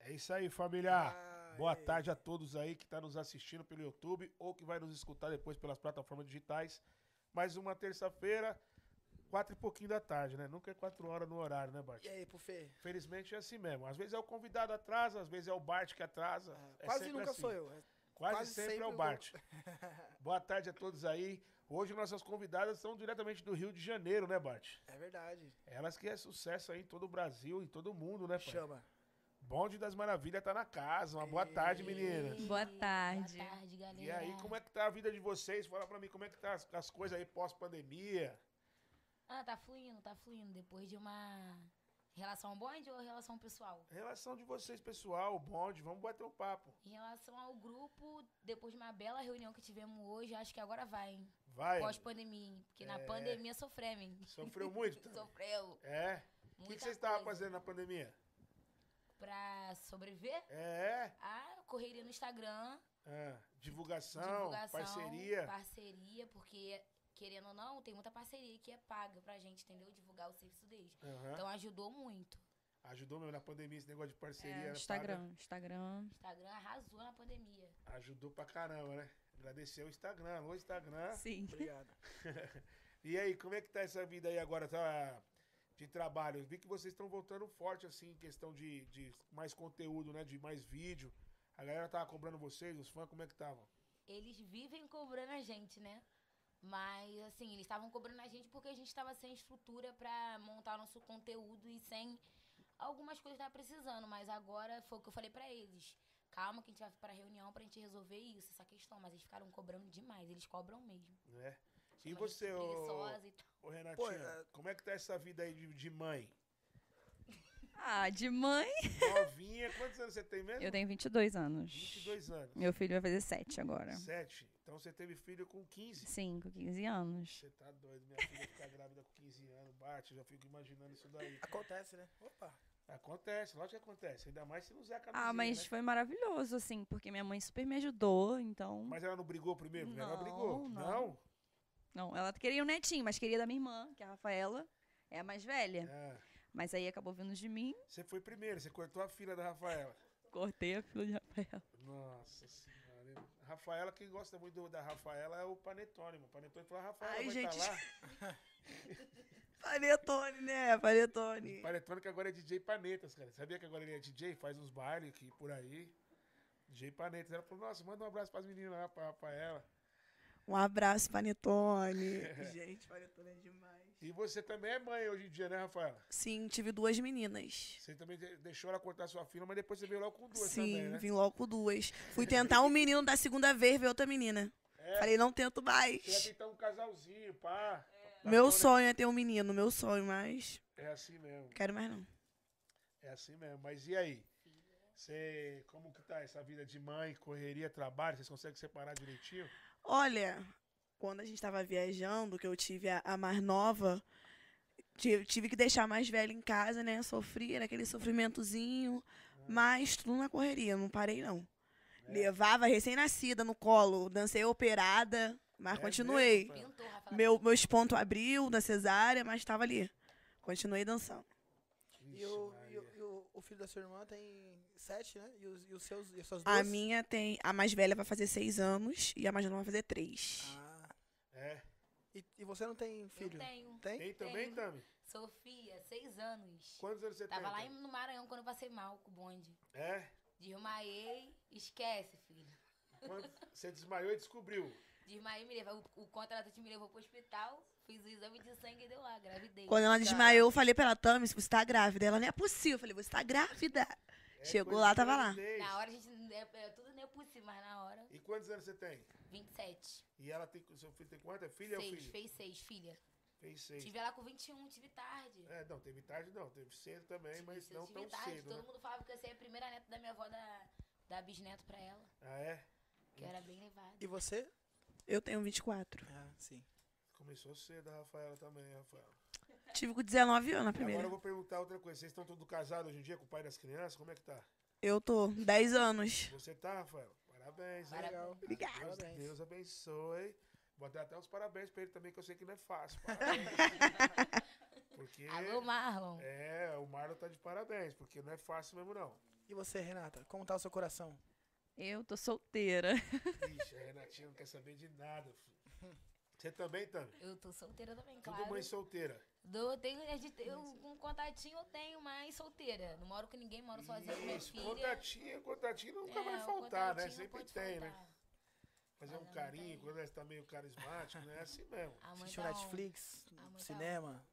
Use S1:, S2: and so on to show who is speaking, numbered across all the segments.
S1: É isso aí, família.
S2: Ah,
S1: Boa tarde a todos aí que está nos assistindo pelo YouTube ou que vai nos escutar depois pelas plataformas digitais. Mais uma terça-feira, quatro e pouquinho da tarde, né? Nunca é quatro horas no horário, né, Bart?
S2: E aí, Pufê?
S1: Felizmente é assim mesmo. Às vezes é o convidado atrasa, às vezes é o Bart que atrasa. É
S2: Quase
S1: sempre
S2: nunca
S1: assim.
S2: sou eu. É
S1: Quase, sempre, é o
S2: eu-
S1: Bart. Boa tarde a todos aí. Hoje nossas convidadas são diretamente do Rio de Janeiro, né, Bart?
S2: É verdade.
S1: Elas que é sucesso aí em todo o Brasil, em todo o mundo, né, pai?
S2: Chama.
S1: Bonde das Maravilhas tá na casa. Uma boa tarde, meninas.
S3: Boa tarde.
S4: Boa tarde, galera.
S1: E aí, como é que tá a vida de vocês? Fala pra mim, como é que tá as, as coisas aí pós-pandemia?
S4: Ah, tá fluindo, tá fluindo. Depois de uma relação ao bonde ou relação pessoal?
S1: Relação de vocês, pessoal, bonde, vamos bater um papo.
S4: Em relação ao grupo, depois de uma bela reunião que tivemos hoje, acho que agora vai, hein?
S1: Vai.
S4: Pós-pandemia, hein? Porque na pandemia sofremos, hein?
S1: Sofreu muito também.
S4: Sofreu.
S1: É? Então, O que,
S4: Muita
S1: que vocês estavam
S4: coisa.
S1: fazendo na pandemia?
S4: Pra sobreviver,
S1: É?
S4: ah, correria no Instagram,
S1: Ah, divulgação,
S4: divulgação, tá.
S1: parceria.
S4: parceria, porque... Querendo ou não, tem muita parceria que é paga pra gente, entendeu? Divulgar o serviço deles.
S1: Aham.
S4: Então ajudou muito.
S1: Ajudou mesmo na pandemia esse negócio de parceria. né,
S3: É,
S1: paga?
S3: Instagram, Instagram.
S4: O Instagram arrasou na pandemia.
S1: Ajudou pra caramba, né? Agradecer o Instagram. Alô, Instagram.
S3: Sim.
S2: Obrigado.
S1: E aí, como é que tá essa vida aí agora tá, de trabalho? Eu vi que vocês estão voltando forte, assim, em questão de, de mais conteúdo, né? De mais vídeo. A galera tava cobrando vocês, os fãs, como é que estavam?
S4: eles vivem cobrando a gente, né? Mas, assim, eles estavam cobrando a gente porque a gente estava sem estrutura para montar nosso conteúdo e sem algumas coisas que tava precisando. Mas agora foi o que eu falei para eles. Calma que a gente vai pra reunião pra gente resolver isso, essa questão. Mas eles ficaram cobrando demais, eles cobram mesmo.
S1: Né? E
S4: Chama
S1: você,
S4: gente
S1: ô, Ah.
S4: preguiçosa e tal.
S1: ô Renatinha,
S2: Pô, é-
S1: como é que tá essa vida aí de, de mãe?
S3: Ah, de mãe.
S1: Novinha, quantos anos você tem mesmo?
S3: Eu tenho 22 anos.
S1: 22 anos.
S3: Meu filho vai fazer 7 agora.
S1: 7. Então você teve filho com 15.
S3: 5, 15 anos.
S1: Você tá doido, minha filha ficar grávida com 15 anos, bate, já fico imaginando isso daí.
S2: Acontece, né? Opa.
S1: Acontece, lógico que acontece, ainda mais se não usar a camisinha,
S3: Ah, mas
S1: né?
S3: foi maravilhoso, assim, porque minha mãe super me ajudou, então.
S1: Mas ela não brigou primeiro? ela
S3: Não,
S1: brigou?
S3: não. Não, ela queria um netinho, mas queria da minha irmã, que é a Rafaela. É a mais velha.
S1: Ah,
S3: Mas aí acabou vindo de mim,
S1: você foi primeiro, você cortou a fila da Rafaela.
S3: cortei a fila de Rafaela.
S1: Nossa senhora. hein? Rafaela, quem gosta muito do- da Rafaela é o Panetone, mano. O Panetone falou, a Rafaela
S3: Ai,
S1: vai
S3: gente.
S1: estar lá.
S3: Panetone, né? Panetone.
S1: O Panetone que agora é DJ Panetas, cara. Sabia que agora ele é DJ, faz uns bailes aqui por aí. DJ Panetas. Ela falou, nossa, manda um abraço pras meninas lá, pra Rafaela.
S5: Um abraço, Panetone. Gente, Panetone é demais.
S1: E você também é mãe hoje em dia, né, Rafaela?
S5: Sim, tive duas meninas.
S1: Você também de- deixou ela cortar sua fila, mas depois você veio logo com duas
S5: Sim,
S1: também, né?
S5: vim logo com duas. Fui tentar um menino da segunda vez, veio outra menina. Falei, não tento
S1: É? Você ia
S5: mais.
S1: tentar um casalzinho, pá. Tá né?
S5: Meu sonho é ter um menino, meu sonho, mas
S1: É assim mesmo.
S5: não quero mais não.
S1: É assim mesmo. Mas e aí? Você, como que tá essa vida de mãe, correria, trabalho? Vocês conseguem separar direitinho?
S5: Olha, quando a gente tava viajando, que eu tive a, a mais nova, ti- tive que deixar a mais velha em casa, né? Sofri, era aquele sofrimentozinho, mas tudo na correria, não parei não. Levava a recém-nascida no colo, dancei operada, mas
S1: É
S5: continuei.
S1: mesmo,
S4: Pintou, Rafael.
S5: Meu, meus pontos abriu da cesárea, mas tava ali. Continuei dançando.
S1: Ixi,
S2: E, o,
S1: Maria.
S2: e, o, e o- o filho da sua irmã tem sete, né? E os, e os seus, e as suas duas?
S5: A minha tem. A mais velha vai fazer seis anos e a mais nova vai fazer três.
S2: Ah.
S1: É.
S2: E, e você não tem filho?
S4: tenho.
S2: Tem?
S1: Tem também,
S4: Tem.
S1: Tami?
S4: Sofia, seis anos.
S1: Quantos anos você
S4: Tava
S1: tem?
S4: lá em-
S1: Tami?
S4: no Maranhão quando eu passei mal com o bonde.
S1: É?
S4: Desmaiei, esquece, filho.
S1: Quando você desmaiou e descobriu.
S4: Desmaiei, me levou, o, o contratante me levou pro hospital, fiz o exame de sangue e deu lá, gravidez.
S5: Quando ela desmaiou, eu falei pra ela, Tami, você tá grávida. Ela, não é possível. Eu falei, você tá grávida.
S1: É
S5: Chegou
S1: coisa
S5: lá,
S1: de
S5: tava lá.
S1: gravidez.
S4: Na hora a gente, não- é, é tudo nem possível, mas na hora,
S1: E quantos anos você tem?
S4: 27.
S1: E ela tem. Seu filho tem quanto? É filha ou
S4: Seis,
S1: filho?
S4: fez seis, filha.
S1: Fez seis.
S4: Tive ela com 21, tive tarde.
S1: É, não, teve tarde não, teve cedo também,
S4: Tive-
S1: É, mas
S4: eu
S1: não
S4: tive
S1: tão
S4: tarde,
S1: cedo.
S4: Todo
S1: Né?
S4: mundo falava que eu ia ser a primeira neta da minha avó, da, da bisneto pra ela,
S1: Ah, é?
S4: que eu era bem levada.
S2: E você?
S5: Eu tenho 24.
S2: Ah, sim.
S1: Começou cedo a Rafaela também, Rafaela.
S5: Tive com 19
S1: E
S5: anos na
S1: Agora eu
S5: primeira.
S1: vou perguntar outra coisa. Vocês estão todos casados hoje em dia com o pai das crianças? Como é que tá?
S5: Eu tô 10 anos.
S1: Você tá, Rafael? Parabéns, hein?
S4: Parabéns.
S2: Legal.
S1: Deus,
S2: Parabéns.
S1: Deus abençoe. Vou dar até uns parabéns pra ele também, que eu sei que não é fácil. Parabéns. porque.
S4: Alô, Marlon.
S1: É, o Marlon tá de parabéns, porque não é fácil mesmo, não.
S2: E você, Renata, como tá o seu coração?
S3: Eu tô solteira.
S1: Ixi, a Renatinha não quer saber de nada. filho. Você também, Tami?
S4: Eu tô solteira também,
S1: Tudo
S4: claro.
S1: mãe solteira.
S4: Do, eu tenho, a gente- eu, com contatinho eu tenho, mas solteira. Não moro com ninguém, moro sozinha com minha
S1: Isso,
S4: filha.
S1: contatinho, contatinho nunca
S4: É,
S1: vai
S4: o
S1: faltar, né?
S4: contatinho
S1: Sempre
S4: pode
S1: tem, né?
S4: faltar.
S1: Fazer um
S4: Olha, não
S1: carinho,
S4: tem.
S1: quando ela tá meio carismático, né? É assim mesmo.
S4: A mãe
S2: Assistiu
S4: tá on.
S2: Netflix,
S4: A mãe tá
S2: cinema?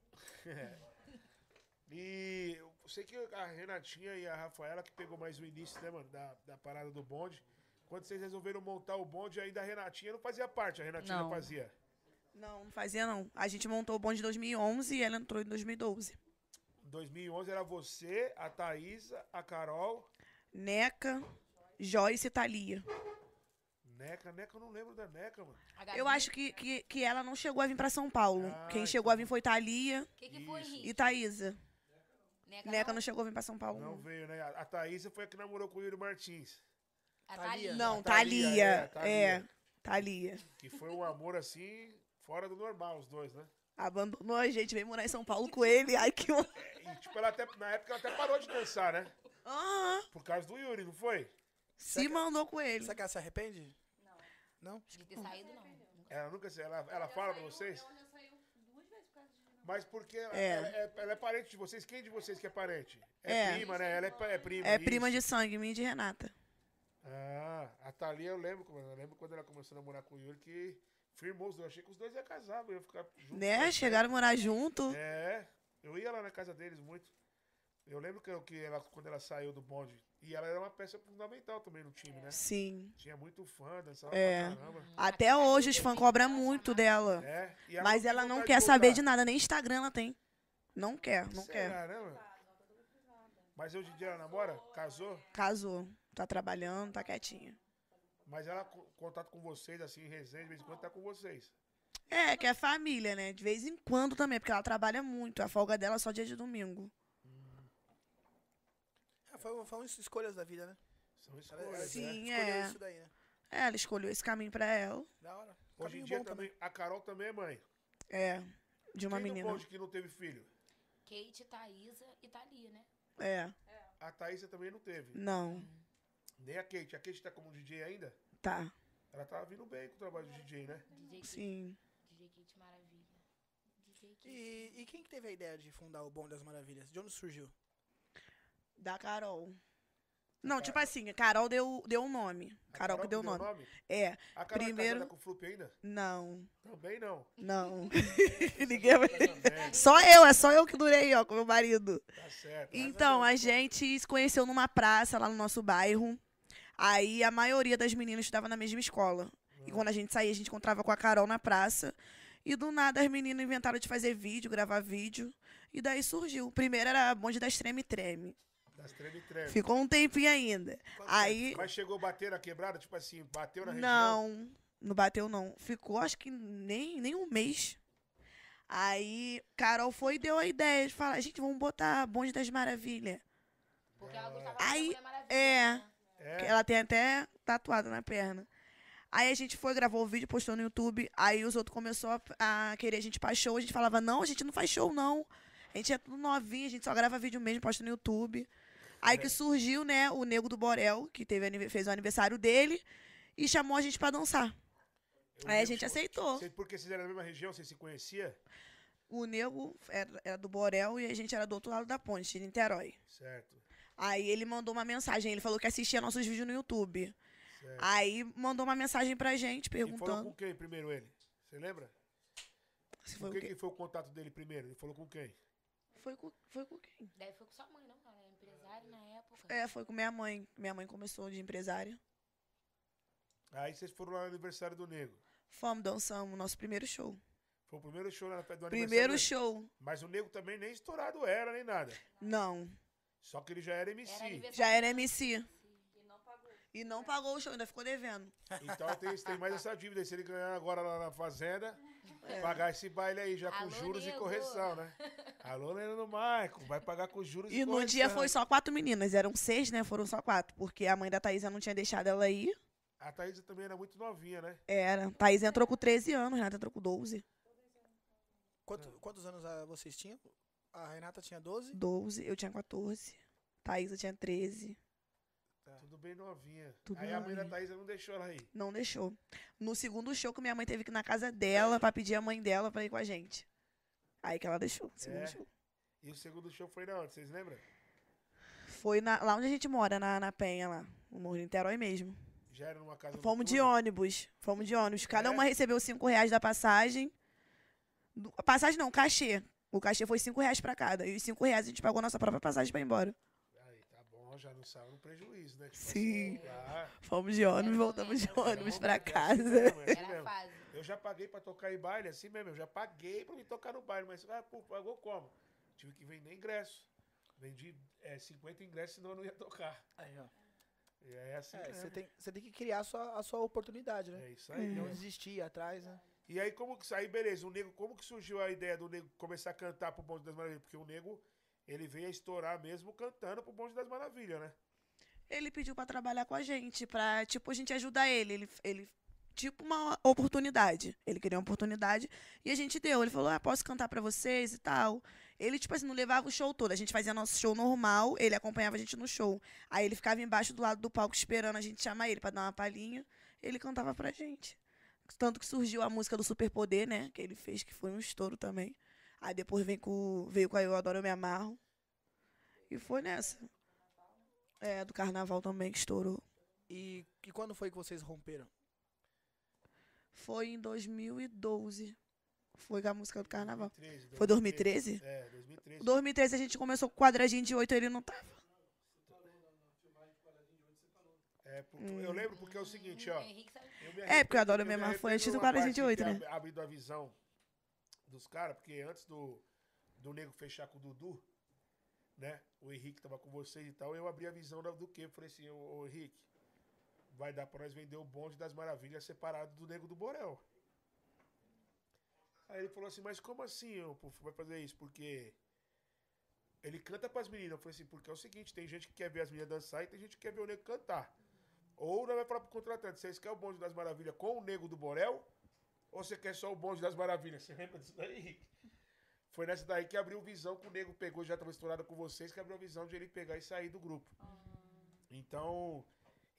S1: E eu sei que a Renatinha e a Rafaela, que pegou mais o início, né, mano, da, da parada do bonde. Quando vocês resolveram montar o bonde ainda a Renatinha não fazia parte, a Renatinha não,
S3: Não.
S1: fazia.
S5: Não, não fazia não. A gente montou o bonde em 2011 e ela entrou em 2012.
S1: Em 2011 era você, a Thaísa, a Carol,
S5: Neca, Joyce e Thalia.
S1: Neca. Neca, eu não lembro da Neca, mano.
S4: A Gabi-
S5: um Eu acho que, que, que ela não chegou a vir pra São Paulo.
S1: Ah,
S5: Quem chegou a vir foi Thalia
S4: Que que foi,
S1: Isso.
S4: Henrique? Né,
S5: e Thaísa.
S4: Neca,
S5: Neca
S4: não?
S5: não chegou a vir pra São Paulo.
S1: Não
S5: Não,
S1: veio, né? A a Thaísa foi a que namorou com o Yuri Martins.
S4: A
S2: Thalia.
S4: Thalia.
S5: não
S1: Thalia, é,
S5: Thalia.
S1: Thalia.
S5: É, Thalia.
S1: Que foi um amor assim, fora do normal, os dois, né?
S5: Abandonou a gente, veio morar em São Paulo com ele. Ai, que... hor-
S1: E, tipo, ela até, na época ela até parou de dançar, né?
S5: Aham.
S1: Por causa do Yuri, não foi?
S5: Se mandou com ele.
S2: Será que ela se arrepende? Não. Não?
S4: De ter saído, não.
S1: Ela nunca se- ela, ela fala pra vocês? Mas porque ela
S5: É.
S1: ela é. ela é parente de vocês? Quem de vocês que é parente? É,
S5: É.
S1: prima, né? Ela é, pa- é prima.
S5: É
S1: isso.
S5: prima de sangue, minha e de Renata.
S1: Ah, a Thalia eu lembro, como- eu lembro quando ela começou a namorar com o Yuri que firmou os dois. Eu achei que os dois iam casar, eu ia ficar junto.
S5: Né? Chegaram a morar junto.
S1: É, eu ia lá na casa deles muito. Eu lembro que, eu- que ela, quando ela saiu do bonde, e ela era uma peça fundamental também no time,
S5: É.
S1: né?
S5: Sim.
S1: Tinha muito fã, dançava
S5: É.
S1: pra caramba.
S5: Até hoje os fãs cobram muito dela.
S1: É, e
S5: Mas
S1: tem
S5: ela não
S1: vontade
S5: quer saber
S1: voltar.
S5: de nada, nem Instagram ela tem. Não quer, não quer.
S1: Será, né, mano? Mas hoje em dia ela namora? Casou?
S5: Casou, tá trabalhando, tá quietinha.
S1: Mas ela co- contato com vocês, assim, em resenha, de vez em quando tá com vocês.
S5: É, que é família, né? De vez em quando também, porque ela trabalha muito. A folga dela é só dia de domingo.
S2: É, foi, foram es- escolhas da vida, né?
S1: São
S2: Ela- ela
S1: escolhas, né?
S5: Sim,
S2: escolheu
S5: é.
S2: isso daí, né?
S5: É, ela escolheu esse caminho pra ela.
S2: Da hora.
S1: Hoje em
S2: Caminho
S1: dia
S2: bom
S1: também, a Carol também é mãe.
S5: É, de uma
S1: Quem do
S5: menina.
S1: bonde que não teve filho?
S4: Kate, Thaísa e Thalia, né?
S5: É,
S1: A Thaísa também não teve.
S5: não,
S1: Hum. Nem a Kate. A Kate tá como DJ ainda?
S5: tá.
S1: Ela tava vindo bem com o trabalho de DJ, né?
S4: DJ Kate,
S5: Sim.
S4: DJ Kate Maravilha. DJ Kate.
S2: E, e quem que teve a ideia de fundar o Bom das Maravilhas? De onde surgiu?
S5: Da Carol. Não, tipo assim, a Carol deu deu o nome.
S1: A
S5: Carol que deu o nome. É,
S1: A Carol Primeiro...
S5: Primeiro-
S1: é casada com o Flup ainda?
S5: não,
S1: Também não.
S5: não. Ninguém vai...
S1: Também,
S5: Só eu, é só eu que durei, ó, com meu marido.
S1: tá certo.
S5: Então, a gente se conheceu numa praça lá no nosso bairro. Aí a maioria das meninas estudava na mesma escola. E quando a gente saía, a gente encontrava com a Carol na praça. E do nada as meninas inventaram de fazer vídeo, gravar vídeo. E daí surgiu. O primeiro era bonde das treme treme.
S1: é Das treme treme.
S5: Ficou um tempinho ainda.
S2: Quanto
S5: Aí.
S1: Mas chegou a bater na quebrada? Tipo assim, bateu na região?
S5: Não, não bateu não. Ficou acho que nem, nem um mês. Aí Carol foi e deu a ideia de falar, gente, vamos botar bonde das maravilhas.
S4: Porque ela gostava
S5: É. Aí,
S4: da Mulher Maravilha.
S5: é.
S4: né?
S5: Que
S1: É.
S5: Ela tem até tatuada na perna. Aí a gente foi, gravou o vídeo, postou no YouTube. Aí os outros começaram a, a querer a gente pra show. A gente falava, não, a gente não faz show, não. A gente é tudo novinho, a gente só grava vídeo mesmo, posta no YouTube. Aí
S1: É.
S5: que surgiu, né, o Nego do Borel, que teve, anive- fez o aniversário dele, e chamou a gente pra dançar.
S1: Eu
S5: Aí a
S1: vi,
S5: gente
S1: tipo,
S5: aceitou.
S1: Vocês- Porque vocês eram da mesma região, vocês se conheciam?
S5: O Nego era, era do Borel e a gente era do outro lado da ponte, de Niterói.
S1: Certo.
S5: Aí ele mandou uma mensagem, ele falou que assistia nossos vídeos no YouTube.
S1: certo.
S5: Aí mandou uma mensagem pra gente
S1: e falou
S5: perguntando
S1: com quem primeiro ele? Você lembra?
S5: se
S1: Com
S5: foi o
S1: quem
S5: quê.
S1: que foi o contato dele primeiro? Ele falou com quem?
S5: Foi com, foi com quem?
S4: Daí foi com sua mãe, não? Ela era empresária na época.
S5: É, foi com minha mãe. Minha mãe começou de empresária.
S1: Aí vocês foram lá no aniversário do Nego.
S5: Fomos, dançamos, nosso primeiro show.
S1: Foi o primeiro show lá do aniversário
S5: Primeiro
S1: dele.
S5: show.
S1: Mas o Nego também nem estourado era, nem nada.
S5: Não.
S1: Só que ele já era MC.
S4: Era aniversário.
S5: Já era MC. E não pagou o show, ainda ficou devendo.
S1: Então tem, tem mais essa dívida. aí. Se ele ganhar agora lá na fazenda,
S5: É.
S1: pagar esse baile aí já com
S4: Alô,
S1: juros e
S4: Nego.
S1: correção, né? Alô, Leandro Marco, vai pagar com juros e
S5: E
S1: correção.
S5: no dia foi só quatro meninas. Eram seis, né? Foram só quatro. Porque a mãe da Thaísa não tinha deixado ela ir.
S1: A Thaísa também era muito novinha, né?
S5: Era. Thaís entrou com 13 anos, Renata entrou com 12.
S2: Quanto- Quantos anos ah, vocês tinham? A Renata tinha 12?
S5: 12, eu tinha 14. Thaísa tinha 13.
S1: Tudo bem novinha.
S5: Tudo
S1: aí a mãe da
S5: novinha.
S1: Thaísa não deixou ela aí.
S5: Não deixou. No segundo show que minha mãe teve que ir na casa dela pra pedir a mãe dela pra ir com a gente. Aí que ela deixou. no Segundo
S1: É?
S5: show.
S1: E o segundo show foi na onde? Vocês lembram?
S5: Foi na- lá onde a gente mora, na, na Penha, lá. No Morro do Niterói mesmo.
S1: Já era numa casa
S5: Fomos de
S1: noturna?
S5: ônibus. Fomos de ônibus. Cada
S1: É?
S5: uma recebeu 5 reais da passagem. Do- a Passagem não, cachê. O cachê foi 5 reais pra cada. E os 5 reais a gente pagou a nossa própria passagem pra ir embora.
S1: Aí, tá bom, já não saiu no prejuízo, né? Tipo
S5: Sim.
S1: assim, ah,
S5: Fomos de ônibus,
S4: Era
S5: voltamos de
S4: momento, era
S5: ônibus
S1: momento,
S5: pra
S1: é assim
S5: casa.
S1: mesmo, é assim
S4: Era a
S1: mesmo.
S4: fase.
S1: Eu já paguei pra tocar em baile, assim mesmo. Eu já paguei pra me tocar no baile, mas ah, pô, pagou como? Tive que vender ingresso. Vendi eh, 50 ingressos, senão eu não ia tocar.
S2: Aí, ó.
S1: E é assim
S2: É, você
S1: mesmo.
S2: tem, você tem que criar a sua, a sua oportunidade, né?
S1: É isso aí.
S2: Não
S1: né?
S2: desistir ir atrás, né?
S1: E aí, como que. Aí, beleza, o nego, como que surgiu a ideia do nego começar a cantar pro Bonde das Maravilhas? Porque o nego, ele veio a estourar mesmo cantando pro Bonde das Maravilhas, né?
S5: Ele pediu pra trabalhar com a gente, pra, tipo, a gente ajudar ele. Ele, ele tipo, uma oportunidade. Ele queria uma oportunidade e a gente deu. Ele falou, ah, posso cantar pra vocês e tal. Ele, tipo assim, não levava o show todo. A gente fazia nosso show normal, ele acompanhava a gente no show. Aí ele ficava embaixo do lado do palco esperando a gente chamar ele pra dar uma palhinha. Ele cantava pra gente. Tanto que surgiu a música do Superpoder, né? Que ele fez, que foi um estouro também. Aí depois vem com, veio com a Eu Adoro, Eu Me Amarro. E foi nessa. É, do carnaval também que estourou.
S2: E, e quando foi que vocês romperam?
S5: Foi em 2012. Foi com a música do carnaval.
S1: 2013,
S5: Foi 2013?
S1: É, 2013.
S5: 2013 a gente começou com o quadradinho de 8, ele não tá.
S1: É, porque- Eu lembro porque é o seguinte, ó.
S4: Henrique sabe.
S1: Eu me
S5: É, porque eu adoro
S1: Eu me
S5: mesmo. Foi
S1: arrependo
S5: antes do
S1: numa
S5: quadradinho
S1: parte
S5: de 8,
S1: ter
S5: né?
S1: ab- Abrido a visão dos caras, porque antes do, do nego fechar com o Dudu, né? O Henrique tava com vocês e tal, eu abri a visão da- do que? Falei assim, ô, ô, Henrique, vai dar pra nós vender o bonde das maravilhas separado do nego do Borel. Aí ele falou assim, mas como assim, ô, pô, vai fazer isso? Porque. Ele canta pras meninas. Eu falei assim, porque é o seguinte, tem gente que quer ver as meninas dançar e tem gente que quer ver o nego cantar. Ou nós vai falar pro contratante, vocês querem o bonde das maravilhas com o nego do Borel? Ou você quer só o bonde das maravilhas? Você lembra disso daí? Foi nessa daí que abriu visão que o nego pegou, já tava estourado com vocês, que abriu a visão de ele pegar e sair do grupo. Então,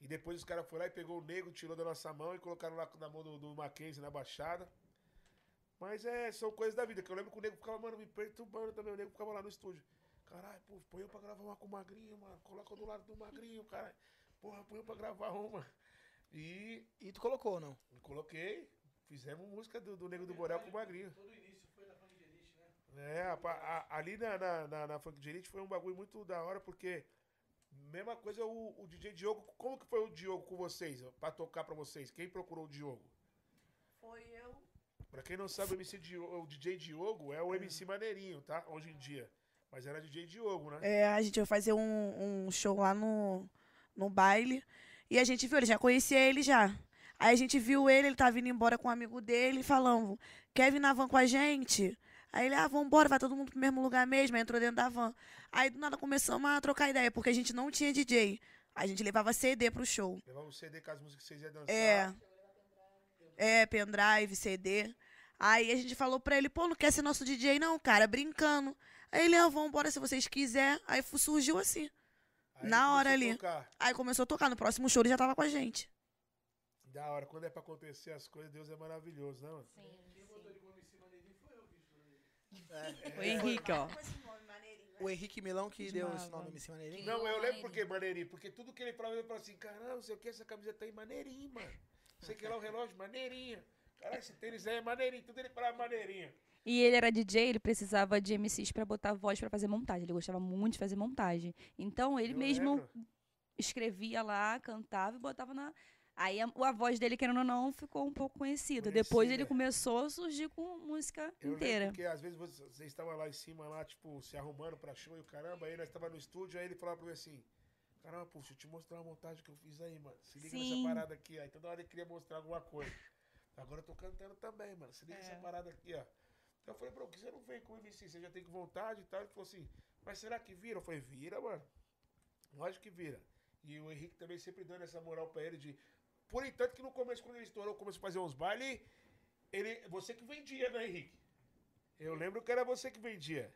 S1: e depois os caras foram lá e pegou o nego, tirou da nossa mão e colocaram lá na mão do, do Mackenzie na Baixada. Mas é, são coisas da vida, que eu lembro que o nego ficava, mano, me perturbando também, o nego ficava lá no estúdio. Caralho, pô, põe eu pra gravar uma com o Magrinho, mano, coloca do lado do Magrinho, caralho. Porra, põe eu pra gravar uma. E
S2: E tu colocou ou não?
S1: eu coloquei, fizemos música do, do Nego do Borel com o Magrinho. É, a pa- a- ali na, na, na, na Funk Gerente foi um bagulho muito da hora, porque mesma coisa o, o DJ Diogo, como que foi o Diogo com vocês, ó, pra tocar pra vocês? Quem procurou o Diogo?
S5: Foi eu.
S1: Pra quem não sabe, o, MC Diogo, o DJ Diogo é o MC Maneirinho, tá? Hoje em dia. Mas era DJ Diogo, né?
S5: É, a gente foi fazer um, um show lá no, no baile. E a gente viu, ele já conhecia ele já. Aí a gente viu ele, ele tava indo embora com um amigo dele, falando, quer vir na van com a gente? Aí ele, ah, vambora, vai todo mundo pro mesmo lugar mesmo. Aí entrou dentro da van. Aí do nada começamos a trocar ideia, porque a gente não tinha DJ. A gente levava CD pro show.
S1: Levava o CD um com as músicas que vocês iam dançar.
S5: É. É, pendrive, CD. Aí a gente falou pra ele, pô, não quer ser nosso DJ não, cara, brincando. Aí ele, ah, vambora se vocês quiserem. Aí fu- surgiu assim.
S1: Aí ele
S5: na
S1: começou
S5: hora
S1: a
S5: ali.
S1: tocar.
S5: Aí começou a tocar, no próximo show ele já tava com a gente.
S1: Da hora, quando é pra acontecer as coisas, Deus é maravilhoso, né, mano?
S4: Sim, sim.
S1: É.
S3: O Henrique, ó.
S2: O Henrique Milão que deu esse
S3: Desmava.
S2: nome MC Maneirinho?
S1: Não, eu
S4: Maneirinho.
S1: lembro porque maneirinho, porque tudo que ele falava, ele falava assim, caramba, não sei o que, essa camisa tá aí maneirinho, mano. Você quer lá o relógio? Maneirinho. Caralho, esse tênis aí é maneirinho, tudo ele falava maneirinho.
S3: E ele era DJ, ele precisava de MCs pra botar voz pra fazer montagem. Ele gostava muito de fazer montagem. Então ele
S1: Eu
S3: mesmo
S1: lembro.
S3: escrevia lá, cantava e botava na. Aí a, a voz dele, querendo ou não, ficou um pouco conhecida. Depois
S1: Conhecida.
S3: ele
S1: é.
S3: começou a surgir com música
S1: Eu lembro
S3: inteira.
S1: porque às vezes vocês vocês estavam lá em cima, lá, tipo, se arrumando pra show e o caramba, aí nós estávamos no estúdio, aí ele falava pra mim assim, caramba, pô, deixa eu te mostrar uma montagem que eu fiz aí, mano. Se liga nessa
S3: Sim.
S1: parada aqui, aí toda hora ele queria mostrar alguma coisa. Agora eu tô cantando também, mano. Se liga
S3: É.
S1: nessa parada aqui, ó. Então eu falei, bro, por que você não vem com o MC? Você já tem vontade e tal. Ele falou assim, mas será que vira? Eu falei, vira, mano. Lógico que vira. E o Henrique também sempre dando essa moral pra ele de. Por entanto que no começo, quando ele estourou, começou a fazer uns bailes, ele. Você que vendia, né, Henrique? Eu lembro que era você que vendia.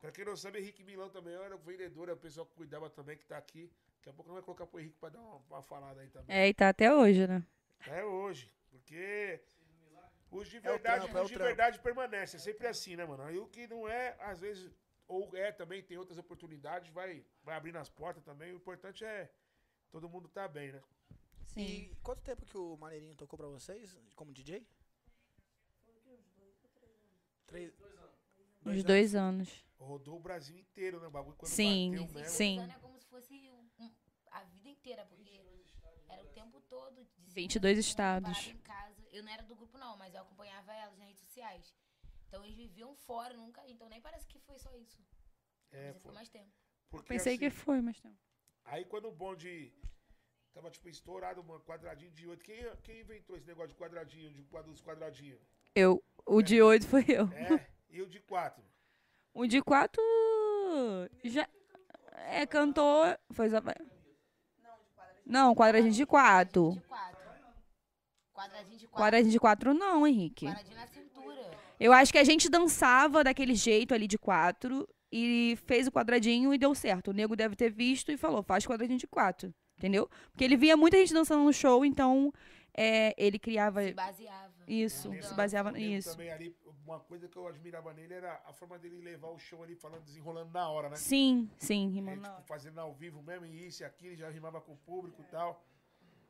S1: Pra quem não sabe, Henrique Milão também era o vendedor, é o pessoal que cuidava também, que tá aqui. Daqui a pouco não vai colocar pro Henrique pra dar uma, uma falada aí também.
S3: É, e tá até hoje, né?
S1: Até hoje. Porque os de
S2: o
S1: verdade,
S2: trampo, é
S1: os
S2: o
S1: de
S2: trampo.
S1: verdade permanecem. É sempre assim, né, mano? E o que não é, às vezes, ou é também, tem outras oportunidades, vai, vai abrindo as portas também. O importante é todo mundo tá bem, né?
S3: Sim.
S2: E quanto tempo que o Maneirinho tocou pra vocês, como DJ? Três,
S3: Uns dois anos.
S1: Rodou o Brasil inteiro, né? O bagulho quando
S3: Sim,
S1: bateu
S4: Sim,
S1: mesmo.
S3: sim.
S4: Suzano é como se fosse um- a vida inteira, porque era o tempo todo. de segunda a
S3: 22
S4: segunda,
S3: estados.
S4: parava em casa. Eu não era do grupo, não, mas eu acompanhava elas nas redes sociais. Então eles viviam fora, nunca. Então nem parece que foi só isso.
S1: É,
S4: Mas
S1: pô,
S4: foi mais tempo.
S1: porque
S3: Pensei que
S1: assim,
S3: foi, mas não.
S1: Aí quando o bonde tava, tipo, estourado, mano, quadradinho de oito. Quem, quem inventou esse negócio de quadradinho, de quadros quadradinho?
S3: Eu. O de oito foi eu.
S1: É, e o de quatro?
S3: O de quatro já é cantor, foi só- Não, quadradinho de quatro.
S4: De quatro. Quadradinho de quatro.
S3: Quadradinho de quatro não, Henrique.
S4: Quadradinho na cintura.
S3: Eu acho que a gente dançava daquele jeito ali de quatro e fez o quadradinho e deu certo. O nego deve ter visto e falou, faz quadradinho de quatro, entendeu? Porque ele via muita gente dançando no show, então é, ele criava
S4: Se baseava.
S3: isso,
S1: Nego-
S3: se baseava
S1: o nego
S3: nisso.
S1: Também ali, uma coisa que eu admirava nele era a forma dele levar o show ali, falando, desenrolando na hora, né?
S3: Sim, sim,
S4: É
S1: Ele,
S3: rimando. na
S1: tipo,
S3: hora.
S1: fazendo ao vivo mesmo, e isso e aquilo, já rimava com o público e tal.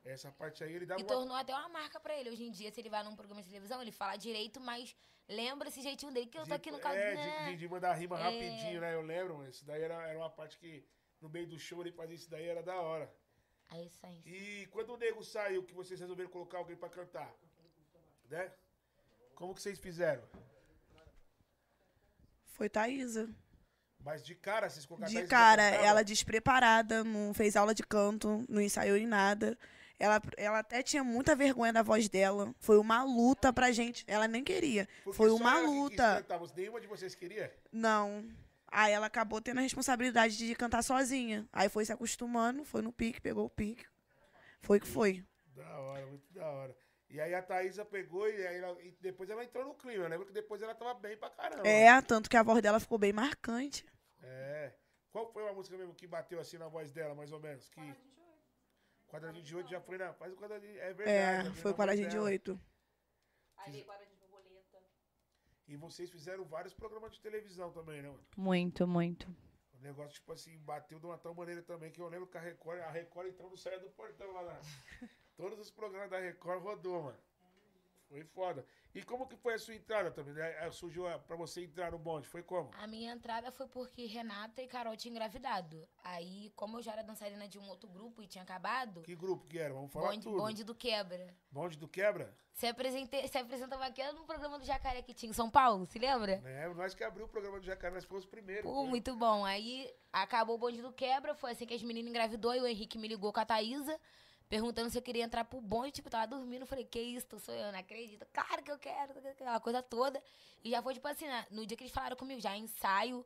S1: Essa parte aí ele dava
S4: E
S1: uma...
S4: tornou até uma marca pra ele. Hoje em dia, se ele vai num programa de televisão, ele fala direito, mas lembra esse jeitinho dele que eu tô aqui no
S1: de-
S4: caso.
S1: é,
S4: né?
S1: de, de, de mandar rima
S4: É.
S1: rapidinho, né? Eu lembro, mas isso daí era, era uma parte que, no meio do show, ele fazia isso daí, era da hora.
S4: A essência.
S1: E quando o nego saiu, que vocês resolveram colocar alguém pra cantar, né? Como que vocês fizeram?
S5: Foi Thaísa.
S1: Mas de cara, vocês colocaram...
S5: De
S1: Thaís
S5: cara,
S1: pra cantar?
S5: ela despreparada, não fez aula de canto, não ensaiou em nada. Ela, ela até tinha muita vergonha da voz dela. Foi uma luta pra gente. Ela nem queria.
S1: Porque
S5: Foi
S1: só
S5: uma
S1: ela que quis
S5: luta.
S1: cantar, mas Nenhuma de vocês queria?
S5: Não. Aí ela acabou tendo a responsabilidade de cantar sozinha. Aí foi se acostumando, foi no pique, pegou o pique. Foi que foi.
S1: Da hora, muito da hora. E aí a Thaísa pegou e, aí ela- e depois ela entrou no clima. Eu lembro que depois ela tava bem pra caramba.
S5: É, tanto que a voz dela ficou bem marcante.
S1: É. Qual foi a música mesmo que bateu assim na voz dela, mais ou menos? Que... Quadradinho de oito já foi na. Faz o quadradinho. É verdade.
S5: É,
S1: já
S5: foi
S1: na voz
S5: Coragem de
S1: dela.
S5: Oito.
S1: E vocês fizeram vários programas de televisão também, né, mano?
S3: Muito, muito.
S1: O negócio, tipo assim, bateu de uma tal maneira também que eu lembro que a Record, a Record entrando saia do portão lá. Na... Todos os programas da Record rodou, mano. Foi foda. E como que foi a sua entrada também? né? Eh, Surgiu a- pra você entrar no bonde, foi como?
S4: A minha entrada foi porque Renata e Carol tinham engravidado. Aí, como eu já era dançarina de um outro grupo e tinha acabado,
S1: Que grupo que era? Vamos falar
S4: bonde,
S1: tudo. Bonde.
S4: bonde do quebra.
S1: do quebra?
S4: Se, apresentei, se apresentava aqui no programa do Jacaré que tinha em São Paulo, se lembra?
S1: Né? Nós que abriu o programa do Jacaré, nós fomos os primeiros.
S4: Pô, muito bom. Aí acabou o bonde do quebra, foi assim que as meninas engravidou e o Henrique me ligou com a Thaísa, perguntando se eu queria entrar pro bonde, tipo, eu tava dormindo, eu falei, que isso, tô sonhando, acredito, claro que eu quero, aquela coisa toda. E já foi, tipo assim, na- no dia que eles falaram comigo, já ensaio,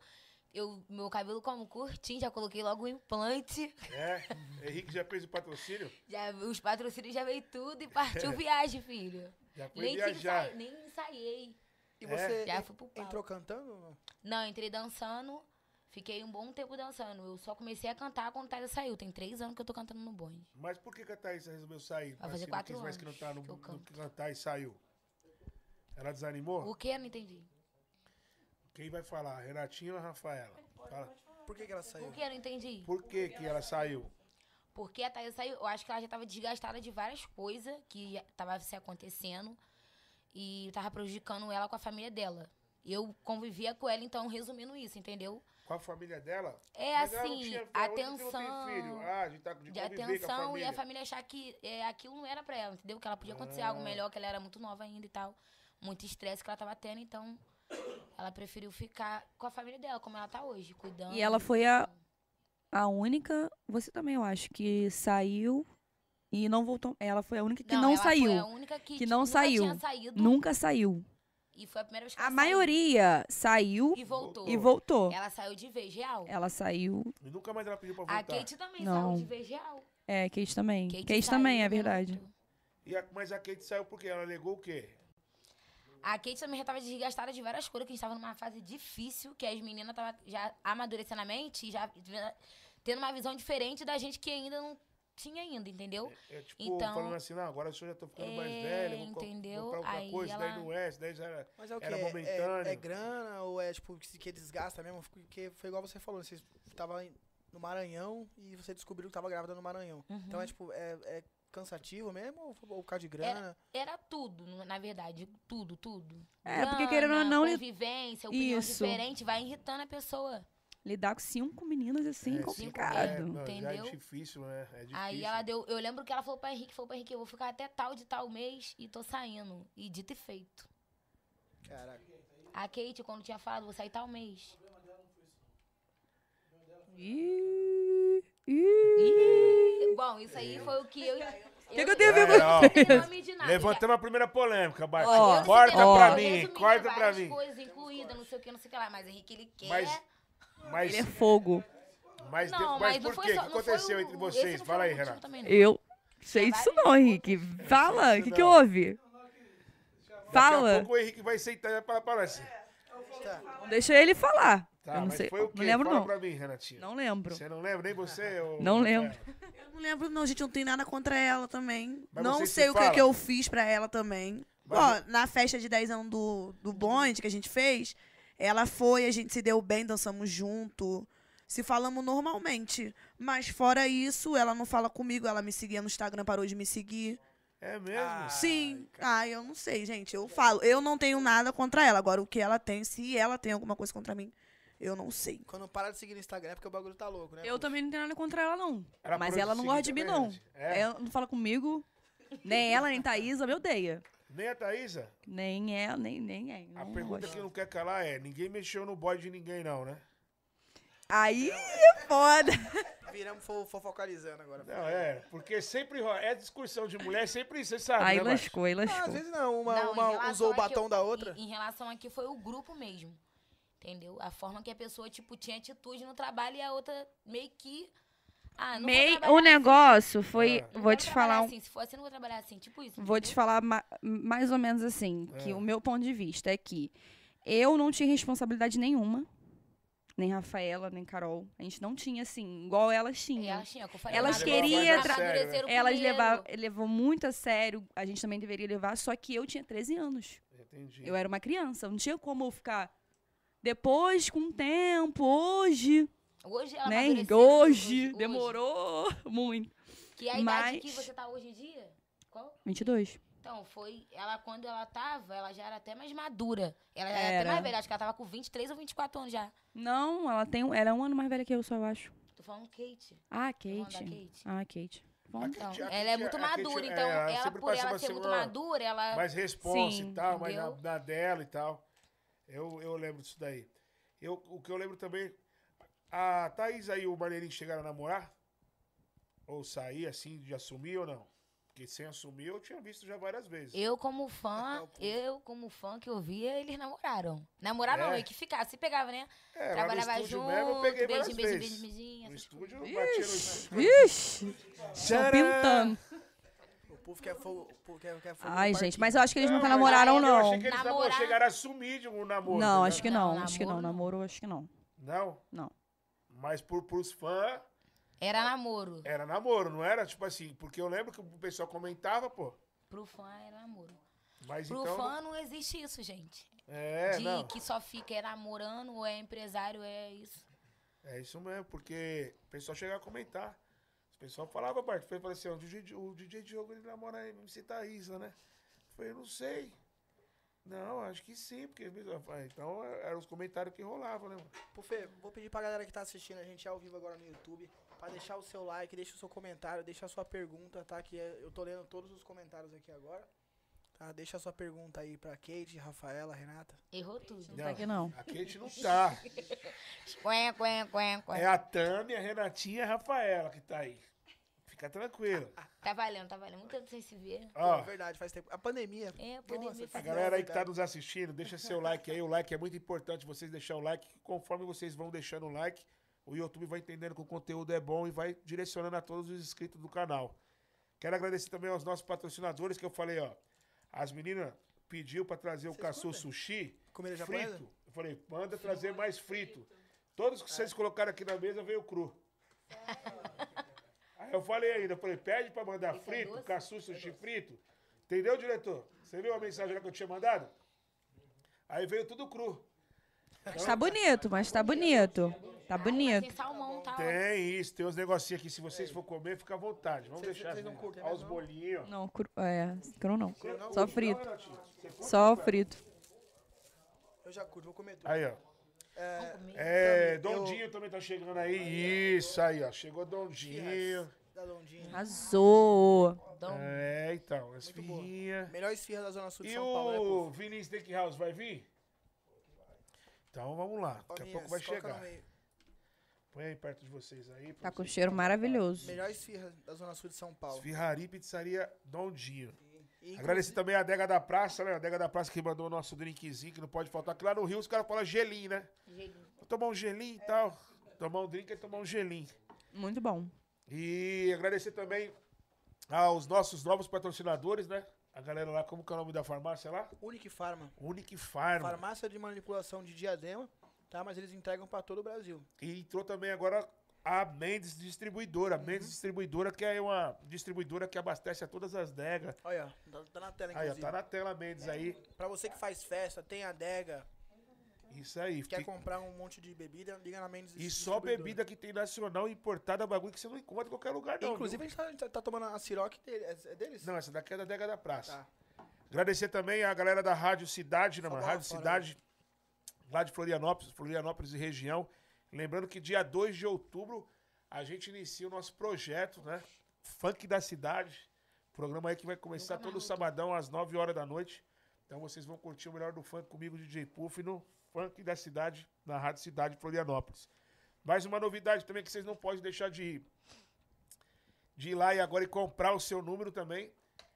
S4: eu, meu cabelo como curtinho, já coloquei logo o implante,
S1: É. Henrique já fez o patrocínio?
S4: já, os patrocínios já veio tudo e partiu viagem, filho.
S1: Já foi
S4: Nem, tive
S1: viajar.
S4: ensai- nem ensaiei.
S2: E
S1: É.
S2: você
S4: Já
S2: en-
S4: fui pro palco.
S2: entrou cantando? ou não?
S4: Não, eu entrei dançando. Fiquei um bom tempo dançando. Eu só comecei a cantar quando Thaisa saiu. Tem três anos que eu tô cantando no bonde.
S1: Mas por que que a Thaís resolveu sair?
S4: Vai
S1: Mas
S4: fazer
S1: se
S4: quatro
S1: não tá quis mais
S4: anos
S1: cantar, não,
S4: que eu
S1: não
S4: canto.
S1: cantar e saiu. Ela desanimou?
S4: O que? Não entendi.
S1: Quem vai falar? Renatinho ou Rafaela? Fala.
S2: Por que, que ela
S4: O
S2: saiu?
S4: que? Não entendi.
S1: Por que que ela saiu?
S4: Porque a Thaisa saiu. Eu acho que ela já tava desgastada de várias coisas que já tava se acontecendo. E tava prejudicando ela com a família dela. Eu convivia com ela, então, resumindo isso, entendeu?
S1: Com a família dela?
S4: É
S1: Mas ela não
S4: assim,
S1: tinha- hoje em dia não tem
S4: atenção.
S1: filho. Ah, a gente tá de,
S4: de
S1: conviver com a
S4: atenção e
S1: família. Ah.
S4: a família achar que é, aquilo não era pra ela, entendeu? Que ela podia acontecer algo melhor, que ela era muito nova ainda e tal. Muito estresse que ela tava tendo, então ela preferiu ficar com a família dela, como ela tá hoje, cuidando.
S3: E ela foi a, a única, você também, eu acho, que saiu e não voltou. Ela foi a única que não,
S4: ela
S3: saiu.
S4: Foi a única que, tipo,
S3: que não
S4: nunca
S3: saiu.
S4: Tinha saído,
S3: Nunca saiu.
S4: E foi a primeira vez que
S3: A
S4: ela saiu.
S3: maioria saiu
S4: E voltou.
S3: e voltou.
S4: Ela saiu de vez, real.
S3: Ela saiu.
S1: E nunca mais ela pediu pra voltar.
S4: A Kate também
S3: Não.
S4: saiu de vez, real.
S3: É, Kate também. Kate,
S4: saiu
S3: também, é
S4: junto.
S3: verdade.
S1: E a- mas a Kate saiu porque ela negou o quê?
S4: A Kate também já tava desgastada de várias coisas, que a gente tava numa fase difícil, que as meninas tava já amadurecendo a mente e já tendo uma visão diferente da gente que ainda não tinha ainda, entendeu?
S1: É, é tipo,
S4: Então-
S1: falando assim, não, agora o senhor já tô ficando mais
S4: É,
S1: velho, vou co-
S4: entendeu?
S1: comprar outra
S4: Aí
S1: coisa, daí
S4: ela-
S1: não é, isso daí já era.
S2: Mas é o que?
S1: Era momentâneo.
S2: É, é grana ou é tipo que, se- que desgasta mesmo? Porque foi igual você falou, você tava em- no Maranhão e você descobriu que tava grávida no Maranhão.
S4: Uhum.
S2: Então é tipo, é, é cansativo mesmo ou, ou por causa de grana?
S4: Era tudo, no- na verdade, tudo, tudo.
S3: É, porque querendo ou não, li-
S4: Convivência, opinião
S3: Isso.
S4: diferente, vai irritando a pessoa.
S3: lidar com cinco meninas assim,
S1: é,
S4: complicado,
S1: é,
S3: complicado.
S1: não, já
S4: entendeu?
S1: é difícil, né? É difícil.
S4: Aí ela deu. Eu lembro que ela falou pra Henrique, falou pra Henrique, eu vou ficar até tal de tal mês e tô saindo. E dito e feito.
S2: Caraca.
S4: A Kate, quando tinha falado, vou sair tal mês.
S1: é,
S3: Ih, ih.
S4: Ih, Bom, isso aí foi o que eu.
S3: que eu tenho a ver
S1: É, ó, Levantamos a primeira polêmica, Bart. corta
S3: Ó.
S1: pra mim, corta pra mim.
S4: Coisa incluída, não sei o que, não sei o que lá. Mas Henrique, ele quer.
S1: Mas, mas,
S3: Ele é fogo.
S1: mas,
S4: não,
S1: de-
S4: mas,
S1: mas
S4: não
S1: por
S4: foi
S1: quê? O
S4: só-
S1: que
S4: não foi
S1: aconteceu
S4: o-
S1: entre
S4: esse
S1: vocês?
S4: não foi
S1: Fala
S4: o
S1: aí,
S4: motivo
S1: Renato.
S4: também, não.
S3: Eu sei disso não, Henrique. Fala, o que, que houve?
S1: Daqui a
S3: Fala.
S1: pouco o Henrique vai sentar e vai falar para nós.
S3: Deixa ele falar.
S1: Tá,
S3: eu não
S1: mas
S3: sei.
S1: foi o quê?
S3: Não lembro,
S1: Fala
S3: não.
S1: pra mim, Renatinho.
S3: Não lembro.
S1: Você não lembra? Nem você? ô-
S3: Não lembro.
S5: Eu não lembro, não, gente, eu não tenho nada contra ela também.
S1: Mas
S5: não
S1: vocês se
S5: sei o que,
S1: falam?
S5: que eu fiz pra ela também.
S1: Mas
S5: Ó, na festa de 10 anos do, do bonde que a gente fez, ela foi, a gente se deu bem, dançamos junto, se falamos normalmente. Mas fora isso, ela não fala comigo, ela me seguia no Instagram, parou de me seguir.
S1: É mesmo?
S2: Ah.
S5: Sim. Ah, eu não sei, gente. Eu falo, eu não tenho nada contra ela. Agora, o que ela tem, se ela tem alguma coisa contra mim, eu não sei.
S2: Quando para de seguir no Instagram é porque o bagulho tá louco, né?
S3: Eu também não tenho nada contra ela, não.
S1: Ela
S3: Mas
S1: parou
S3: ela
S1: de seguir
S3: não gosta de mim,
S1: também,
S3: não.
S1: Renatinho? É?
S3: Ela não fala comigo. Nem ela, nem Thaísa, me odeia.
S1: Nem a Thaísa?
S3: Nem ela, nem, nem é.
S1: A
S3: não
S1: pergunta
S3: gosto.
S1: que não quer calar é: ninguém mexeu no bode de ninguém, não, né?
S3: Aí é foda.
S2: Viramos fo- fofocalizando agora.
S1: Não, é, porque sempre ro- é discussão de mulher, sempre isso, você sabe,
S3: Aí
S1: né, Márcio?
S3: lascou, aí
S2: Ah, às
S3: lascou.
S2: vezes não, uma,
S4: Não, em
S2: uma
S4: relação
S2: usou o
S4: a que eu-
S2: batom da
S4: em-
S2: outra.
S4: Em, relação a que foi o grupo mesmo. Entendeu? A forma que a pessoa, tipo, tinha atitude no trabalho e a outra meio que. Ah, não
S3: Meio,
S4: vou
S3: o
S4: trabalhar
S3: negócio foi.
S2: É.
S1: Ah.
S4: assim, não
S3: Vou te
S4: trabalhar
S3: falar um
S4: Assim, se for assim, não vou trabalhar assim. Tipo isso.
S3: Vou te
S4: entendeu?
S3: falar ma- mais ou menos assim, que
S1: Ah.
S3: o meu ponto de vista é que eu não tinha responsabilidade nenhuma, nem Rafaela, nem Carol. A gente não tinha, assim, igual elas
S4: E
S3: tinham.
S4: elas tinham, que É, eu falei,
S3: Elas
S4: ah,
S3: queriam
S4: mas
S3: tra-
S1: né?
S4: amadureceram
S3: Elas
S4: primeiro.
S3: levar, levou muito a sério, a gente também deveria levar, só que eu tinha 13 anos.
S1: Entendi.
S3: Eu era uma criança, não tinha como eu ficar. Depois, com o tempo, hoje,
S4: Hoje ela
S3: né? Henrique?
S4: amadureceu,
S3: Hoje, demorou muito.
S4: Que a idade que
S3: mas-
S4: você tá hoje em dia? Qual?
S3: 22.
S4: Então, foi. Ela, quando ela tava, ela já era até mais madura. Ela já era, até
S3: Era.
S4: mais velha. Acho que ela tava com 23 ou 24 anos já.
S3: Não, ela tem, ela é um ano mais velha que eu, só eu acho.
S4: Tô falando Kate.
S3: Ah,
S4: Tô falando da
S3: Kate.
S4: Kate.
S3: Ah, Kate. Bom,
S4: Então,
S1: Kate- a
S4: ela é
S1: Kate-
S4: muito
S1: a Kate-
S4: madura,
S1: é,
S4: então
S1: ela
S4: ela,
S1: sempre
S4: por
S1: passa
S4: ela
S1: pra
S4: ser
S1: cima,
S4: muito
S1: ó,
S4: madura, ela
S1: Mais responsa e
S3: Sim,
S1: tal, mais na,
S4: entendeu?
S1: na dela e tal. Eu, eu lembro disso daí. Eu, o que eu lembro também, a Thaís aí e o Marnelinho chegaram a namorar? Ou sair assim, de assumir ou não? Porque sem assumir eu tinha visto já várias vezes.
S4: Eu, como
S1: É
S4: fã, eu, como fã que eu via, eles namoraram. Namoraram, não,
S1: É.
S4: e que ficava, se pegava, né?
S1: É, lá no
S4: Trabalhava
S1: estúdio
S4: junto,
S1: mesmo eu peguei várias
S4: beijinho, beijinho,
S1: vezes.
S4: beijinho, beijinho.
S1: No
S4: essas coisas.
S1: estúdio eu bati no estúdio.
S3: Vixe! Estão
S1: Tcharam!
S3: pintando.
S2: O povo quer fogo. O povo quer, quer fogo no
S3: Ai, gente,
S2: parquinho.
S3: mas eu acho que eles nunca
S1: mas
S3: namoraram,
S1: Eu achei
S3: não.
S1: que eles namo-
S4: Namorar-
S1: chegaram a assumir de um namoro.
S3: Não,
S1: né?
S3: acho que
S4: Não,
S3: não. Acho que não.
S4: namoro
S3: Namoro, acho que não.
S1: Não?
S3: Não.
S1: Mas por, pros fãs,
S4: Era namoro.
S1: era namoro, não era? Tipo assim, porque eu lembro que o pessoal comentava, pô.
S4: Pro fã era namoro.
S1: Mas
S4: Pro
S1: então.
S4: fã não existe isso, gente.
S1: É,
S4: de
S1: não.
S4: que só fica é namorando ou é empresário, é isso.
S1: É isso mesmo, porque o pessoal chegava a comentar. O pessoal falava, Bart, foi falou assim, ó, o DJ, Di- o DJ Diogo ele namora a MC Thaísa, né? Eu falei, eu não sei. Não, acho que sim, porque então eram os comentários que rolavam, né? mano?
S2: Pô, Fê, vou pedir pra galera que tá assistindo a gente ao vivo agora no YouTube pra deixar o seu like, deixa o seu comentário, deixa a sua pergunta, tá? Que é- eu tô lendo todos os comentários aqui agora. Tá? Deixa a sua pergunta aí pra Kate, Rafaela, Renata.
S4: Errou tudo.
S3: Tá aqui não.
S1: A Kate não tá.
S4: Quen, quen, quen, quen.
S1: É a Tami, a Renatinha e a Rafaela que tá aí. Fica tranquilo.
S4: Tá valendo, tá valendo. Muito tempo sem se ver.
S1: Ó,
S2: Pô, verdade, faz tempo. A pandemia.
S4: É, pandemia.
S1: a
S2: fez
S1: galera aí que tá
S2: novidade.
S1: nos assistindo, deixa seu like aí. O like é muito importante, vocês deixarem o like. Conforme vocês vão deixando o like, o YouTube vai entendendo que o conteúdo é bom e vai direcionando a todos os inscritos do canal. Quero agradecer também aos nossos patrocinadores que eu falei, ó. As meninas pediu pra trazer o
S2: Vocês
S1: caçu
S2: mandam?
S1: sushi
S2: Comida japonesa?
S4: Ah.
S1: frito. Eu falei, manda trazer mais frito. Todos que vocês colocaram aqui na mesa veio cru. Aí eu falei ainda, eu falei, pede pra mandar
S4: Isso é
S1: frito,
S4: doce?
S1: caçuço, sushi frito. Entendeu, diretor? Você viu a mensagem lá que eu tinha mandado? Aí veio tudo cru.
S3: Mas tá bonito, mas tá bonito. Tá bonito.
S4: Tem salmão, tá?
S1: Tem isso, tem uns negocinhos aqui. Se vocês for comer, fica à vontade. Vamos
S2: Vocês-
S1: deixar.
S2: vocês não
S1: assim.
S2: curtem
S1: Olha
S2: mais
S1: os
S2: não?
S1: bolinhos.
S3: Não, cru, é, cru não.
S1: ó.
S3: Só frito. Só frito.
S2: Eu já curto, vou comer tudo.
S1: Aí, ó.
S4: Vamos comer.
S1: É,
S2: Também, eu-
S1: Dondinho também tá chegando aí. Isso aí, ó. Chegou Dondinho.
S2: Da Londinha.
S3: Arrasou.
S4: Dom.
S1: É, então,
S2: boa.
S1: esfirrinha.
S2: Melhor esfirra da Zona Sul de
S1: E
S2: São Paulo, né,
S1: o
S2: povo?
S1: Vinícius Steakhouse vai vir? Então vamos lá, daqui a
S2: Paulinhas,
S1: pouco vai
S2: coloca no
S1: chegar.
S2: meio.
S1: Põe aí perto de vocês aí. pra
S3: Tá com
S1: vocês-
S3: cheiro maravilhoso.
S2: Melhor esfirra da Zona Sul de São Paulo.
S1: Esfirraria e Pizzaria Dondinho.
S2: E,
S1: Agradecer também a Adega da Praça, né? A Adega da Praça que mandou o nosso drinkzinho, que não pode faltar. Que lá no Rio os caras falam gelinho, né?
S4: Gelinho.
S1: Vou tomar um gelinho e tal. Tomar um drink e tomar um gelinho.
S3: Muito bom.
S1: E agradecer também aos nossos novos patrocinadores, né? A galera lá, como que é o nome da farmácia lá?
S2: Unique Pharma.
S1: Unique Farm.
S2: Farmácia de manipulação de diadema, tá? Mas eles entregam pra todo o Brasil.
S1: E entrou também agora a Mendes Distribuidora. A
S2: Uhum.
S1: Mendes Distribuidora, que é uma distribuidora que abastece a todas as degas.
S2: Olha, ó, tá, tá na tela,
S1: Aí, ó,
S2: inclusive. É.
S1: tá na tela a Mendes aí.
S2: Pra você que faz festa, tem adega,
S1: Isso aí.
S2: quer
S1: Fique-
S2: comprar um monte de bebida, liga na Mendes
S1: E só
S2: Distribuidora.
S1: bebida que tem nacional importada, bagulho que você não encontra em qualquer lugar, não. viu?
S2: Inclusive, a gente tá, a gente tá- tá tomando a Ciroc dele, é, é deles?
S1: Não, essa daqui é da Dega da Praça.
S2: Tá.
S1: Agradecer também a galera da Rádio Cidade, né,
S2: Só
S1: mano?
S2: bola
S1: Rádio
S2: fora,
S1: Cidade, lá de Florianópolis, Florianópolis e região. Lembrando que dia 2 de outubro a gente inicia o nosso projeto, né? Funk da Cidade. Programa aí que vai começar todo sabadão às 9 horas da noite. Então vocês vão curtir o melhor do funk comigo, DJ Puff, no Funk da Cidade, na Rádio Cidade Florianópolis. Mais uma novidade também que vocês não podem deixar de ir. De ir lá e agora e comprar o seu número também.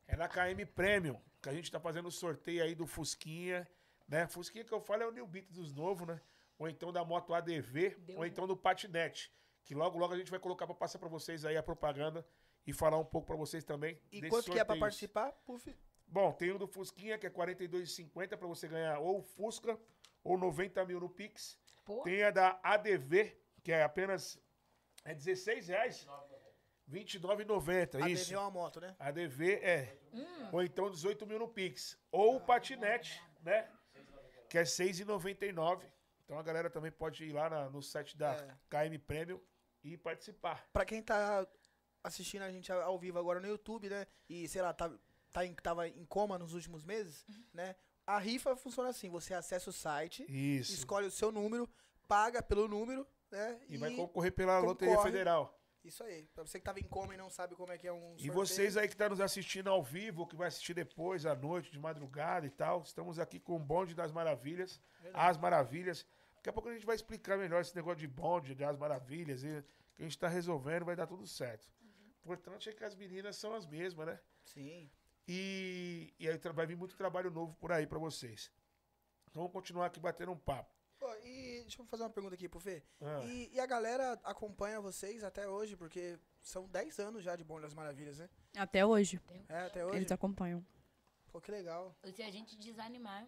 S1: É na KM Premium, que a gente tá fazendo o sorteio aí do Fusquinha, né? Fusquinha que eu falo é o New Beat dos novos, né? Ou então da moto ADV, ou
S2: né?
S1: então do patinete. Que logo, logo a gente vai colocar pra passar pra vocês aí a propaganda e falar um pouco pra vocês também.
S2: E
S1: desses
S2: quanto que é pra
S1: sorteios.
S2: participar? Puf,
S1: Bom, tem o do Fusquinha, que é R$ 42,50 para você ganhar ou o Fusca ou 90 mil no Pix.
S4: Pô,
S1: Tem a da ADV, que é apenas é R$ 16 reais, R$ 29,90.
S2: a
S1: Isso.
S2: é uma moto, né?
S1: ADV é. Ou então 18 mil no Pix. Ou o patinete, né? Que é R$ 6,99. Então a galera também pode ir lá na- no site da
S2: É.
S1: KM Premium e participar.
S2: Pra quem tá assistindo a gente ao vivo agora no YouTube, né? E, sei lá, tá, tá em, tava em coma nos últimos meses, né? A rifa funciona assim, você acessa o site,
S1: Isso.
S2: escolhe o seu número, paga pelo número, né?
S1: E vai concorrer pela Loteria
S2: concorre.
S1: Federal.
S2: Isso aí. Pra você que tava em coma e não sabe como é que é um
S1: E
S2: sorteio,
S1: vocês aí que estão nos assistindo ao vivo, que vai assistir depois, à noite, de madrugada e tal, estamos aqui com o bonde das maravilhas, as maravilhas. Daqui a pouco a gente vai explicar melhor esse negócio de bonde, das maravilhas, e que a gente está resolvendo, vai dar tudo certo.
S4: Uhum.
S1: O importante é que as meninas são as mesmas, né?
S2: Sim.
S1: E, e aí tra- vai vir muito trabalho novo por aí para vocês. Então vamos continuar aqui batendo um papo.
S2: Pô, e deixa eu fazer uma pergunta aqui pro Fê.
S1: Ah.
S2: E, e a galera acompanha vocês até hoje, porque são 10 anos já de Bom das Maravilhas, né?
S3: Até hoje.
S2: É, até hoje.
S3: Eles acompanham.
S2: Pô, que legal.
S4: se a gente desanimar,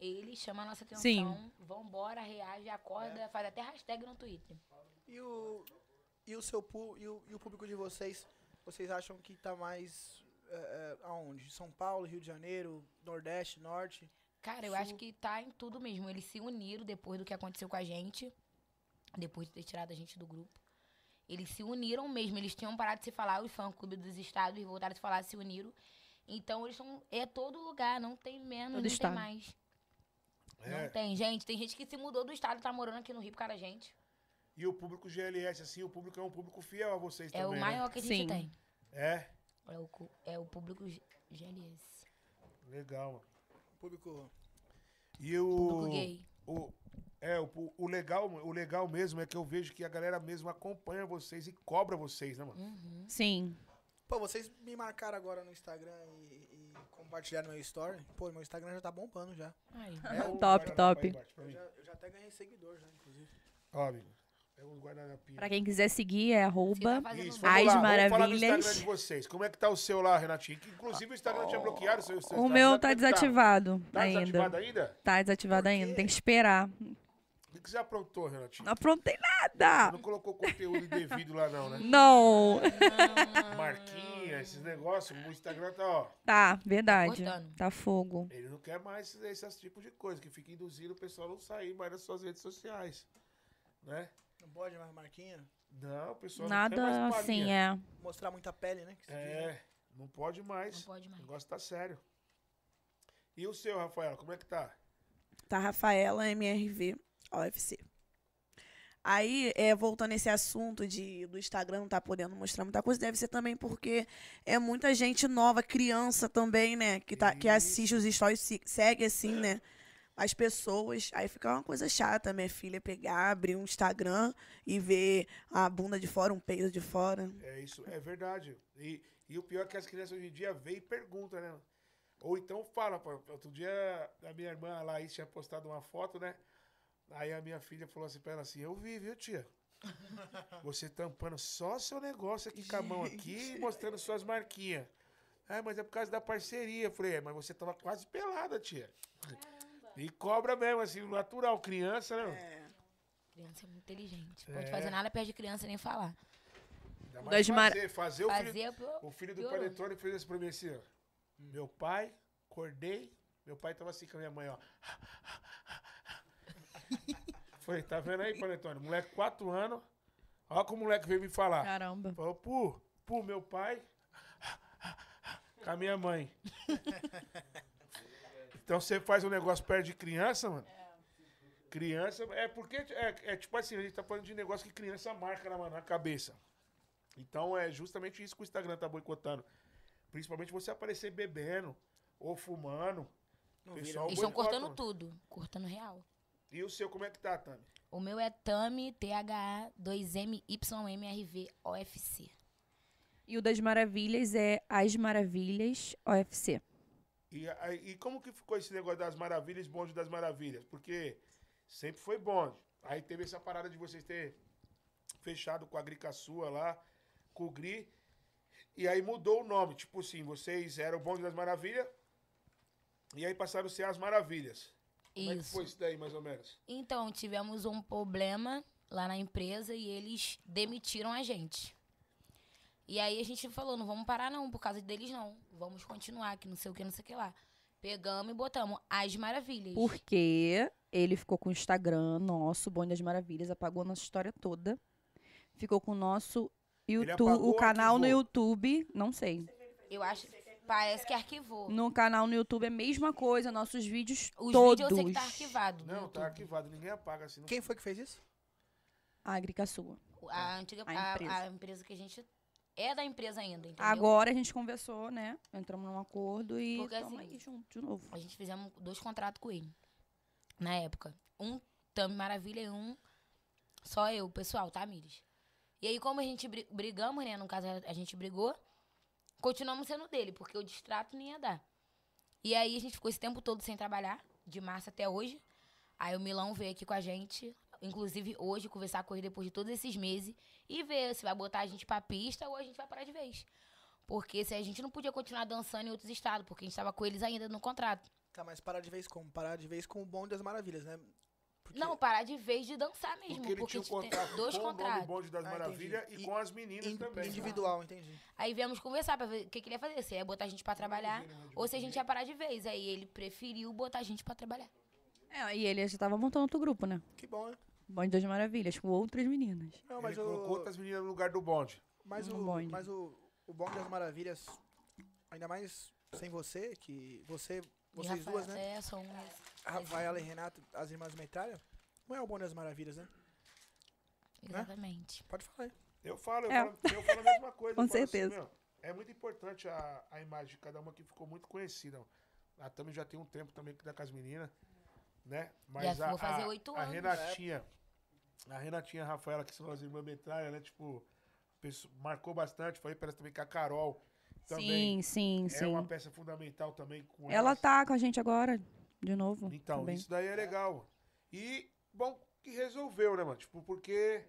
S4: ele chama a nossa atenção.
S3: Sim.
S4: Vambora, reage, acorda,
S1: É.
S4: faz até hashtag no Twitter.
S2: E o, e o seu pu- e o, e o público de vocês, vocês acham que tá mais é, é, aonde? São Paulo, Rio de Janeiro, Nordeste, Norte?
S4: Cara, eu
S2: Sim.
S4: acho que tá em tudo mesmo. Eles se uniram depois do que aconteceu com a gente. Depois de ter tirado a gente do grupo. Eles se uniram mesmo. Eles tinham parado de se falar, os fã-clube dos estados voltaram a se falar, se uniram. Então eles são. É todo lugar, não tem menos,
S3: Todo
S4: não
S3: estado.
S4: tem mais.
S1: É.
S4: Não tem, gente. Tem gente que se mudou do estado, tá morando aqui no Rio por causa da gente.
S1: E o público GLS, assim, o público é um público fiel a vocês
S4: É
S1: também.
S4: o
S1: né?
S4: maior que a gente
S3: Sim.
S4: tem.
S1: É,
S4: É o, cu- é o público G- GLS.
S1: legal, mano.
S2: Público.
S1: E o.
S4: Público gay.
S1: O, é, o, o, legal, o legal mesmo é que eu vejo que a galera mesmo acompanha vocês e cobra vocês, né, mano?
S4: Uhum.
S3: Sim.
S2: Pô, vocês me marcaram agora no Instagram e, e compartilharam meu story. Pô, meu Instagram já tá bombando já.
S4: Aí.
S1: É o
S3: Top,
S1: guardanapo
S3: top.
S1: aí embaixo, pra
S2: Eu
S1: mim.
S2: já, eu já até ganhei seguidor já, inclusive.
S1: Ó, amigo, pega um guardanapinho.
S3: Pra quem quiser seguir, é arroba.
S4: fazendo
S1: Isso,
S4: um
S1: vamos
S3: As
S1: lá, vamos falar do
S3: maravilhas.
S1: Instagram de vocês. Como é que tá o seu lá, Renatinho? Que, inclusive o Instagram tinha bloqueado o seu, seu
S3: O
S1: Instagram.
S3: meu
S1: Como
S3: tá
S1: é que
S3: desativado
S1: Tá
S3: ainda.
S1: desativado ainda?
S3: Tá desativado ainda. Tem que esperar.
S1: O que você aprontou, Renatinho?
S3: Não aprontei nada.
S1: Não colocou conteúdo devido lá, não, né?
S3: Não.
S1: Marquinha, esses negócios, o Instagram tá, ó.
S3: Tá, verdade.
S4: Cortando.
S3: Tá fogo.
S1: Ele não quer mais esses, esses tipos de coisa, que fica induzindo o pessoal a não sair mais das suas redes sociais. Né?
S2: Não pode mais marquinha?
S1: Não, o pessoal não quer
S3: Nada
S1: mais
S3: assim,
S1: palhinha.
S3: é.
S2: Mostrar muita pele, né? que se diz, né?
S1: É, não pode mais.
S4: Não pode
S1: O
S4: mais.
S1: negócio tá sério. E o seu, Rafael, como é que tá?
S5: Tá, Rafaela, MRV, OFC. Aí, é, voltando esse assunto de do Instagram não tá podendo mostrar muita coisa, deve ser também porque é muita gente nova, criança também, né? Que, tá, que assiste os stories, se- segue assim, né? As pessoas. Aí fica uma coisa chata, minha filha, pegar, abrir um Instagram e ver a bunda de fora, um peido de fora.
S1: É isso, é verdade. E, e o pior é que as crianças hoje em dia veem e perguntam, né? Ou então fala, pô, outro dia a minha irmã, a Laís, tinha postado uma foto, né? Aí a minha filha falou assim pra ela assim, eu vi, viu, tia? Você tampando só seu negócio aqui com a mão aqui e mostrando suas marquinhas. Ah, mas é por causa da parceria. Eu falei, é, mas você tava quase pelada, tia. E cobra mesmo, assim, natural, criança, né?
S4: Criança é muito inteligente. Pode fazer nada perto de criança nem falar.
S1: Ainda mais
S3: Das mar-
S1: fazer, fazer o filho
S4: Fazer. é pô,
S1: O filho do
S4: Eu-
S1: pai eletrônico fez isso pra mim assim, ó. Meu pai, acordei, meu pai tava assim com a minha mãe, ó. Falei, tá vendo aí, Panetone? Moleque, quatro anos. Olha como o moleque veio me falar.
S3: Caramba.
S1: Falou, pô, pô, meu pai, com a minha mãe. Então você faz um negócio perto de criança, mano? Criança, é porque, é, é tipo assim, a gente tá falando de negócio que criança marca na, na cabeça. Então é justamente isso que o Instagram tá boicotando. Principalmente você aparecer bebendo ou fumando.
S2: Não
S1: Pessoal, o
S2: vira.
S4: Eles estão
S1: boicota,
S4: cortando
S1: mano.
S4: tudo. Cortando real.
S1: E o seu, como é que tá, Tami?
S4: O meu é Tami, THA2MYMRV OFC.
S3: E o das maravilhas é As Maravilhas OFC.
S1: E, a- e como que ficou esse negócio das maravilhas, bonde das maravilhas? Porque sempre foi bonde. Aí teve essa parada de vocês ter fechado com a Grica Sua lá, com o Gri. E aí mudou o nome. Tipo assim, vocês eram o bonde das maravilhas. E aí passaram a ser as maravilhas. Como é que
S4: Isso.
S1: foi isso daí, mais ou menos?
S4: Então, tivemos um problema lá na empresa e eles demitiram a gente. E aí a gente falou, não vamos parar não, por causa deles não. Vamos continuar, que não sei o que, não sei o que lá. Pegamos e botamos As Maravilhas.
S3: Porque ele ficou com o Instagram nosso, Bonde das Maravilhas, apagou a nossa história toda. Ficou com o nosso YouTube,
S1: apagou
S3: o
S1: ou
S3: canal no
S1: arquivou?
S3: YouTube, não sei.
S4: Eu acho, parece que arquivou.
S3: No canal no YouTube é a mesma coisa, nossos vídeos
S4: Os
S3: todos.
S4: vídeos eu sei que tá arquivado. no
S1: Não,
S4: YouTube.
S1: tá arquivado. Ninguém apaga assim. Não
S2: Quem foi que fez isso?
S3: Agrica sua.
S4: A antiga
S3: É. A
S4: a a empresa.
S3: empresa.
S4: que a gente é da empresa ainda, entendeu?
S3: Agora a gente conversou, né? Entramos num acordo e
S4: Porque,
S3: tamo
S4: assim,
S3: aí junto de novo.
S4: A gente fizemos dois contratos com ele. Na época. Um Tami Maravilha e um só eu, pessoal, tá, Mires? E aí, como a gente bri- brigamos, né? No caso, a gente brigou. Continuamos sendo dele, porque o distrato não ia dar. E aí, a gente ficou esse tempo todo sem trabalhar, de março até hoje. Aí, o Milão veio aqui com a gente, inclusive hoje, conversar com ele depois de todos esses meses. E ver se vai botar a gente pra pista ou a gente vai parar de vez. Porque se a gente não podia continuar dançando em outros estados, porque a gente tava com eles ainda no contrato.
S2: Tá, mas parar de vez como? Parar de vez com o bonde das maravilhas, né? Porque-
S4: Não, parar de vez de dançar mesmo.
S1: Porque ele tinha um
S4: tipo, tem
S1: contrato
S4: dois
S1: com o nome
S4: contratos.
S1: bonde das
S2: Ah,
S1: maravilhas e
S2: entendi.
S1: com as meninas
S2: in-
S1: também.
S2: individual, entendi.
S4: Aí viemos conversar pra ver o que, que ele ia fazer. Se ia botar a gente pra trabalhar ou se a gente ia parar de vez. Aí ele preferiu botar a gente pra trabalhar.
S3: É, e ele já tava montando outro grupo, né?
S2: Que bom, né?
S3: Bonde das Maravilhas, com outras meninas.
S2: Não,
S1: Ele
S2: mas
S1: colocou
S2: o,
S1: outras meninas no lugar do bonde.
S2: mas,
S3: no
S2: o,
S3: bonde.
S2: mas o, o bonde das maravilhas, ainda mais sem você, que você, vocês
S4: Rafael,
S2: duas, né?
S4: É, só um.
S2: Rafaela e Renato, as irmãs Metralha, não é o bonde das maravilhas, né?
S1: Né?
S4: Exatamente.
S2: Pode falar aí.
S1: Eu falo, eu,
S3: É.
S1: falo, eu falo a mesma coisa.
S3: Com
S1: eu falo assim,
S3: certeza.
S1: meu, é muito importante a, a imagem de cada uma que ficou muito conhecida. A Tami já tem um tempo também que tá com as meninas, né? Mas
S4: Já
S1: a,
S4: vou fazer
S1: a-
S4: oito
S1: a
S4: anos.
S1: Renatinha, a Renatinha e a Rafaela, que são as irmãs metralha, né? Tipo, pesso- marcou bastante. Falei pra elas também que a Carol também
S3: Sim, sim,
S1: é
S3: sim.
S1: uma peça fundamental também com
S3: Ela
S1: elas.
S3: tá com a gente agora, de novo.
S1: Então,
S3: também.
S1: isso daí é legal. E bom que resolveu, né, mano? Tipo, porque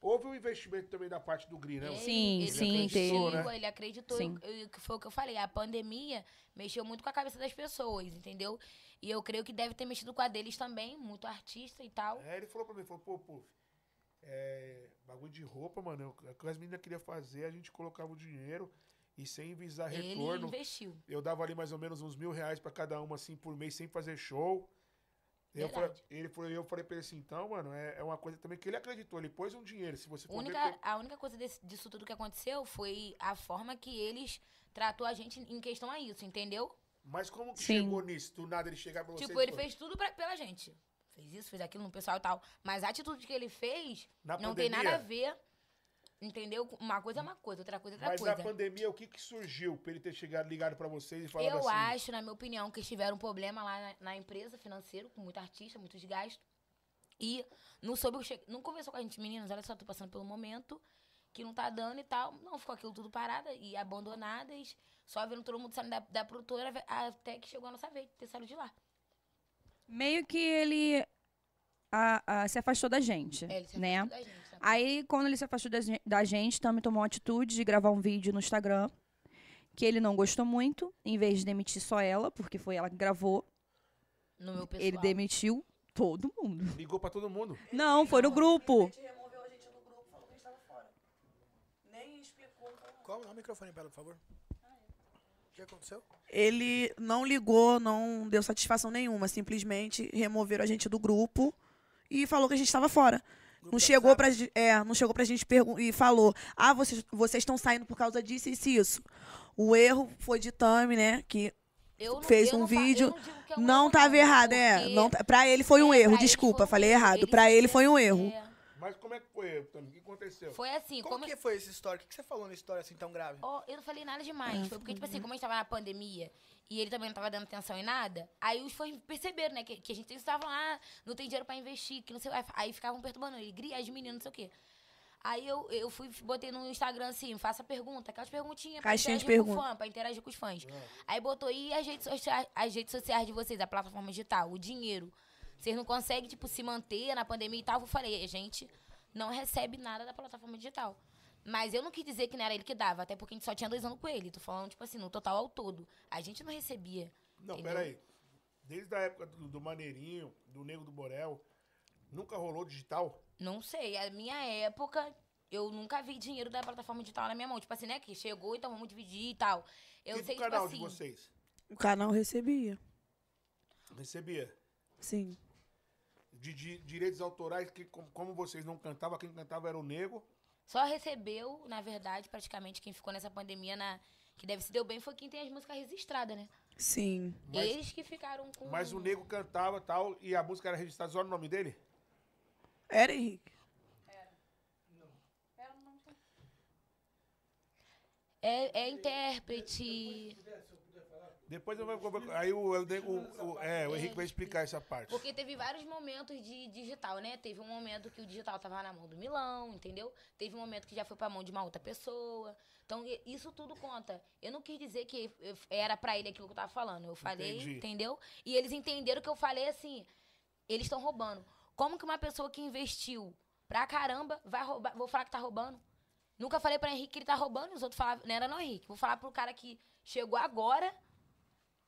S1: Houve um investimento também da parte do GRI, né?
S4: Ele-
S3: Sim,
S4: ele
S3: sim,
S4: acreditou,
S1: teve.
S4: Ele acreditou,
S3: Sim.
S4: e o que foi o que eu falei, a pandemia mexeu muito com a cabeça das pessoas, entendeu? E eu creio que deve ter mexido com a deles também, muito artista e tal.
S1: É, ele falou pra mim, falou, pô, pô, é, bagulho de roupa, mano, eu- o que as meninas queriam fazer, a gente colocava o dinheiro e sem visar
S4: ele
S1: retorno,
S4: investiu.
S1: eu dava ali mais ou menos uns mil reais pra cada uma, assim, por mês, sem fazer show. Eu falei,
S4: Verdade.
S1: ele falou, eu falei pra ele assim, então, mano, é, é uma coisa também que ele acreditou, ele pôs um dinheiro, se você for ver,
S4: Única- a única coisa desse- disso tudo que aconteceu foi a forma que eles tratou a gente em questão a isso, entendeu?
S1: Mas como que
S3: Sim.
S1: chegou nisso? Do nada ele chegar pra você
S4: tipo,
S1: e
S4: ele
S1: falar,
S4: fez tudo pra- pela gente. Fez isso, fez aquilo no pessoal e tal. Mas a atitude que ele fez
S1: na
S4: não tem nada a ver, entendeu? Uma coisa é uma coisa, outra coisa é outra
S1: Mas
S4: coisa.
S1: na pandemia, o que que surgiu pra ele ter chegado ligado pra vocês e falado
S4: Eu
S1: assim?
S4: acho, na minha opinião, que eles tiveram um problema lá na, na empresa financeiro, com muito artista, muitos gastos. E não soube, che- não conversou com a gente, meninas, olha só, tô passando pelo momento que não tá dando e tal. Não, ficou aquilo tudo parada e abandonadas, só vendo todo mundo saindo da, da produtora ve- até que chegou a nossa vez, ter saído de lá.
S3: Meio que ele a- a- se afastou da gente,
S4: É, eles se
S3: né?
S4: afastam da gente, né?
S3: Aí, quando ele se afastou da, gen- da gente, também tomou a atitude de gravar um vídeo no Instagram, que ele não gostou muito, em vez de demitir só ela, porque foi ela que gravou,
S4: No meu pessoal.
S3: ele demitiu todo mundo.
S1: Ligou pra todo mundo.
S3: Não, foi no grupo.
S5: removeu a gente do grupo, falou que a gente tava fora. Nem explicou.
S2: Como? Dá o microfone pra ela, por favor. O que aconteceu?
S5: Ele não ligou, não deu satisfação nenhuma, simplesmente removeram a gente do grupo e falou que a gente tava fora. Não
S2: do
S5: chegou,
S2: WhatsApp?
S5: pra, gen- é, não chegou pra gente pergun- e falou: Ah, vocês vocês estão saindo por causa disso e isso, e isso. O erro foi de Tami, né? Que
S4: Eu não-
S5: fez
S4: eu
S5: um
S4: não fa- eu
S5: vídeo,
S4: não digo que é um
S5: não
S4: erro,
S5: tava
S4: não,
S5: errado, é.
S4: porque-
S5: Não, tá- pra ele foi um
S4: É, pra
S5: erro,
S4: eles
S5: desculpa,
S4: foi um
S5: falei
S4: erro,
S5: errado. Pra ele foi um erro.
S4: É.
S1: Mas como é que foi, Tami? O que aconteceu?
S4: Foi assim,
S2: Como
S4: como,
S2: que foi essa história? O que que você falou na história assim tão grave?
S4: Ó, eu não falei nada demais. Foi porque, tipo assim, como a gente tava na pandemia e ele também não tava dando atenção em nada, aí os fãs perceberam, né? Que, que a gente sempre tava lá, não tem dinheiro pra investir, que não sei o que. Aí ficavam perturbando ele, gria as meninas, não sei o quê. Aí eu, eu fui, botei no Instagram assim, faça pergunta, aquelas perguntinhas pra
S5: Caixinha de
S4: interagir com o
S5: pergunta.
S4: fã, pra interagir com os fãs.
S1: É.
S4: Aí botou, e as redes, sociais, as redes sociais de vocês, a plataforma digital, o dinheiro. Vocês não conseguem, tipo, se manter na pandemia e tal. Eu falei, a gente não recebe nada da plataforma digital. Mas eu não quis dizer que não era ele que dava, até porque a gente só tinha dois anos com ele. Tô falando, tipo assim, no total ao todo. A gente não recebia.
S1: Não,
S4: entendeu?
S1: peraí. Desde a época do, do Maneirinho, do Nego do Borel, nunca rolou digital?
S4: Não sei. A minha época, eu nunca vi dinheiro da plataforma digital na minha mão. Tipo assim, né? Que chegou, então vamos dividir e tal. Eu
S1: e
S4: sei,
S1: do
S4: tipo
S1: canal
S4: assim.
S1: de vocês?
S5: O canal recebia.
S1: Recebia.
S5: Sim.
S1: De, de- direitos autorais, que, com- como vocês não cantavam, quem cantava era o Nego.
S4: Só recebeu, na verdade, praticamente quem ficou nessa pandemia na. Que deve se deu bem foi quem tem as músicas registradas, né?
S5: Sim.
S1: Mas-
S4: Eles que ficaram com.
S1: Mas o Nego cantava tal, e a música era registrada só no nome dele?
S5: Era Henrique.
S4: É, é intérprete.
S1: Depois eu vou. Aí o, o Nego. o- é, o Henrique vai explicar essa parte.
S4: Porque teve vários momentos de digital, né? Teve um momento que o digital tava na mão do Milão, entendeu? Teve um momento que já foi pra mão de uma outra pessoa. Então, e- isso tudo conta. Eu não quis dizer que eu- era pra ele aquilo que eu tava falando. Eu falei,
S1: Entendi.
S4: entendeu? E eles entenderam que eu falei assim, eles estão roubando. Como que uma pessoa que investiu pra caramba vai roubar, vou falar que tá roubando? Nunca falei pra Henrique que ele tá roubando, os outros falavam, não era não, Henrique. Vou falar pro cara que chegou agora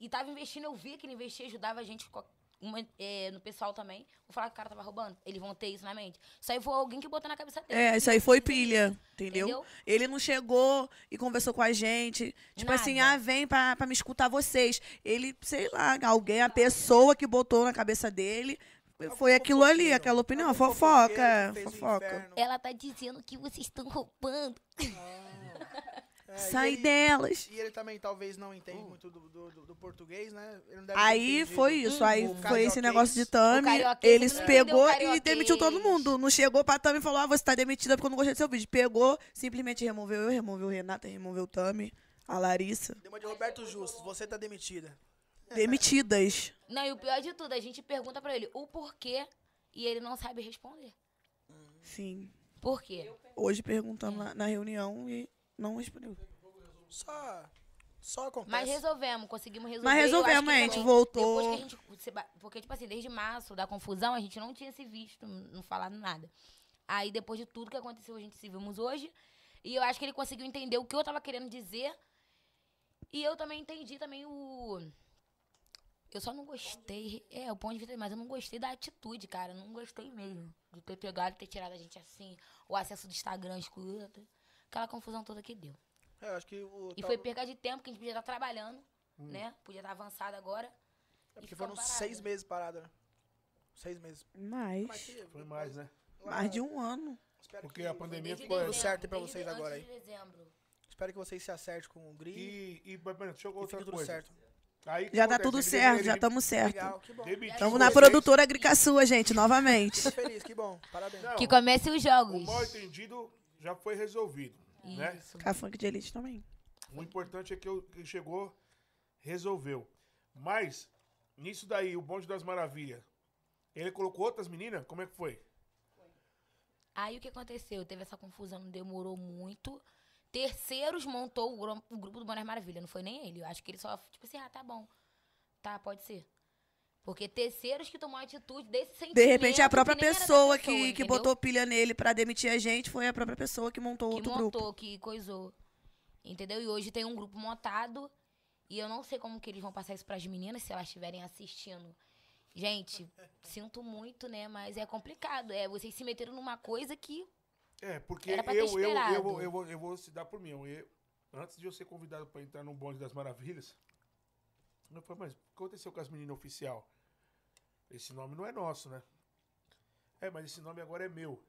S4: e tava investindo, eu via que ele investia, ajudava a gente co- uma- é, no pessoal também. Vou falar que o cara tava roubando, eles vão ter isso na mente. Isso aí foi alguém que botou na cabeça dele.
S5: É, isso aí foi pilha, entendeu?
S4: Entendeu?
S5: Ele não chegou e conversou com a gente. Tipo
S4: Nada.
S5: assim, ah, vem pra, pra me escutar vocês. Ele, sei lá, alguém, a pessoa que botou na cabeça dele, foi aquilo ali, aquela opinião.
S2: Algum
S5: Fofoca,
S2: fofoqueiro
S5: é,
S2: que fez o
S5: fofoca.
S2: inferno.
S4: Ela tá dizendo que vocês estão roubando.
S2: É, e
S5: Sai
S2: ele-
S5: delas.
S2: E ele também talvez não
S1: Uh.
S2: entende muito do, do- do- do português, né? Ele não deve ter
S5: Aí
S2: entendido.
S5: foi isso, aí
S2: O
S5: foi esse
S2: carioquês-
S5: negócio de
S4: O
S5: Tami.
S4: carioquês,
S5: Ele
S4: ele não
S5: pegou
S4: entendeu o
S5: e demitiu todo
S4: carioquês.
S5: mundo. Não chegou pra Tami e falou: Ah, você tá demitida porque eu não gostei do seu vídeo. Pegou, simplesmente removeu eu, removeu Renata, removeu Tami, a Larissa.
S2: Deu uma de Roberto Justus, você tá demitida. É, né?
S5: Demitidas.
S4: Não, e o pior de tudo, a gente pergunta pra ele o porquê e ele não sabe responder.
S5: Sim.
S4: Por quê?
S5: Hoje perguntamos
S4: É.
S5: na, na reunião e não respondeu.
S2: Só, só acontece.
S4: Mas resolvemos, conseguimos resolver.
S5: Mas
S4: Eu acho
S5: resolvemos,
S4: que
S5: a gente
S4: também,
S5: voltou.
S4: Depois que a gente, se ba- porque, tipo assim, desde março da confusão, a gente não tinha se visto, não falado nada. Aí depois de tudo que aconteceu, a gente se vimos hoje. E eu acho que ele conseguiu entender o que eu tava querendo dizer. E eu também entendi também o. Eu só não gostei. É, o ponto de vista, mas eu não gostei da atitude, cara. Eu não gostei mesmo. De ter pegado e ter tirado a gente assim, o acesso do Instagram excluído. Aquela confusão toda que deu.
S2: É, eu acho que o.
S4: E
S5: Então
S2: tal-
S4: foi perda de tempo, que a gente podia estar trabalhando, né? Podia estar avançado agora.
S2: Hum. É
S4: e
S2: porque
S4: ficou
S2: foram
S4: parado.
S2: seis meses parado, né? Seis meses. Mas
S5: Mais.
S2: que-
S1: Foi mais, né?
S5: Mais de um ano.
S2: Espero
S1: Porque
S2: que-
S1: a pandemia
S4: Desde
S1: ficou.
S2: Deu
S4: dezembro,
S2: certo aí pra
S4: desde
S2: vocês agora
S4: antes de dezembro.
S2: Espero que vocês se acertem com o Gri.
S1: E, e mas, mas, deixa eu
S2: E
S1: outra
S2: fique tudo
S1: coisa.
S2: certo.
S1: Aí, o que
S5: Já tá
S1: acontece?
S5: tudo
S1: Ele-
S5: certo,
S1: ele-
S5: já estamos certo.
S2: é Legal, É que bom.
S1: demitiu
S5: Estamos na
S1: vocês.
S5: produtora Gricaçua, gente, novamente.
S2: Fico feliz, que bom. Parabéns.
S1: Não,
S4: Que comece os jogos.
S1: o mal entendido já foi resolvido, né?
S4: Isso.
S5: Cafunk de elite também.
S1: O importante é que o que chegou, resolveu. Mas, nisso daí, o bonde das maravilhas, ele colocou outras meninas? Como é que foi?
S4: Aí o que aconteceu? Teve essa confusão, não demorou muito. Terceiros montou o, gru- o grupo do Bonas Maravilha, não foi nem ele. Eu acho que ele só, tipo assim, ah, tá bom. Tá, pode ser. Porque terceiros que tomou atitude desse sentimento.
S5: De repente, é a própria
S4: que nem era da
S5: pessoa que, que
S4: entendeu?
S5: botou pilha nele pra demitir a gente foi a própria pessoa que montou
S4: Que
S5: outro
S4: montou,
S5: grupo.
S4: que coisou. Entendeu? E hoje tem um grupo montado. E eu não sei como que eles vão passar isso pras meninas, se elas estiverem assistindo. Gente, sinto muito, né? Mas é complicado. É, vocês se meteram numa coisa que
S1: É, porque
S4: Era
S1: eu,
S4: pra ter
S1: eu, eu,
S4: esperado.
S1: vou, eu, vou, eu vou se dar por mim. Eu, eu- antes de eu ser convidado para entrar no bonde das maravilhas, eu falei, mas o que aconteceu com as meninas oficial? Esse nome não é nosso, né? É, mas esse nome agora é meu.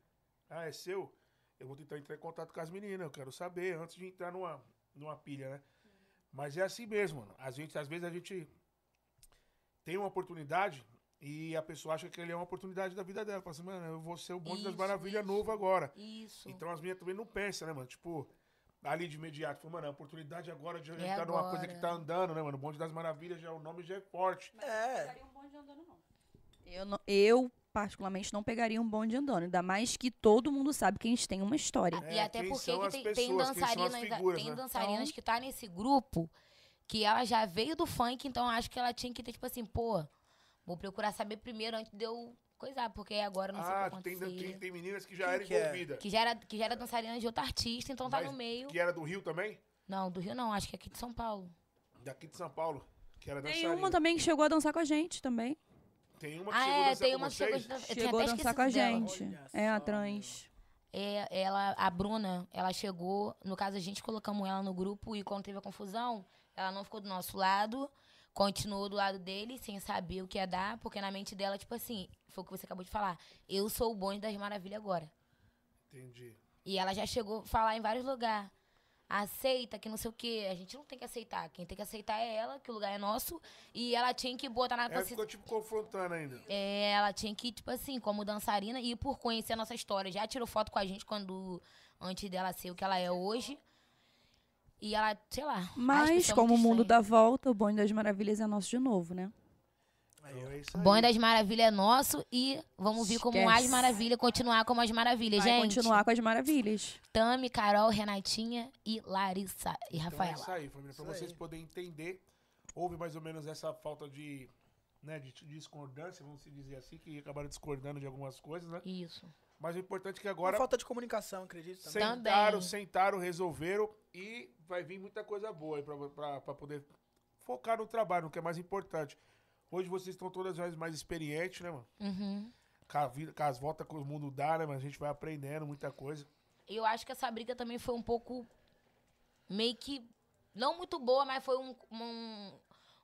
S1: Ah, é seu? Eu vou tentar entrar em contato com as meninas, eu quero saber, antes de entrar numa, numa pilha, né? Mas é assim mesmo, mano. Às vezes, às vezes a gente tem uma oportunidade e a pessoa acha que ele é uma oportunidade da vida dela. Fala assim, mano, eu vou ser o bonde das
S4: Isso,
S1: maravilhas
S4: isso.
S1: novo agora.
S4: Isso.
S1: Então as minhas também não pensam, né, mano? Tipo, ali de imediato, falou, mano, a oportunidade agora de eu
S4: É
S1: entrar numa coisa
S4: agora.
S1: que tá andando, né, mano? O bonde das maravilhas, já, o nome já é forte.
S2: É,
S6: Ficaria um bonde andando, não.
S3: Eu, não- eu, particularmente, não pegaria um bonde andando. Ainda mais que todo mundo sabe que a gente tem uma história.
S4: E
S1: É,
S4: até
S1: quem
S4: porque
S1: são
S4: que
S1: as
S4: tem, tem
S1: pessoas, quem são as
S4: dançarinas,
S1: figuras,
S4: tem
S1: né?
S4: dançarinas
S3: Então-
S4: que tá nesse grupo que ela já veio do funk, então acho que ela tinha que ter, tipo assim, pô, vou procurar saber primeiro antes de eu coisar, porque agora eu não sei o
S1: ah,
S4: que
S1: tem,
S4: aconteceu.
S1: tem, tem meninas que já
S2: Quem
S1: eram
S2: que é?
S1: envolvidas.
S4: Que já, era, que já era dançarina de outro artista, então tá
S1: Mas
S4: no meio.
S1: Que era do Rio também?
S4: Não, do Rio não, acho que é aqui de São Paulo.
S1: Daqui de São Paulo. Que era
S3: Tem uma
S1: dançarina.
S3: também que chegou a dançar com a gente também.
S1: Tem uma que
S4: Ah,
S1: chegou a
S4: é,
S1: dançar
S4: tem
S1: com
S4: uma que
S1: vocês?
S4: chegou, eu tinha
S3: chegou a
S4: até
S3: dançar com a
S4: esquecido dela.
S3: gente.
S2: Olha
S3: É, a
S2: só,
S3: trans.
S4: É, ela, a Bruna, ela chegou, no caso a gente colocamos ela no grupo e quando teve a confusão, ela não ficou do nosso lado, continuou do lado dele sem saber o que ia dar, porque na mente dela, tipo assim, foi o que você acabou de falar, eu sou o bonde das maravilhas agora.
S1: Entendi.
S4: E ela já chegou a falar em vários lugares. Aceita, que não sei o quê. A gente não tem que aceitar. Quem tem que aceitar é ela, que o lugar é nosso. E ela tinha que botar na
S1: Ela
S4: consciência.
S1: ficou, tipo, confrontando ainda.
S4: É, ela tinha que, tipo assim, como dançarina, e por conhecer a nossa história. Já tirou foto com a gente quando. Antes dela ser o que ela é hoje. E ela, sei lá. acho que
S3: Mas,
S4: isso é
S3: como o
S4: muito
S3: mundo
S4: estranho.
S3: dá volta, o bonde das maravilhas é nosso de novo, né?
S1: Então é isso aí.
S4: Bonde das Maravilhas é nosso e vamos vir como
S3: Esquece.
S4: as maravilhas, continuar como as maravilhas,
S3: Vai
S4: gente.
S3: continuar com as maravilhas.
S4: Tami, Carol, Renatinha e Larissa e
S1: Então é
S4: Rafaela.
S1: isso aí, família. Pra
S2: Isso
S1: vocês
S2: aí.
S1: poderem entender, houve mais ou menos essa falta de, né, de discordância, vamos se dizer assim, que acabaram discordando de algumas coisas, né?
S4: isso.
S1: Mas o importante é que
S2: Uma
S1: agora
S2: falta de comunicação, acredito. Também.
S4: Também.
S1: Sentaram, sentaram, resolveram e vai vir muita coisa boa aí pra, pra, pra poder focar no trabalho, que é mais importante. Hoje vocês estão todas as mais experientes, né, mano?
S4: Uhum.
S1: Com, a vida- com as voltas que o mundo dá, né, mano? A gente vai aprendendo muita coisa.
S4: eu acho que essa briga também foi um pouco meio que não muito boa, mas foi um um,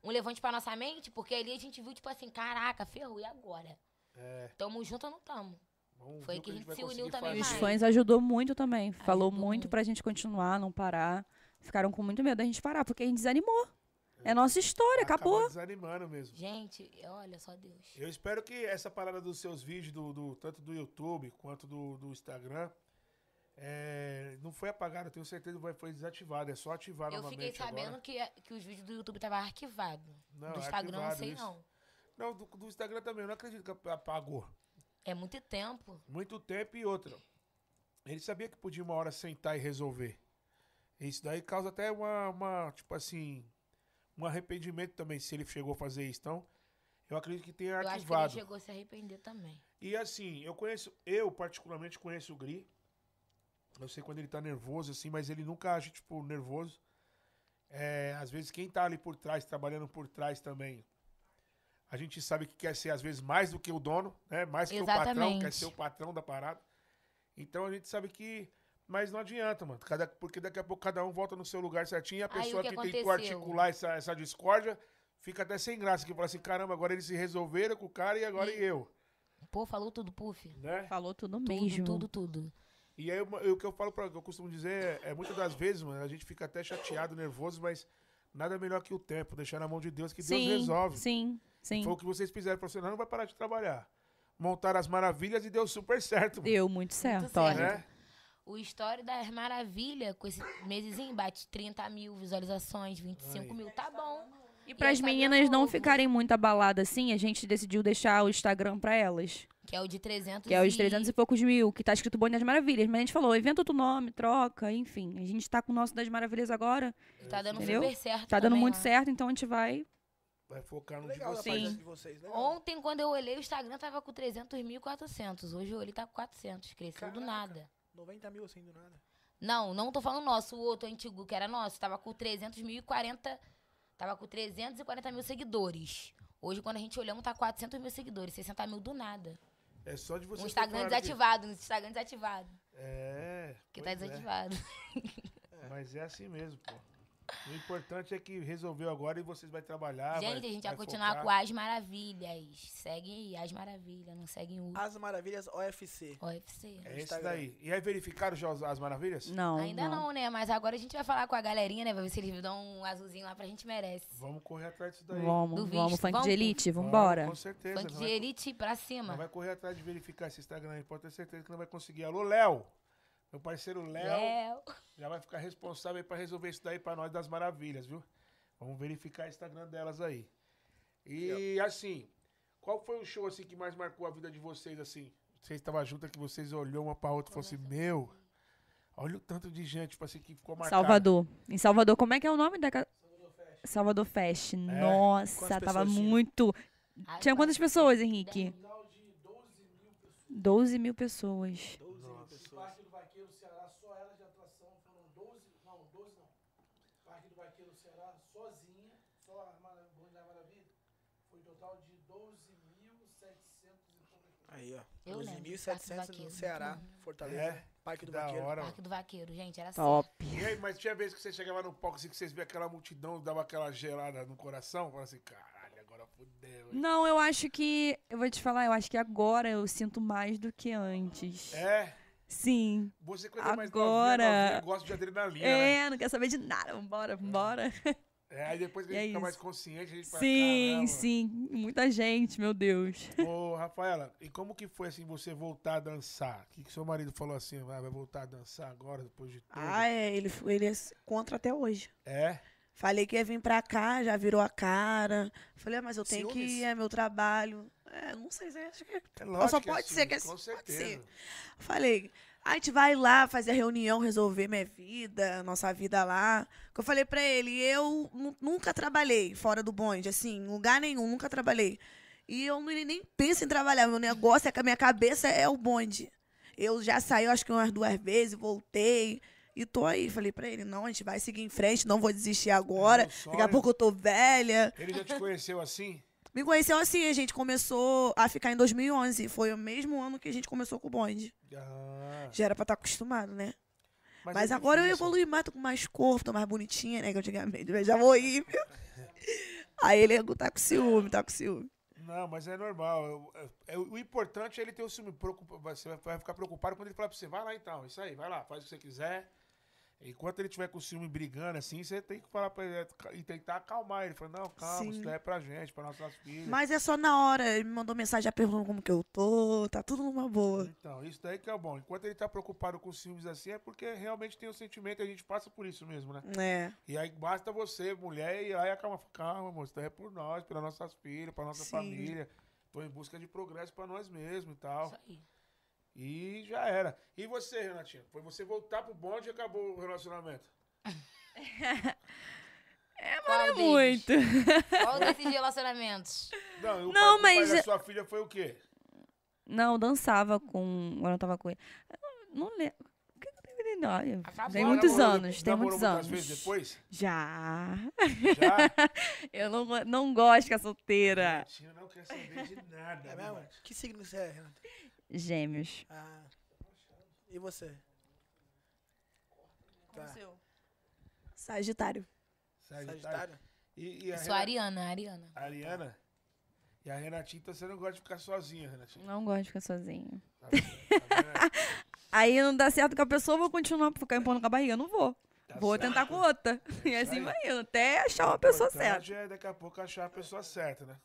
S4: um levante pra nossa mente, porque ali a gente viu tipo assim, caraca, ferrou e agora.
S1: É,
S4: Tamo junto ou não tamo?
S1: vamos
S4: Foi
S1: ver o
S4: que a gente
S1: vai
S4: se uniu
S1: conseguir
S4: também
S3: E os
S4: mais.
S3: fãs ajudou muito também. Falou
S4: Ajudou
S3: muito
S4: muito.
S3: pra gente continuar, não parar. Ficaram com muito medo da gente parar, porque a gente desanimou. É nossa história, acabou.
S1: desanimando mesmo.
S4: Gente, olha só Deus.
S1: Eu espero que essa parada dos seus vídeos, do, do- tanto do YouTube quanto do, do Instagram, é, não foi apagada, tenho certeza que vai- foi desativada. É só ativar
S4: Eu
S1: novamente
S4: fiquei sabendo
S1: agora.
S4: que, é, que os vídeos do YouTube tava arquivado.
S1: Não,
S4: do Instagram não
S1: arquivado
S4: sei
S1: isso.
S4: não.
S1: Não, do, do Instagram também, eu não acredito que ap- apagou.
S4: É muito tempo.
S1: Muito tempo e outra. Ele sabia que podia uma hora sentar e resolver. Isso daí causa até uma, uma, tipo assim, um arrependimento também se ele chegou a fazer isso. Então, Eu acredito que tenha
S4: Eu acho que ele
S1: arquivado.
S4: chegou a se arrepender também.
S1: E assim, eu conheço, eu particularmente conheço o Gri. Eu sei quando ele tá nervoso, assim, mas ele nunca age, tipo, nervoso. É, às vezes quem tá ali por trás, trabalhando por trás também, a gente sabe que quer ser, às vezes, mais do que o dono, né? Mais que o patrão,
S4: Exatamente.
S1: quer ser o patrão da parada. Então a gente sabe que. Mas não adianta, mano. Cada, porque daqui a pouco cada um volta no seu lugar certinho e a
S4: Aí, o
S1: pessoa
S4: que
S1: que, tentou
S4: aconteceu?
S1: articular essa, essa discórdia fica até sem graça, que fala assim, caramba, agora eles se resolveram com o cara e agora e eu,
S4: Pô, falou tudo, Puff.
S1: né?
S3: Falou tudo
S4: Tudo,
S3: mesmo.
S4: tudo, tudo.
S1: E aí, uma- eu- o que eu falo, pra, o que eu costumo dizer é, é muitas das vezes, mano, a gente fica até chateado, nervoso, mas nada melhor que o tempo, deixar na mão de Deus, que
S3: sim,
S1: Deus resolve.
S3: Sim, sim.
S1: Foi o que vocês fizeram, professor, não vai parar de trabalhar. Montaram as maravilhas e deu super certo, mano.
S3: Deu muito certo,
S4: certo.
S3: olha.
S1: né?
S4: O História das Maravilhas, com esse mesezinho, bate 30 mil visualizações, 25 mil. Tá bom.
S3: E para as
S4: Instagram
S3: meninas não
S4: novo.
S3: ficarem muito abaladas assim, a gente decidiu deixar o Instagram para elas,
S4: Que é o de 300
S3: que é os 300 e poucos mil, que tá escrito Bonde das Maravilhas. Mas a gente falou, inventa outro nome, troca, enfim. A gente tá com o nosso das Maravilhas agora,
S4: Tá dando
S3: Entendeu?
S4: super certo.
S3: tá dando
S4: também
S3: muito
S4: lá.
S3: certo, então a gente vai.
S1: Vai focar no de
S2: Legal da
S1: vocês.
S2: parte
S3: Sim.
S2: de vocês, né?
S4: Ontem, quando eu olhei, o Instagram tava com 300.400. Hoje eu olhei, tá com 400. Cresceu
S2: Caraca.
S4: do nada.
S2: 90 mil assim do nada.
S4: Não, não tô falando nosso. O outro antigo, que era nosso, tava com 300.040... Tava com 340 mil seguidores. Hoje, quando a gente olhamos, tá 400 mil seguidores. 60 mil do nada.
S1: É só de vocês.
S4: Um
S1: que
S4: Instagram
S1: falaram disso.
S4: desativado. Um Instagram desativado.
S1: É.
S4: Que tá
S1: pois é.
S4: desativado.
S1: Mas é assim mesmo, pô. O importante é que resolveu agora e vocês vão trabalhar.
S4: gente,
S1: vai-
S4: a gente vai,
S1: Ah, vai
S4: continuar
S1: focar.
S4: com As Maravilhas. Seguem aí, As Maravilhas. Não seguem o
S2: As Maravilhas OFC.
S4: OFC.
S1: É isso
S2: Instagram.
S1: daí. E aí verificaram já os- as maravilhas?
S3: Não,
S4: Ainda
S3: não.
S4: não. né? Mas agora a gente vai falar com a galerinha, né? Pra ver se eles dão um azulzinho lá pra gente merece.
S1: Vamos correr atrás disso daí.
S3: Vamos,
S4: Do
S3: vamos,
S4: visto,
S3: funk
S4: vamos.
S3: de elite,
S1: Vamos,
S3: vambora.
S1: Com certeza.
S4: Funk
S1: não
S4: de
S1: vai-
S4: elite pra
S1: não
S4: cima.
S1: vai correr atrás de verificar esse Instagram aí. Pode ter certeza que não vai conseguir. Alô, Léo. Meu parceiro Léo
S4: Léo.
S1: já vai ficar responsável aí pra resolver isso daí pra nós das maravilhas, viu? Vamos verificar o Instagram delas aí. E assim, qual foi o show assim que mais marcou a vida de vocês assim? Vocês estavam juntas que vocês olhou uma pra outra e falou assim: "Meu, olha o tanto de gente, tipo assim que ficou marcado".
S3: Salvador. Em Salvador, como é que é o nome da casa? Salvador Fest. Nossa,
S2: Quantas
S3: tava
S2: pessoas tinha?
S3: muito.
S4: Ai,
S3: Tinha
S4: pai.
S3: quantas pessoas, Henrique? 12 mil pessoas.
S2: 12 mil pessoas.
S6: Parque do Vaqueiro Ceará, só ela de atração, foram 12, não, 12 não. Parque do Vaqueiro Ceará, sozinha, só a Mara- Bonde da Maravilha, foi um total de 12.700 e poucas
S2: Aí, ó.
S4: Eu lembro,
S2: 12.700
S4: Parque do
S2: no
S4: Vaqueiro,
S2: Ceará,
S4: muito
S2: Fortaleza,
S1: É,
S2: Parque do
S1: da
S2: Vaqueiro.
S1: hora. mano.
S4: Parque do Vaqueiro, gente. Era assim.
S3: Top.
S1: E aí, mas tinha vez que você chegava no palco assim, que vocês via aquela multidão, dava aquela gelada no coração, falava assim, caralho, agora fudeu. hein?"
S3: Não, eu acho que. Eu vou te falar, eu acho que agora eu sinto mais do que antes.
S1: É,
S3: Sim.
S1: você quando é mais
S3: Agora-
S1: novinha, novinha, gosta de adrenalina, né?
S3: É, não quer saber de nada. Vambora, vambora.
S1: É, aí depois que a
S3: E
S1: gente
S3: é
S1: fica
S3: isso.
S1: mais consciente, a gente fala,
S3: Sim,
S1: "Caramba."
S3: sim. Muita gente, meu Deus.
S1: Ô, Rafaela, e como que foi, assim, você voltar a dançar? O que, que seu marido falou assim, "Ah, vai voltar a dançar agora, depois de tudo?
S5: Ah, é, ele, ele é contra até hoje.
S1: É?
S5: Falei que ia vir pra cá, já virou a cara. Falei, ah, mas eu tenho que
S2: Ciúmes?
S5: ir, é meu trabalho. É, não sei se acho que.
S1: É lógico
S5: só
S1: que é
S5: pode
S1: assim,
S5: ser que é-
S1: Com
S5: pode
S1: certeza.
S5: Falei, a gente vai lá fazer a reunião, resolver minha vida, nossa vida lá. Que eu falei pra ele, eu nu- nunca trabalhei fora do bonde, assim, em lugar nenhum, nunca trabalhei. E eu nem nem penso em trabalhar, meu negócio é que a minha cabeça é o bonde. Eu já saí, acho que umas duas vezes, voltei. E tô aí, falei pra ele, não, a gente vai seguir em frente, não vou desistir agora.
S1: meu
S5: Daqui a
S1: sonho.
S5: pouco eu tô velha.
S1: Ele já te conheceu assim?
S5: Me conheceu assim, a gente começou a ficar em 2011. Foi o mesmo ano que a gente começou com o bonde.
S1: Ah, é
S5: Já era pra estar acostumado, né? Mas agora eu assim.
S1: evoluí.
S5: evoluí mais, tô com mais corpo, tô mais bonitinha, né? Que antigamente eu já horrível. Aí ele tá com ciúme, tá com ciúme.
S1: Não, mas é normal. Eu- eu- eu- o importante é ele ter o ciúme. Preocupa- Você vai- vai ficar preocupado quando ele falar pra você, vai lá então, isso aí, vai lá, faz o que você quiser. Enquanto ele tiver com o ciúme brigando assim, você tem que falar pra ele é, e tentar acalmar ele. Fala, não, calma,
S5: Sim.
S1: isso daí é pra gente, pra nossas filhas.
S5: Mas é só na hora, ele me mandou mensagem já perguntando como que eu tô, tá tudo numa boa.
S1: Então, isso daí que é bom. Enquanto ele tá preocupado com os ciúmes assim, é porque realmente tem o sentimento e a gente passa por isso mesmo, né?
S5: É,
S1: E aí basta você, mulher, ir lá e acalmar. Fala, Calma, amor, isso daí é por nós, pelas nossas filhas, pra nossa
S5: Sim.
S1: família. Tô em busca de progresso pra nós mesmos e tal.
S4: Isso aí.
S1: E já era. E você, Renatinha? Foi você voltar pro bonde e acabou o relacionamento.
S4: Qual é
S3: muito.
S4: Qual desses relacionamentos?
S1: Não, e o
S3: Não,
S1: pai, o
S3: mas- é-
S1: pai da sua filha foi o quê?
S3: Não, dançava com. Agora eu tava com ele. Eu Não lembro. O que que eu tenho que lembrar?
S4: Acabou,
S3: Tem muitos
S1: Namorou-
S3: anos, tem
S1: namorou
S3: muitos
S1: muitas
S3: anos.
S1: vezes depois?
S3: Já.
S1: Já?
S3: Eu não, go- não gosto que é solteira.
S1: Valentina não quer saber de nada. né,
S2: É mesmo?
S1: Valentina?
S2: Que signo você é, Renato?
S3: Gêmeos.
S2: Ah. E você? Tá.
S5: Sagitário.
S1: Sagitário.
S2: Sagitário?
S1: E, e a
S4: Eu sou a Ariana, a Ariana.
S1: Renata- Ariana? E a Renatinha, então você não gosta de ficar sozinha, Renatinha.
S3: Não gosto de ficar sozinho.
S1: Tá vendo? Tá vendo?
S3: Aí não dá certo com a pessoa, eu vou continuar ficar empurrando com a barriga. Eu Não vou.
S1: Tá
S3: vou
S1: certo.
S3: tentar com outra. E
S1: isso
S3: assim
S1: aí.
S3: vai indo, até achar uma pessoa
S1: importante
S3: certa.
S1: É daqui a pouco achar a pessoa certa, né?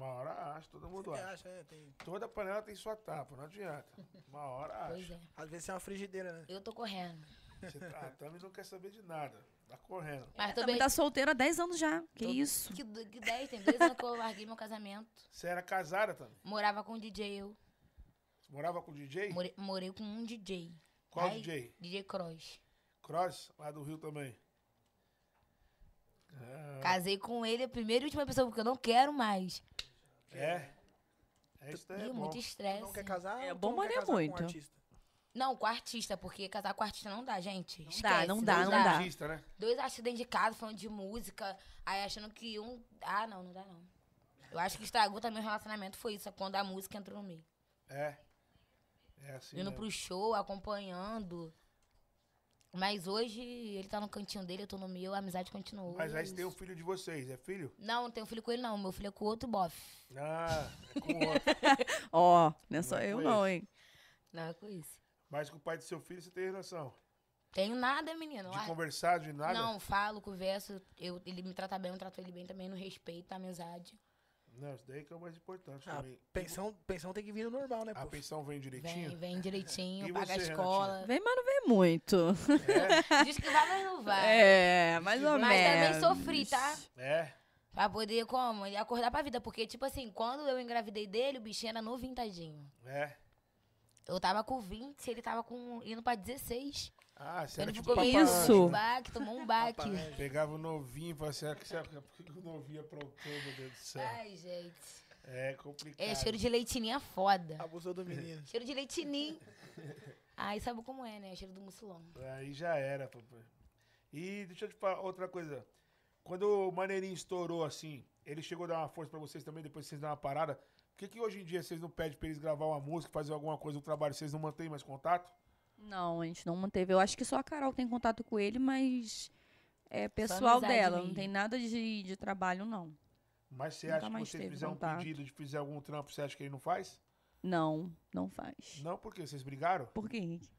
S1: Uma hora acha, todo mundo
S2: Você
S1: acha.
S2: acha, né? Tem-
S1: Toda panela tem sua tapa, não adianta. Uma hora
S4: Pois
S1: acha.
S4: é.
S2: Às vezes é uma frigideira, né?
S4: Eu tô correndo.
S1: Você tá, a Tami não quer saber de nada. Tá correndo.
S4: Mas tô
S3: Também
S4: bem.
S3: tá solteira há 10 anos já. Que
S4: Tô-
S3: isso?
S4: Que, do- que 10, tem dois anos que eu larguei meu casamento.
S1: Você era casada, Tami?
S4: Morava com um DJ eu.
S1: Você morava com o DJ?
S4: Morei, morei com um DJ.
S1: Qual
S4: Ai.
S1: DJ?
S4: DJ Cross.
S1: Cross, lá do Rio também. Ah,
S4: Casei com ele, a primeira e última pessoa, porque eu não quero mais.
S1: é? É isso daí, é
S4: Ih,
S1: bom.
S4: muito estresse.
S2: Não quer casar?
S3: É
S2: ou tu
S3: bom,
S2: não
S3: mas
S2: quer
S3: não é
S2: casar com um
S3: muito.
S2: artista?
S4: Não, com artista, porque casar com artista não dá, gente. Não
S3: dá, não dá, não dá.
S1: artista, né?
S4: Dois artistas dentro de casa falando de música, aí achando que um. Ah, não, não dá não. Eu acho que estragou também o relacionamento, foi isso, é quando a música entrou no meio.
S1: É. É assim.
S4: Indo
S1: mesmo.
S4: pro show, acompanhando. Mas hoje ele tá no cantinho dele, eu tô no meu, a amizade continuou.
S1: Mas aí você tem um filho de vocês, é filho?
S4: Não, não tenho filho com ele, não. Meu filho é com outro bofe.
S1: Ah, é com outro.
S3: Ó, não é
S1: Não
S3: só eu
S1: foi
S3: não,
S1: isso.
S3: hein?
S4: Não é com isso.
S1: Mas com o pai do seu filho você tem relação.
S4: Tenho nada, menino.
S1: De
S4: Ah,
S1: conversar, de nada?
S4: Não, falo, converso. Eu, ele me trata bem, eu trato ele bem também, no respeito, na amizade.
S1: Não, isso daí que é o mais importante
S2: Ah,
S1: também.
S2: Pensão, pensão tem que vir no normal, né,
S1: A
S2: pô?
S1: pensão vem direitinho?
S4: Vem, vem direitinho,
S1: E
S4: paga
S1: você,
S4: a escola.
S3: Vem, mas não vem muito.
S1: É?
S4: Diz que vai, mas não vai.
S3: É, mais ou
S4: Mas
S3: menos.
S4: também sofri, tá?
S1: É.
S4: Pra poder, como? Ele acordar pra vida. Porque, tipo assim, quando eu engravidei dele, o bichinho era novinho, tadinho.
S1: É.
S4: Eu tava com 20, ele tava com indo pra 16.
S1: Ah, você era
S4: ele
S1: tipo papai
S4: meio
S3: Isso.
S1: anjo,
S4: um
S1: né?
S4: baque, tomou um baque.
S1: Pegava o novinho e falava assim, ah, que será- por que que o novinho aprontou, meu Deus do céu?
S4: Ai, gente.
S1: É complicado.
S4: É, cheiro de leitinha foda.
S2: Abusou do menino.
S4: Cheiro de leitinho. Aí sabe como é, né? Cheiro do mucilão.
S1: Aí já era, papai. E deixa eu te falar outra coisa. Quando o Maneirinho estourou assim, ele chegou a dar uma força pra vocês também, depois vocês dão uma parada. Por que, que hoje em dia vocês não pedem pra eles gravar uma música, fazer alguma coisa, um trabalho, vocês não mantêm mais contato?
S3: Não, a gente não manteve. Eu acho que só a Carol tem contato com ele, mas é pessoal
S4: amizade
S3: dela. Não
S4: mesmo.
S3: tem nada de, de trabalho, não.
S1: Mas você
S3: Nunca
S1: acha que
S3: mais
S1: vocês
S3: teve
S1: fizer um
S3: contato.
S1: pedido de fizer algum trampo, você acha que ele não faz?
S3: Não, não faz.
S1: Não, por quê? Vocês brigaram?
S3: Por quê, Henrique?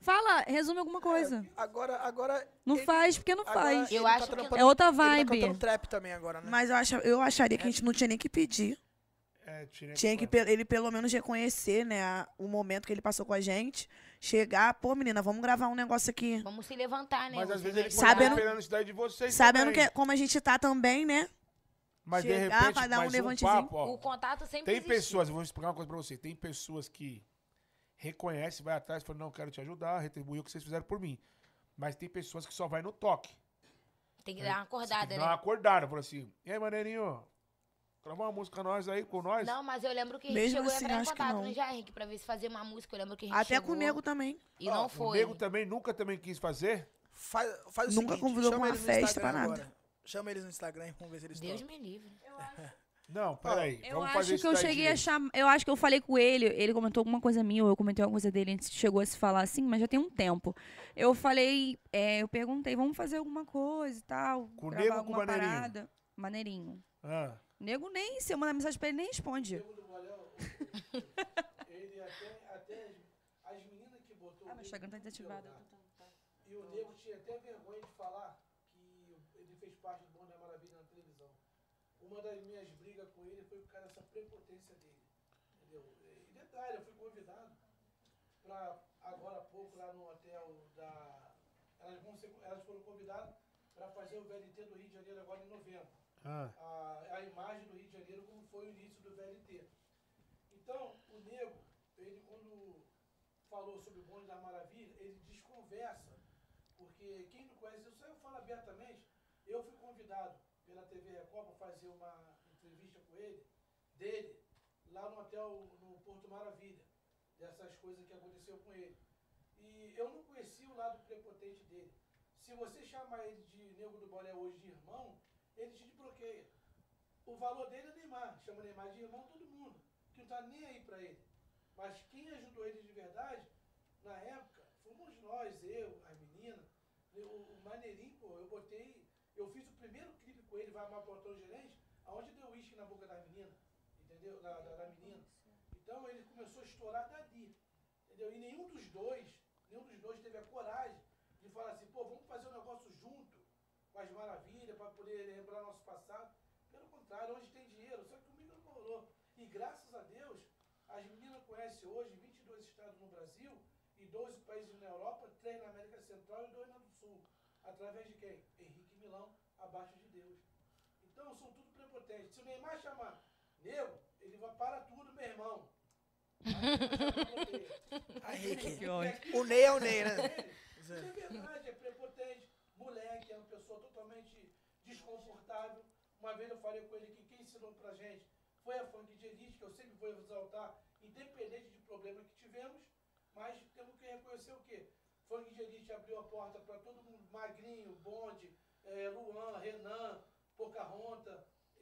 S3: Fala, resume alguma coisa.
S2: Agora, agora...
S3: Não
S2: É, ele-
S3: faz, porque não
S2: agora
S3: faz.
S4: Eu
S2: ele tá
S4: acho que-
S2: trampando-
S3: É outra
S2: Ele tá
S3: vibe.
S2: cantando trap também agora, né?
S5: Mas eu, acho, eu acharia que a gente não tinha nem que pedir.
S1: É, tinha
S5: Tinha que pe- ele pelo menos reconhecer, né, a- o momento que ele passou com a gente. Chegar, pô, menina, vamos gravar um negócio aqui.
S4: Vamos se levantar, né?
S1: Mas às
S4: Vocês
S1: vezes ele
S4: me
S1: pode
S5: Sabendo-
S1: estar esperando isso daí de vocês
S5: Sabendo
S1: também.
S5: que, como a gente tá também, né?
S1: Mas de
S5: chegar,
S1: repente,
S5: vai dar um
S1: mas
S5: levantezinho.
S1: papo, ó.
S4: O contato sempre
S1: Tem
S4: existiu.
S1: pessoas, eu vou explicar uma coisa pra você. Tem pessoas que reconhecem, vai atrás, falam, não, quero te ajudar, retribuir o que vocês fizeram por mim. Mas tem pessoas que só vai no toque.
S4: Tem que dar uma acordada,
S1: não
S4: né?
S1: acordaram, falam assim, e aí, maneirinho, grava uma música nós aí, com nós.
S4: Não, mas eu lembro que a gente
S5: Mesmo
S4: chegou
S5: assim,
S4: a entrar em
S5: acho que
S4: contato,
S5: não.
S4: não já, Henrique, pra ver se fazia uma música. Eu lembro que a gente
S5: Até
S4: chegou
S5: com o nego também.
S4: E
S1: Ó,
S4: não foi.
S1: O nego tá também, nunca também quis fazer.
S2: Faz, faz o
S5: Nunca
S2: seguinte,
S5: convidou
S2: chama
S5: pra uma
S2: eles no
S5: festa,
S2: Instagram
S5: pra nada.
S2: agora. Chama eles no Instagram e vamos ver se eles
S4: Deus
S2: estão.
S4: me livre.
S1: Não, peraí,
S3: Eu
S1: vamos
S3: acho
S1: fazer
S3: que
S1: isso
S3: eu
S1: daí
S3: cheguei a
S1: direito.
S3: chamar. Eu acho que eu falei com ele, ele comentou alguma coisa minha, ou eu comentei alguma coisa dele, a gente chegou a se falar assim, mas já tem um tempo. Eu falei, é, eu perguntei, vamos fazer alguma coisa e tal.
S1: Com o
S3: gravar
S1: nego ou com o
S3: alguma
S1: maneirinho?
S3: parada. Maneirinho.
S1: Ah,
S3: Nego nem, se eu mandar mensagem pra ele, nem responde.
S6: Ele até, até as, as meninas que botou
S3: Ah, meu Instagram tá desativado.
S6: E o nego tinha até vergonha de falar que ele fez parte do Bom da Maravilha na televisão. Uma das minhas brigas com ele foi por causa dessa prepotência dele. Entendeu? E detalhe, eu fui convidado para agora há pouco lá no hotel da. Elas, vão ser- elas foram convidadas para fazer o VLT do Rio de Janeiro agora em novembro
S1: ah.
S6: a, a imagem do Rio de Janeiro como foi o início do VLT. Então, o Nego, ele quando falou sobre o Bonde da Maravilha, ele desconversa, porque porque quem não conhece, eu sempre falo abertamente, eu fui convidado pela TV Record para fazer uma entrevista com ele, dele, lá no hotel, no Porto Maravilha, dessas coisas que aconteceu com ele. E eu não conhecia o lado prepotente dele. Se você chamar ele de Nego do Boré hoje de irmão, ele te bloqueia. O valor dele é Neymar, chama Neymar de irmão todo mundo, que não tá nem aí para ele. Mas quem ajudou ele de verdade, na época, fomos nós, eu, as meninas, o, o maneirinho, pô, eu botei, eu fiz o primeiro clipe com ele, vai amar portão gerente, aonde deu uísque na boca da menina, entendeu? Da, da, da menina. Então ele começou a estourar dali, entendeu? E nenhum dos dois, nenhum dos dois teve a coragem de falar assim, pô, vamos fazer um negócio junto com as maravilhas, para poder lembrar nosso passado. Pelo contrário, hoje tem dinheiro, só que comigo não rolou. E graças a Deus, as meninas conhecem hoje 22 estados no Brasil e 12 países na Europa, 3 na América Central e 2 na do Sul. Através de quem? Henrique Milão, abaixo de Deus. Então, são tudo prepotentes. Se o Neymar chamar nego, ele vai para tudo, meu irmão.
S2: Aí,
S3: Que
S2: Henrique.
S3: ódio.
S2: O Ney é o Ney, né?
S6: Isso é verdade, é prepotente. Moleque, é uma pessoa totalmente desconfortável. Uma vez eu falei com ele que quem ensinou pra gente foi a funk de elite, que eu sempre vou exaltar, independente de problema que tivemos, mas temos que reconhecer o quê? Funk de elite abriu a porta para todo mundo, Magrinho, Bonde, eh, Luan, Renan, Pocahontas,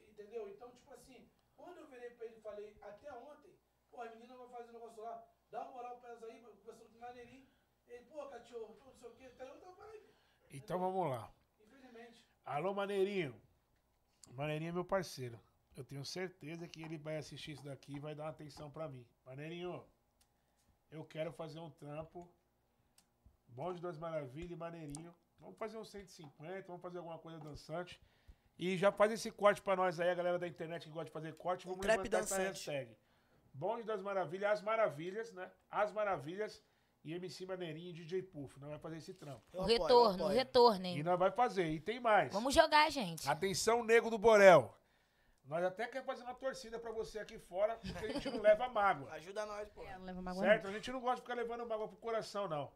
S6: entendeu? Então, tipo assim, quando eu virei pra ele e falei, até ontem, pô, a menina vai fazer um negócio lá, dá uma moral pra elas aí, conversando com o Maneirinho, ele, pô, cachorro, tu não sei o que, tá em outra vibe,
S1: Então vamos lá.
S6: infelizmente.
S1: Alô, Maneirinho. Maneirinho é meu parceiro. Eu tenho certeza que ele vai assistir isso daqui e vai dar uma atenção pra mim. Maneirinho, eu quero fazer um trampo. Bom de Duas Maravilhas e Maneirinho. Vamos fazer um uns 150, vamos fazer alguma coisa dançante. E já faz esse corte pra nós aí, a galera da internet que gosta de fazer corte.
S2: Um
S1: Vamos
S2: trap
S1: levantar essa
S2: dançante.
S1: hashtag. Bonde das Maravilhas, as Maravilhas, né? As Maravilhas e MC Maneirinho e DJ Puff. Não vai fazer esse trampo.
S2: Eu
S4: O
S2: apoio, eu
S4: retorno, o
S2: apoio.
S4: retorno,
S1: E
S4: hein?
S1: nós vai fazer. E tem mais.
S4: Vamos jogar, gente.
S1: Atenção, nego do Borel. Nós até quer fazer uma torcida pra você aqui fora, porque a gente não leva mágoa.
S2: Ajuda nós, pô.
S3: É, não leva mágoa, não.
S1: Certo? A gente não gosta de ficar levando mágoa pro coração, não.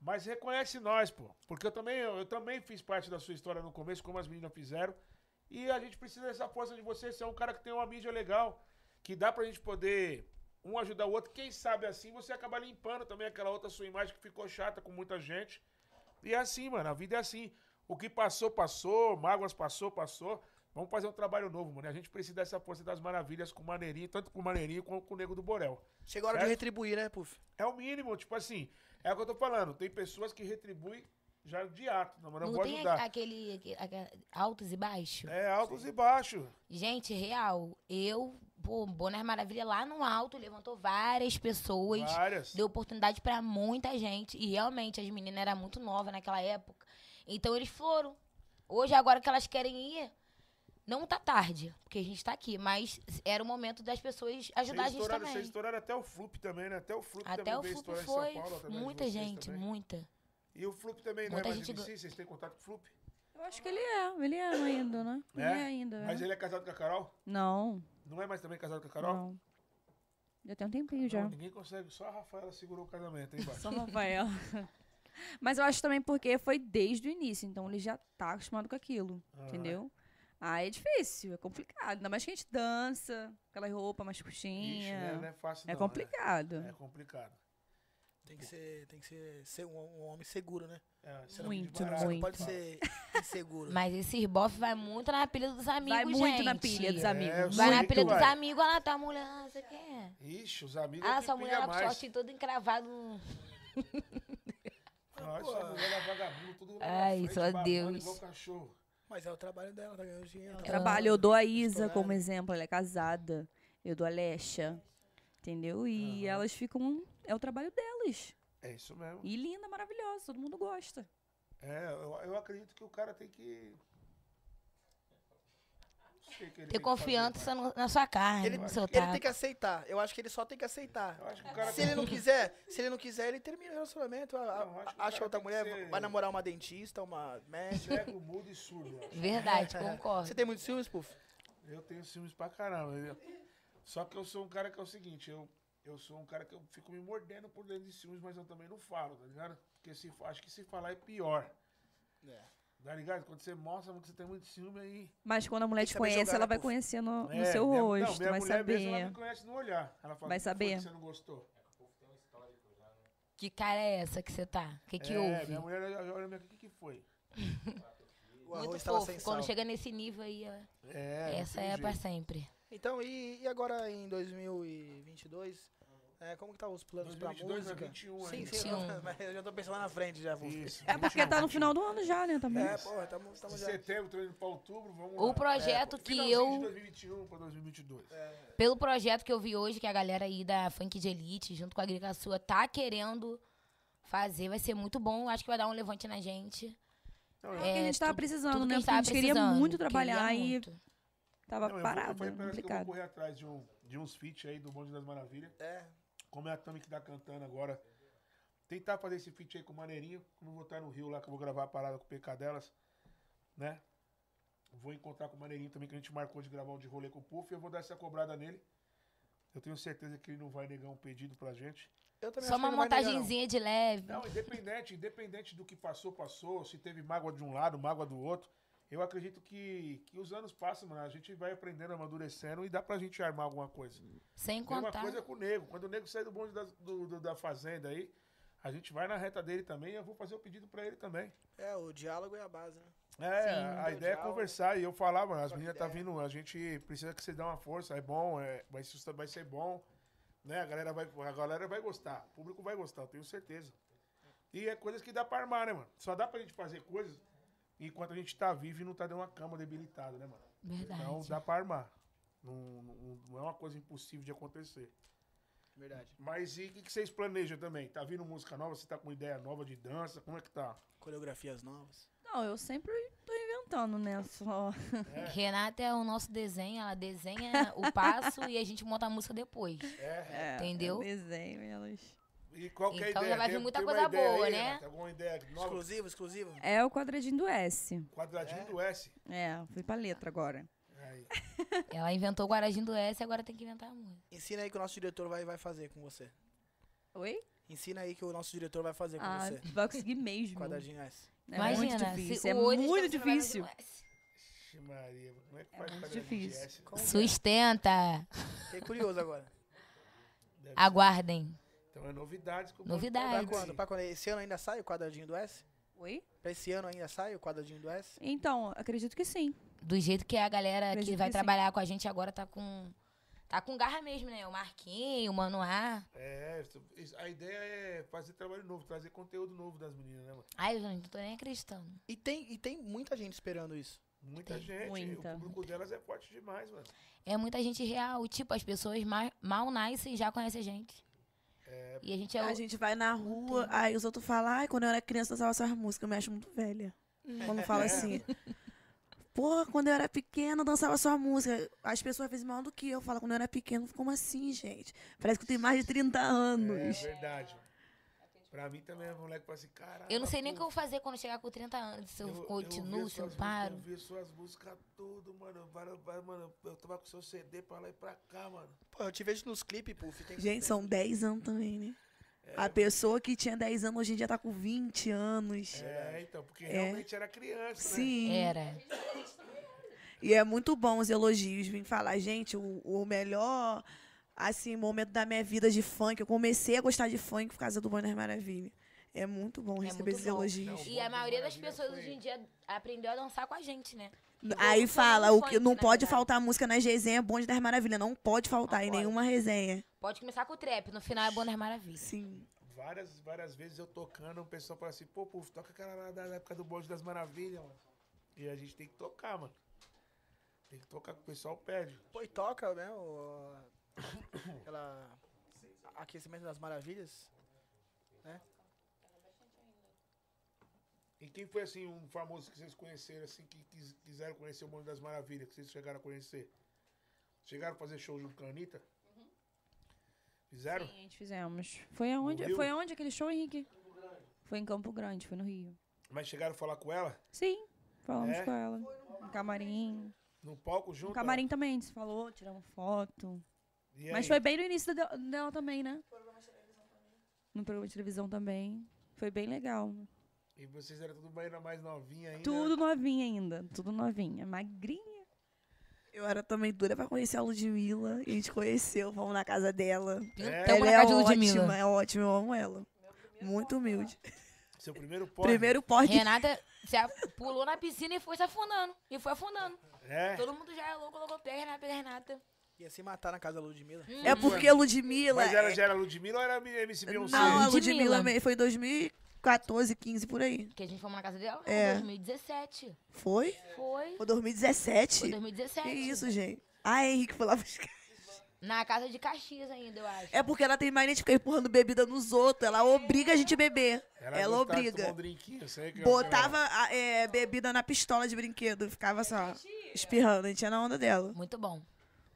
S1: Mas reconhece nós, pô. Porque eu também, eu, também fiz parte da sua história no começo, como as meninas fizeram. E a gente precisa dessa força de você. Você é um cara que tem uma mídia legal, que dá pra gente poder um ajudar o outro. Quem sabe assim você acaba limpando também aquela outra sua imagem que ficou chata com muita gente. E é assim, mano, a vida é assim. O que passou, passou, mágoas passou, passou. Vamos fazer um trabalho novo, mano. A gente precisa dessa força das maravilhas com o Maneirinho, tanto com o Maneirinho quanto com o Nego do Borel.
S2: Chegou a hora de
S1: Certo?
S2: retribuir, né, Puf?
S1: É o mínimo, tipo assim, é o que eu tô falando. Tem pessoas que retribuem já de ato, não, mas não,
S4: Não
S1: vou
S4: tem
S1: ajudar.
S4: a- aquele, aque- aque- altos e baixos?
S1: É altos e baixos.
S4: Gente, real, eu, pô, Bonas Maravilha lá no alto levantou várias pessoas,
S1: Várias.
S4: deu oportunidade pra muita gente. E realmente, as meninas eram muito novas naquela época. Então eles foram. Hoje, agora que elas querem ir, não tá tarde, porque a gente tá aqui. Mas era o momento das pessoas ajudar a
S1: Vocês
S4: gente
S1: estouraram,
S4: também.
S1: vocês estouraram até o Flup também, né? Até o Flup
S4: Até
S1: também
S4: o
S1: veio
S4: Flup
S1: estourar em
S4: foi.
S1: São Paulo. através de
S4: Muita
S1: vocês
S4: gente,
S1: também.
S4: muita.
S1: E o Flup também, não é
S4: Muita
S1: mais
S4: gente
S1: MC? Vocês têm contato com o Flup?
S3: Eu acho que ele é, ele é ainda, né? Ele é ainda.
S1: Mas
S3: é.
S1: ele é casado com a Carol?
S3: Não,
S1: Não é mais também casado com a Carol? Então,
S3: não. Já tem um tempinho já.
S1: Não, ninguém consegue, só a Rafaela segurou o casamento, hein, Bárbara?
S3: Só Rafael. um Mas eu acho também porque foi desde o início, então ele já tá acostumado com aquilo,
S1: Ah.
S3: entendeu? Ah, é difícil, é complicado. Ainda mais que a gente dança, aquela roupa mais curtinha.
S1: Ixi, né? Não é fácil,
S3: é
S1: não, né?
S3: complicado.
S1: É complicado.
S2: Tem que ser, tem que ser, ser um, um homem seguro, né?
S1: É, você não
S3: Muito,
S1: pode parar,
S2: Você não
S3: muito.
S2: pode ser inseguro.
S4: Mas esse bofe vai muito na pilha dos amigos,
S3: Vai muito na
S4: gente.
S3: pilha dos
S1: É,
S3: amigos.
S4: Vai na
S1: Muito,
S4: pilha dos
S1: vai.
S4: amigos, olha lá tua mulher, ah, não sei o que é.
S1: Ixi, os amigos.
S4: Ah,
S1: que
S4: sua mulher
S1: pinga
S4: lá com o
S1: mais.
S4: shortinho todo encravado. no-
S1: Nossa, a é mulher lá vagabundo, tudo lá na
S4: Ai,
S1: frente,
S4: só
S1: babando
S4: Deus.
S1: Igual um cachorro.
S2: Mas é o trabalho dela, tá ganhando
S4: É
S2: dinheiro. tá
S3: Trabalho, eu dou a Isa
S2: Estourada.
S3: como exemplo, ela é casada. Eu dou a Lesha, entendeu? E elas ficam. É o trabalho delas.
S1: É isso mesmo.
S3: E linda, maravilhosa, todo mundo gosta.
S1: É, eu, eu acredito que o cara tem que. Não sei o que ele tem
S4: Ter
S1: que fazer,
S4: confiança
S1: cara.
S4: no- na sua carne,
S2: Ele-
S4: no seu
S2: Ele tem
S4: taco.
S2: que aceitar. Eu acho que ele só tem que aceitar.
S1: Eu acho que o cara
S2: Se ele não quiser, se ele não quiser, ele termina o relacionamento. a- a-
S1: Não, acho que o
S2: acha
S1: cara
S2: outra
S1: tem que
S2: mulher,
S1: ser-
S2: vai namorar uma dentista, uma médica.
S1: cego, mudo e surdo. eu acho.
S4: Verdade, concordo.
S2: Você tem muitos filmes, Puf?
S1: Eu tenho ciúmes pra caramba. eu- Só que eu sou um cara que é o seguinte, eu, eu sou um cara que eu fico me mordendo por dentro de ciúmes, mas eu também não falo, tá ligado? Porque se, fa- acho que se falar é pior. Tá ligado? Quando você mostra que você tem muito ciúme aí.
S3: Mas quando a mulher
S2: Tem
S3: te
S2: que saber
S3: conhece,
S2: jogar,
S3: ela
S2: né,
S3: vai
S2: pô?
S3: conhecer no, no
S1: É,
S3: seu
S1: minha-
S3: rosto,
S1: minha
S3: vai
S1: mulher
S3: saber.
S1: Mesmo, ela me conhece no olhar. Ela fala,
S3: Vai
S1: "O que foi
S3: saber."
S1: Que você não gostou.
S4: Que cara é essa que você tá? O que, que
S1: é,
S4: houve?
S1: minha mulher olha olha, o que, que foi?
S2: O
S4: Muito
S2: arroz tava
S4: fofo.
S2: sem sal.
S4: Quando chega nesse nível aí, ó,
S1: É,
S4: essa é pra sempre.
S2: Então, e, e agora em 2022? É, como que tá os planos pra
S1: 2022 a
S2: música?
S1: 21
S2: sim,
S1: ainda.
S2: sim, eu, um mas eu já tô pensando lá na frente já, vou.
S1: Isso,
S3: É porque tá no
S1: 21.
S3: final do ano já, né, também.
S2: É, porra, tamo, tamo
S1: De
S2: já.
S1: setembro, tô indo pra outubro, vamos lá.
S4: O projeto
S1: É,
S4: que
S1: finalzinho de
S4: eu.
S1: 2021 pra 2022.
S4: Pelo projeto que eu vi hoje, que a galera aí da Funk de Elite, junto com a Griga Sua, tá querendo fazer, vai ser muito bom. Acho que vai dar um levante na gente.
S1: Não,
S3: Porque a gente tava precisando,
S4: Tudo que
S3: né?
S4: a gente
S3: Porque a
S4: tava
S3: gente queria
S4: precisando,
S3: muito trabalhar
S4: queria
S3: e
S4: muito.
S1: Não,
S3: tava
S1: eu vou- Eu
S3: parado, né,
S1: falei pra elas que eu vou
S3: complicado.
S1: correr atrás de, um, de uns feat aí do Bonde das Maravilhas.
S2: É,
S1: Como é a Tami que tá cantando agora. Tentar fazer esse feat aí com o Maneirinho. Quando eu vou estar no Rio lá, que eu vou gravar a parada com o PK delas, né? Vou encontrar com o Maneirinho também, que a gente marcou de gravar um de rolê com o Puff. Eu vou dar essa cobrada nele. Eu tenho certeza que ele não vai negar um pedido pra gente.
S2: eu também
S4: Só
S2: acho que não
S4: uma
S2: vai negar, não.
S4: montagenzinha de leve.
S1: Não, independente, independente do que passou, passou. Se teve mágoa de um lado, mágoa do outro. Eu acredito que, que os anos passam, mano. A gente vai aprendendo, amadurecendo e dá pra gente armar alguma coisa.
S4: Sem
S1: Mesma
S4: contar.
S1: coisa com o nego. Quando o nego sai do bonde da, do- do- da fazenda aí, a gente vai na reta dele também e eu vou fazer o pedido pra ele também.
S2: É, o diálogo é a base, né?
S1: É,
S4: Sim,
S1: a
S2: muito
S1: ideia é
S2: legal.
S1: conversar. E eu falava, as
S2: Troca
S1: meninas tá
S2: ideia.
S1: vindo, a gente precisa que você dê uma força, é bom, é, vai, ser- vai ser bom. Né? A, galera vai, a galera vai gostar, o público vai gostar, eu tenho certeza. E é coisas que dá pra armar, né, mano? Só dá pra gente fazer coisas enquanto a gente tá vivo e não tá dando uma cama debilitada, né, mano?
S4: Verdade.
S1: Então dá pra armar. Não- não- não é uma coisa impossível de acontecer.
S2: Verdade.
S1: Mas e o que, que vocês planejam também? Tá vindo música nova? Você tá com ideia nova de dança? Como é que tá?
S2: Coreografias novas.
S3: Não, eu sempre tô inventando, né? Só...
S4: Renata é o nosso desenho, ela desenha o passo e a gente monta a música depois.
S3: É,
S4: Entendeu?
S3: Desenho, elas...
S1: E qual que é a
S4: Então
S1: ideia?
S4: já vai vir
S1: Tem-
S4: muita
S1: tem uma
S4: coisa
S1: ideia
S4: boa,
S1: aí,
S4: né?
S1: Renata? Alguma ideia nova?
S2: Exclusivo, exclusivo.
S3: É o quadradinho do S.
S1: Quadradinho do S.
S3: É, fui pra letra agora.
S1: Aí.
S4: Ela inventou o Guarajim do S e agora tem que inventar a música.
S2: Ensina aí que o nosso diretor vai, vai fazer com você.
S3: Oi?
S2: Ensina aí que o nosso diretor vai fazer com
S3: Ah,
S2: você.
S3: vai conseguir mesmo.
S2: Quadradinho S.
S3: É
S4: Imagina,
S3: muito difícil.
S4: se
S3: É
S4: o olho
S3: muito
S4: está no Guarajim
S3: difícil.
S4: do S.
S1: Ixi, Maria, como é que faz
S3: muito
S1: quadradinho
S3: difícil.
S1: de S?
S4: Sustenta.
S2: é? Fiquei curioso agora.
S1: Deve ser.
S4: Aguardem.
S1: Então é novidades. com-
S2: Pra
S4: Novidades.
S2: quando? Pra quando? Esse ano ainda sai o quadradinho do S?
S3: Oi?
S2: Pra esse ano ainda sai o quadradinho do S?
S3: Então, acredito que sim.
S1: Hum.
S4: Do jeito que a galera que
S3: Acredito
S4: vai
S3: que sim.
S4: trabalhar com a gente agora tá com. Tá com garra mesmo, né? O Marquinho, o Manoá.
S1: É, isso- isso- a ideia é fazer trabalho novo, trazer conteúdo novo das meninas, né, mano?
S4: Ai, eu não tô nem acreditando.
S2: E tem, e tem muita gente esperando isso.
S1: Muita
S4: Tem
S1: gente.
S3: muita.
S1: O público delas é forte demais, mano.
S4: É muita gente real. Tipo, as pessoas ma- mal nascem e já conhecem a gente. E a gente é.
S5: A
S4: o-
S5: gente vai na rua, aí os outros falam, ai, quando eu era criança eu usava essas músicas, eu me acho muito velha. Quando fala assim. Porra, quando eu era pequena, eu dançava sua música. As pessoas fazem mal do que eu. Falo, quando eu era pequeno, como assim, gente? Parece que eu tenho mais de 30
S1: É
S5: anos.
S1: verdade. Pra mim também, moleque, fala assim, caralho.
S4: Eu não sei nem o que eu vou fazer quando chegar com 30 anos. Se eu, continuo,
S1: ouvi
S4: se eu
S1: suas
S4: paro.
S1: Músicas, eu ouvi suas músicas tudo, mano. Vai, vai, mano. Eu tava com seu CD pra lá e pra cá, mano.
S2: Pô, eu te vejo nos clipes, Puff. Tem
S5: Gente, são 10 anos também, né? A pessoa que tinha 10 anos hoje em dia tá com 20 anos.
S1: É, então, porque realmente era criança, né?
S5: Sim.
S4: Era.
S5: E é muito bom os elogios vim falar, gente, o, o melhor assim momento da minha vida de funk, eu comecei a gostar de funk por causa do Banner Maravilha. É muito bom
S4: É
S5: receber
S4: muito
S5: esses
S4: bom.
S5: elogios.
S1: Não,
S4: E a maioria das
S1: Maravilha
S4: pessoas
S1: foi-
S4: hoje em dia aprendeu a dançar com a gente, né?
S5: Aí
S4: Evolução
S5: fala,
S4: do
S5: o que
S4: funk,
S5: não
S4: na
S5: pode
S4: verdade.
S5: faltar música nas resenhas é Bonde das Maravilhas, não pode faltar
S4: Não
S5: em
S4: pode.
S5: nenhuma resenha.
S4: Pode começar com o trap, no final é Bonas Maravilhas.
S5: Sim.
S1: Várias, várias vezes eu tocando, o pessoal fala assim, pô, Puf, toca aquela lá da época do Bonde das Maravilhas, mano. E a gente tem que tocar, mano. Tem que tocar que o pessoal pede.
S2: Pô, e toca, né? O, aquela. Aquecimento das Maravilhas.
S1: E quem foi, assim, um famoso que vocês conheceram, assim, que quis- quiseram conhecer o Bonde das Maravilhas, que vocês chegaram a conhecer? Chegaram a fazer show junto com a Anitta? Fizeram?
S3: Sim, a gente fizemos. Foi aonde?
S1: Rio?
S3: Foi aonde aquele show, Henrique? Foi em Campo Grande, foi no Rio.
S1: Mas chegaram a falar com ela?
S3: Sim, falamos
S1: É?
S3: com ela. No camarim.
S1: No palco junto?
S3: No camarim também, a gente falou, tiramos foto.
S1: Então tá. E
S3: Mas
S1: aí?
S3: foi bem no início da- dela também, né? No programa de televisão também. Foi bem legal.
S1: E vocês eram tudo baiana mais novinha ainda.
S3: Tudo novinha ainda. Tudo novinha. Magrinha.
S5: Eu era também dura pra conhecer a Ludmilla. E a gente conheceu, fomos na casa dela.
S1: É,
S4: Então,
S5: ela
S4: pra
S5: é
S4: casa de Ludmilla.
S5: ótima, é ótima, eu amo ela. Muito humilde.
S1: seu primeiro porre.
S5: Primeiro porte.
S4: Renata se a- pulou na piscina e foi se afundando. E foi afundando.
S1: É.
S4: Todo mundo já é louco, louco, pega Renata, pega Renata.
S2: Ia se matar na casa da Ludmilla.
S5: É porque a Ludmilla.
S1: Mas ela
S5: é-
S1: já era Ludmilla ou era MC Beyoncé?
S5: Não, Ah, a
S4: Ludmilla.
S5: Ludmilla me- foi em 2014, 15, por aí.
S4: Que a gente foi na casa dela
S5: É.
S4: em 2017.
S5: Foi?
S4: Foi.
S5: Foi 2017?
S4: Foi
S5: Que
S4: 2017.
S5: isso, gente? Ah, é Henrique foi lá buscar.
S4: Na casa de Caxias ainda, eu acho.
S5: É porque ela tem mania de ficar empurrando bebida nos outros. Ela obriga a gente a beber.
S1: Ela
S5: ela
S1: gostava de tomar
S5: obriga.
S1: Um drinquinho, isso aí que eu-
S5: Botava a, é, bebida na pistola de brinquedo. Ficava só espirrando. A gente ia na onda dela.
S4: Muito bom.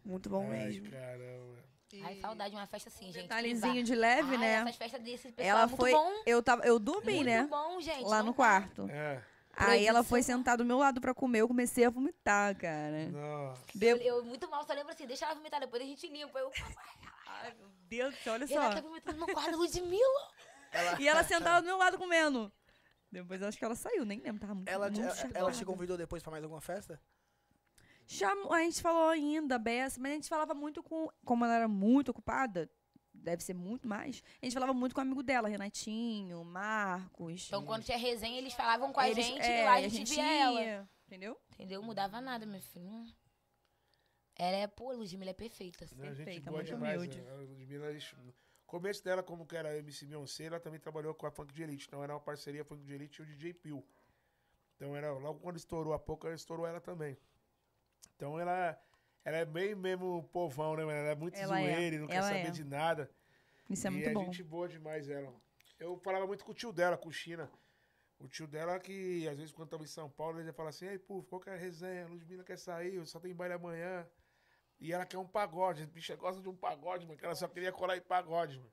S5: Muito bom
S1: Ai,
S5: mesmo.
S1: caramba.
S4: Ai, saudade de uma festa assim, gente.
S3: Detalhezinho
S4: que
S3: de leve,
S4: Ai,
S3: né?
S4: Essas festas desse pessoal
S3: Ela
S4: é muito
S3: foi.
S4: bom.
S3: Eu, tava, eu dormi,
S4: muito
S3: né?
S4: bom, gente.
S3: Lá
S4: não
S3: no
S4: dá.
S3: quarto.
S1: É.
S3: Aí ela foi sentar do meu lado pra comer. Eu comecei a vomitar, cara.
S1: Nossa.
S4: Eu,
S3: Bebo...
S4: eu muito mal, só lembro assim, deixa ela vomitar, depois a gente limpa. Eu,
S3: Ai, meu Deus do céu, olha
S4: Renata
S3: só.
S4: vomitando no quarto, Ludmilla.
S3: E ela sentada do meu lado comendo. Depois acho que ela saiu, nem lembro. Tava muito,
S2: Ela,
S3: muito
S2: te- ela- ela
S3: chateada.
S2: te convidou depois pra mais alguma festa?
S3: Chamou- a gente falou ainda, Bessa, mas a gente falava muito com. Como ela era muito ocupada, deve ser muito mais. A gente falava muito com o amigo dela, Renatinho, Marcos.
S4: Então, quando tinha resenha, eles falavam com a
S3: Eles-
S4: gente
S3: é,
S4: e lá a gente, via ela.
S3: ia, Entendeu?
S4: Entendeu? Mudava nada, meu filho. Hum. Ela é, pô, Ludmilla é perfeita.
S1: Não, gente
S3: Perfeita,
S1: boa
S3: muito
S1: demais.
S3: humilde.
S1: né? A Ludmilla, ixi, o começo dela, como que era a MC Beyoncé, ela também trabalhou com a Funk de Elite. Então era uma parceria Funk de Elite e o DJ Pio. Então era, logo quando estourou a pouco, ela estourou ela também. Então ela, ela é bem mesmo povão, né? mano? Ela é muito
S3: Ela é,
S1: zoeira, e não quer
S3: ela
S1: saber
S3: é.
S1: de nada.
S3: Isso é
S1: e
S3: muito
S1: é
S3: bom.
S1: gente boa demais ela. Eu falava muito com o tio dela, com o China. O tio dela que, às vezes, quando tava em São Paulo, ele já fala assim, ei, puf, qual que é a resenha? A Ludmilla quer sair, só tem baile amanhã. E ela quer um pagode. A bicha gosta de um pagode, mano, que ela só queria colar em pagode, mano.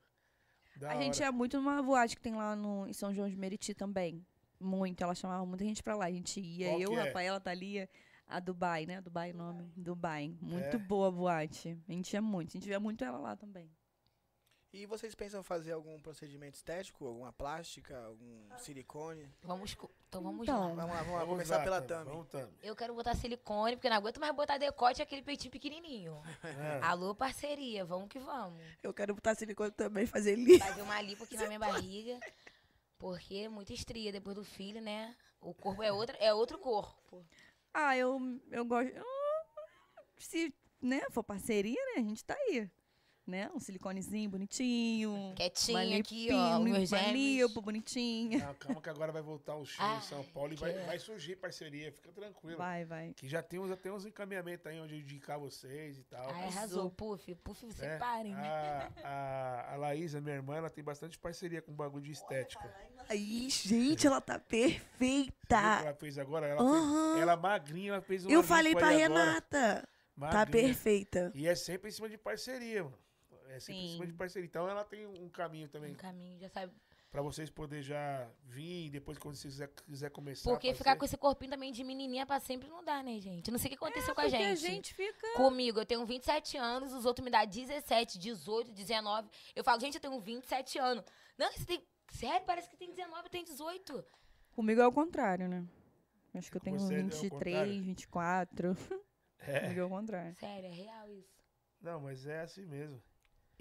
S1: Da
S3: A gente
S1: hora.
S3: ia muito numa boate que tem lá no, em São João de Meriti também. Muito. Ela chamava muita gente pra lá. A gente ia.
S1: Qual
S3: eu,
S1: que é?
S3: Rafaela, Thalia. A Dubai, né? Dubai o nome. Dubai. Muito
S1: É.
S3: boa a boate. A gente ia muito. A gente via muito ela lá também.
S2: E vocês pensam em fazer algum procedimento estético? Alguma plástica? Algum silicone?
S4: Vamos, co- então vamos
S3: Então.
S4: lá.
S2: Vamos lá, vamos lá.
S1: Vamos
S2: Começar
S1: lá,
S2: pela
S1: Tami,
S2: Tami.
S1: Vamos, Tami.
S4: Eu quero botar silicone, porque não aguento mais botar decote e aquele peitinho pequenininho.
S1: É.
S4: Alô, parceria, vamos que vamos.
S5: Eu quero botar silicone também, fazer lipo.
S4: Fazer uma lipo aqui na minha barriga, porque é muita estria depois do filho, né? O corpo é, outra, é outro corpo.
S3: Ah, eu, eu gosto. eu- se né, for parceria, né? A gente tá aí. Né? Um siliconezinho bonitinho. uma
S4: Quietinha aqui,
S3: lipinha,
S4: ó,
S3: uma
S4: meus gêmeos.
S3: lipo bonitinha.
S1: Não, Ah, calma que agora vai voltar o show em
S4: Ai,
S1: São Paulo e
S4: que
S1: vai,
S4: é.
S1: vai surgir parceria, fica tranquilo.
S3: Ah, Vai, vai.
S1: Que já tem uns, já tem uns encaminhamentos aí onde indicar vocês e tal.
S3: Ah, é
S4: Ai, arrasou, Puff. Puff, você
S1: né?
S4: parem.
S1: A, a, a Laís, a minha irmã, ela tem bastante parceria com bagulho de estética.
S5: Aí, gente, ela tá
S1: Você viu o que
S5: perfeita.
S1: Ela fez agora, ela,
S5: tá. Aham.
S1: fez, ela magrinha, ela fez um
S5: Eu falei pra
S1: Renato
S5: Renata. Tá perfeita.
S1: E é sempre em cima de parceria, mano. É sempre em cima
S3: Sim.
S1: de parceria. Então ela tem um caminho também
S4: Um caminho, já sabe.
S1: pra vocês poderem já vir, depois quando vocês quiser, quiser começar. a
S4: Porque
S1: fazer.
S4: ficar com esse corpinho também de menininha pra sempre não dá, né, gente? Não sei o que
S1: É,
S4: aconteceu com a gente.
S3: a gente fica.
S4: Comigo, eu tenho 27 anos, os outros me dão 17, 18, 19. Eu falo, gente, eu tenho 27 anos. Não, você tem. Sério, parece que tem 19, eu tenho 18.
S3: Comigo é o contrário, né? Acho que eu
S1: Com
S3: tenho
S1: você é o
S3: 23,
S1: contrário?
S3: 24.
S1: É.
S3: Comigo é o contrário.
S4: Sério, é real isso.
S1: Não, mas é assim mesmo.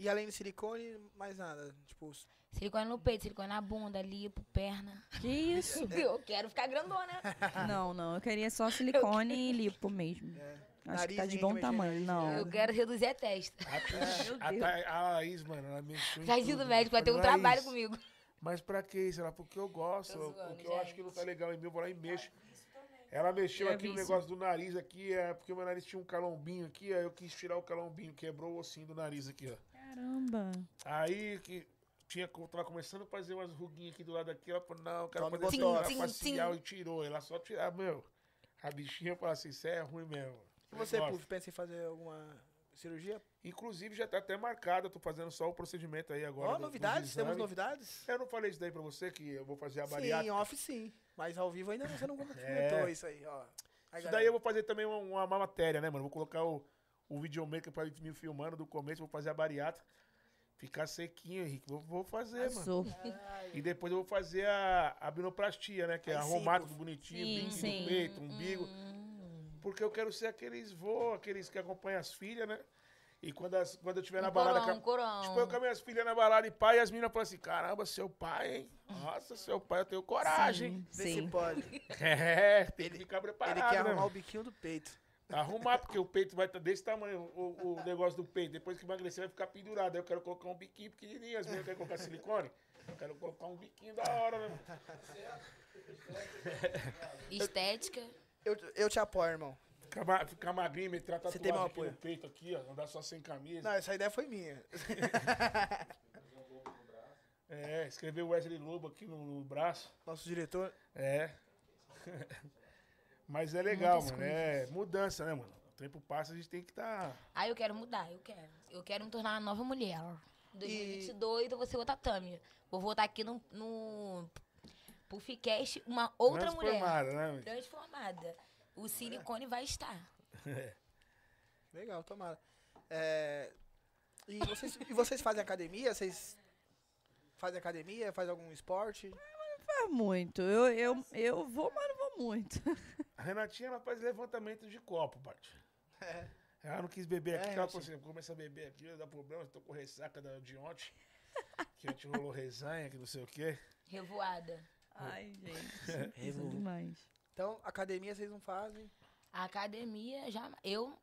S2: E além de silicone, mais nada. Tipo, s-
S4: Silicone no peito, silicone na bunda, lipo, perna.
S3: Que isso?
S4: Eu quero ficar grandona.
S3: Não, não. Eu queria só silicone e lipo mesmo.
S1: É.
S3: Acho que
S2: Nariz
S3: tá de
S2: ninguém
S3: bom
S2: mexer,
S3: tamanho.
S2: nariz
S3: Não.
S4: Eu quero reduzir a testa.
S1: A, a,
S3: Deus.
S1: Tha- a Laís, mano, ela mexeu. em
S4: Jardim
S1: tudo.
S4: do médico, vai ter um
S1: Falei, "Laís,
S4: trabalho comigo.
S1: Mas pra que isso? Ela, porque eu gosto.
S4: Tô
S1: eu-
S4: zoando,
S1: porque eu acho que não tá legal em mim, eu vou lá e mexo. Ela
S3: Eu
S1: mexeu aqui
S3: vi
S1: no
S3: isso.
S1: negócio do nariz aqui, é porque meu nariz tinha um calombinho aqui, aí eu quis tirar o calombinho, quebrou o ossinho do nariz aqui, ó.
S3: Caramba.
S1: Aí que tinha, co- tava começando a fazer umas ruguinhas aqui do lado aqui, ela falou, não, eu quero
S2: Tome
S1: fazer
S2: um
S1: cirurgia
S2: Botox.
S4: Tim, tim,
S1: facial e tirou. Ela só tirar, meu. A bichinha falou assim, isso é ruim mesmo.
S2: e você,
S1: Negócio.
S2: Puff, pensa em fazer alguma cirurgia?
S1: Inclusive já tá até marcado, eu tô fazendo só o procedimento aí agora.
S2: Ó,
S1: do- dos
S2: novidades? Temos
S1: exames.
S2: novidades?
S1: Eu não falei isso daí pra você, que eu vou fazer a
S2: Sim,
S1: bariátrica.
S2: em off sim. Mas ao vivo ainda você não comentou
S1: É.
S2: isso aí, ó. Aí,
S1: Isso
S2: galera,
S1: daí eu vou fazer também uma, uma- uma matéria, né, mano? Vou colocar o, o videomaker pra ele me filmando do começo, vou fazer a bariátrica. Ficar sequinho, Henrique. Vou, vou fazer, mano.
S3: Passou.
S1: E depois eu vou fazer a, a binoplastia, né? Que é
S2: Aí sim,
S1: arrumado
S2: pô.
S1: bonitinho,
S3: Sim,
S1: bico
S3: sim.
S1: no peito, umbigo. Porque eu quero ser aqueles vô, aqueles que acompanham as filhas, né? E quando, as- quando eu estiver na
S4: Um
S1: balada. com
S4: corão, um
S1: a-
S4: corão.
S1: Tipo, eu com as minhas filhas na balada e pai, e as meninas falam assim: caramba, seu pai, hein? Nossa, seu pai, eu tenho coragem.
S3: Sim,
S2: Vê se
S3: sim.
S2: pode.
S1: É, tem que
S2: Ele-
S1: ficar preparado.
S2: Ele quer
S1: né,
S2: arrumar o
S1: mano?
S2: biquinho do peito.
S1: Arrumar, porque o peito vai estar desse tamanho, o, o negócio do peito. Depois que emagrecer, vai ficar pendurado. Aí eu quero colocar um biquinho pequenininho. As meninas querem colocar silicone. Eu quero colocar um biquinho da hora, né? mano?
S4: Estética.
S2: Eu, eu te apoio, irmão.
S1: Ficar, ma- ficar magrinho, me tratar
S2: Você tem meu
S1: aqui
S2: apoio.
S1: no peito aqui, ó. Andar só sem camisa.
S2: Não, essa ideia foi minha.
S1: É, escrever Wesley Lobo aqui no, no braço.
S2: Nosso diretor.
S1: É. Mas é legal, mano. É mudança, né, mano? O tempo passa, a gente tem que tá estar.
S4: Aí eu quero mudar, eu quero. Eu quero me tornar uma nova mulher. 2022 eu vou ser outra Tami. Vou voltar aqui no, no Puffcast uma outra mulher.
S1: transformada, né? mano?
S4: Transformada. O silicone vai estar.
S2: Legal, tomara. É, e, vocês, e vocês fazem academia? Vocês fazem academia? Fazem algum esporte?
S3: Faz muito. Eu, eu, eu vou, mas não vou muito.
S1: A Renatinha, ela faz levantamento de copo, Bart.
S2: É.
S1: Ela não quis beber aqui,
S2: É,
S1: porque ela falou assim, começa a beber aqui, dá problema, tô com ressaca da- de ontem. Que ontem rolou resenha, que não sei o quê.
S4: Revoada.
S3: Ai, gente. isso é demais.
S2: Então, academia vocês não fazem?
S4: A academia já. Eu,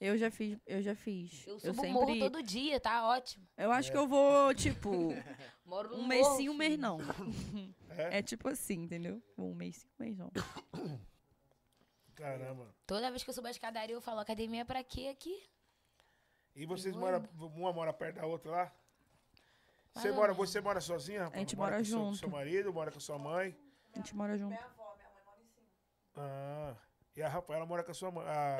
S3: Eu já fiz, eu já fiz.
S4: eu
S3: Eu,
S4: subo o morro
S3: sempre.
S4: todo dia, tá ótimo.
S3: Eu acho que eu vou, tipo,
S4: Moro no
S3: um mês
S4: morro,
S3: sim, um mês
S4: filho.
S3: não.
S1: É?
S3: É tipo assim, entendeu? Um mês sim, um mês não.
S1: Caramba.
S4: Toda vez que eu subo a escadaria, eu falo, academia é pra quê aqui?
S1: E vocês
S4: Eu
S1: moram, uma mora perto da outra lá?
S4: Mais
S1: Você
S4: ou
S1: mora,
S4: menos.
S1: você mora sozinha, rapaz?
S3: gente
S1: mora
S3: mora
S1: com seu- Com
S3: junto.
S1: seu marido, mora com sua mãe?
S3: A gente mora junto.
S1: Ah. E a Rafaela mora com a sua mãe. A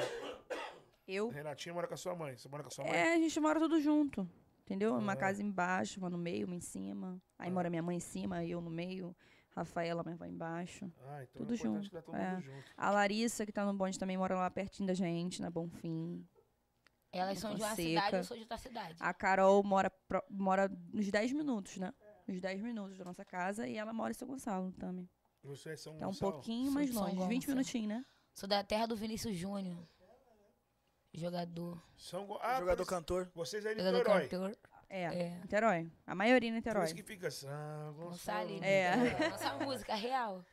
S3: Eu.
S1: Renatinha mora com a sua mãe. Você mora com a sua mãe?
S3: É, a gente mora tudo junto. Entendeu? Uma casa embaixo, uma no meio, uma em cima. Aí mora minha mãe em cima, eu no meio. Rafaela, minha avó embaixo.
S1: Ah, então
S3: Tudo
S1: é importante
S3: junto,
S1: que tá todo
S3: é.
S1: mundo junto.
S3: A Larissa, que tá no bonde, também mora lá pertinho da gente, na Bonfim.
S4: Elas são de uma
S3: Seca.
S4: cidade, eu sou de outra cidade.
S3: A Carol mora, pro- mora nos 10 minutos, né? Nos 10 minutos da nossa casa. E ela mora em São Gonçalo também.
S1: Vocês É. são
S3: Tá um
S1: são-
S3: pouquinho
S4: Sou
S3: mais
S4: de São
S3: longe. 20
S4: Gonçalo.
S3: minutinhos, né?
S4: Sou da terra do Vinícius Júnior. Jogador.
S1: São, Go- ah,
S2: Um Jogador
S1: por isso-
S2: cantor?
S1: Vocês aí de
S4: Jogador
S1: Niterói.
S4: cantor.
S3: É.
S4: É.
S3: Niterói. A maioria é
S1: Por
S3: Niterói.
S1: isso que fica São Gonçalo.
S4: Gonçalves.
S3: É.
S4: Nossa música real.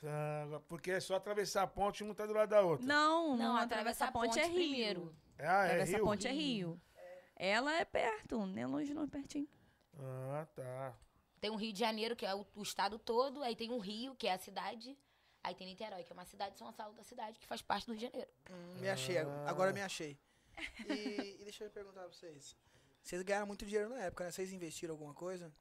S1: São- Porque é só atravessar a ponte e um tá do lado da outra.
S3: Não,
S4: Não,
S3: não,
S4: atravessa
S3: atravessa
S4: a
S3: a ponte, é
S4: ponte
S3: Rio.
S4: primeiro.
S1: Ah, é
S3: atravessa
S1: rio?
S3: a ponte é Rio. Ela é perto, nem longe não, é pertinho.
S1: Ah, tá.
S4: Tem o Rio de Janeiro, que é o, o estado todo. Aí tem o Rio, que é a cidade. Aí tem Niterói, que é uma cidade, São Gonçalo da cidade, que faz parte do Rio de Janeiro.
S2: Hum, me achei. ag- Agora me achei. E, e deixa eu perguntar pra vocês. Vocês ganharam muito dinheiro na época, né? Vocês investiram alguma coisa?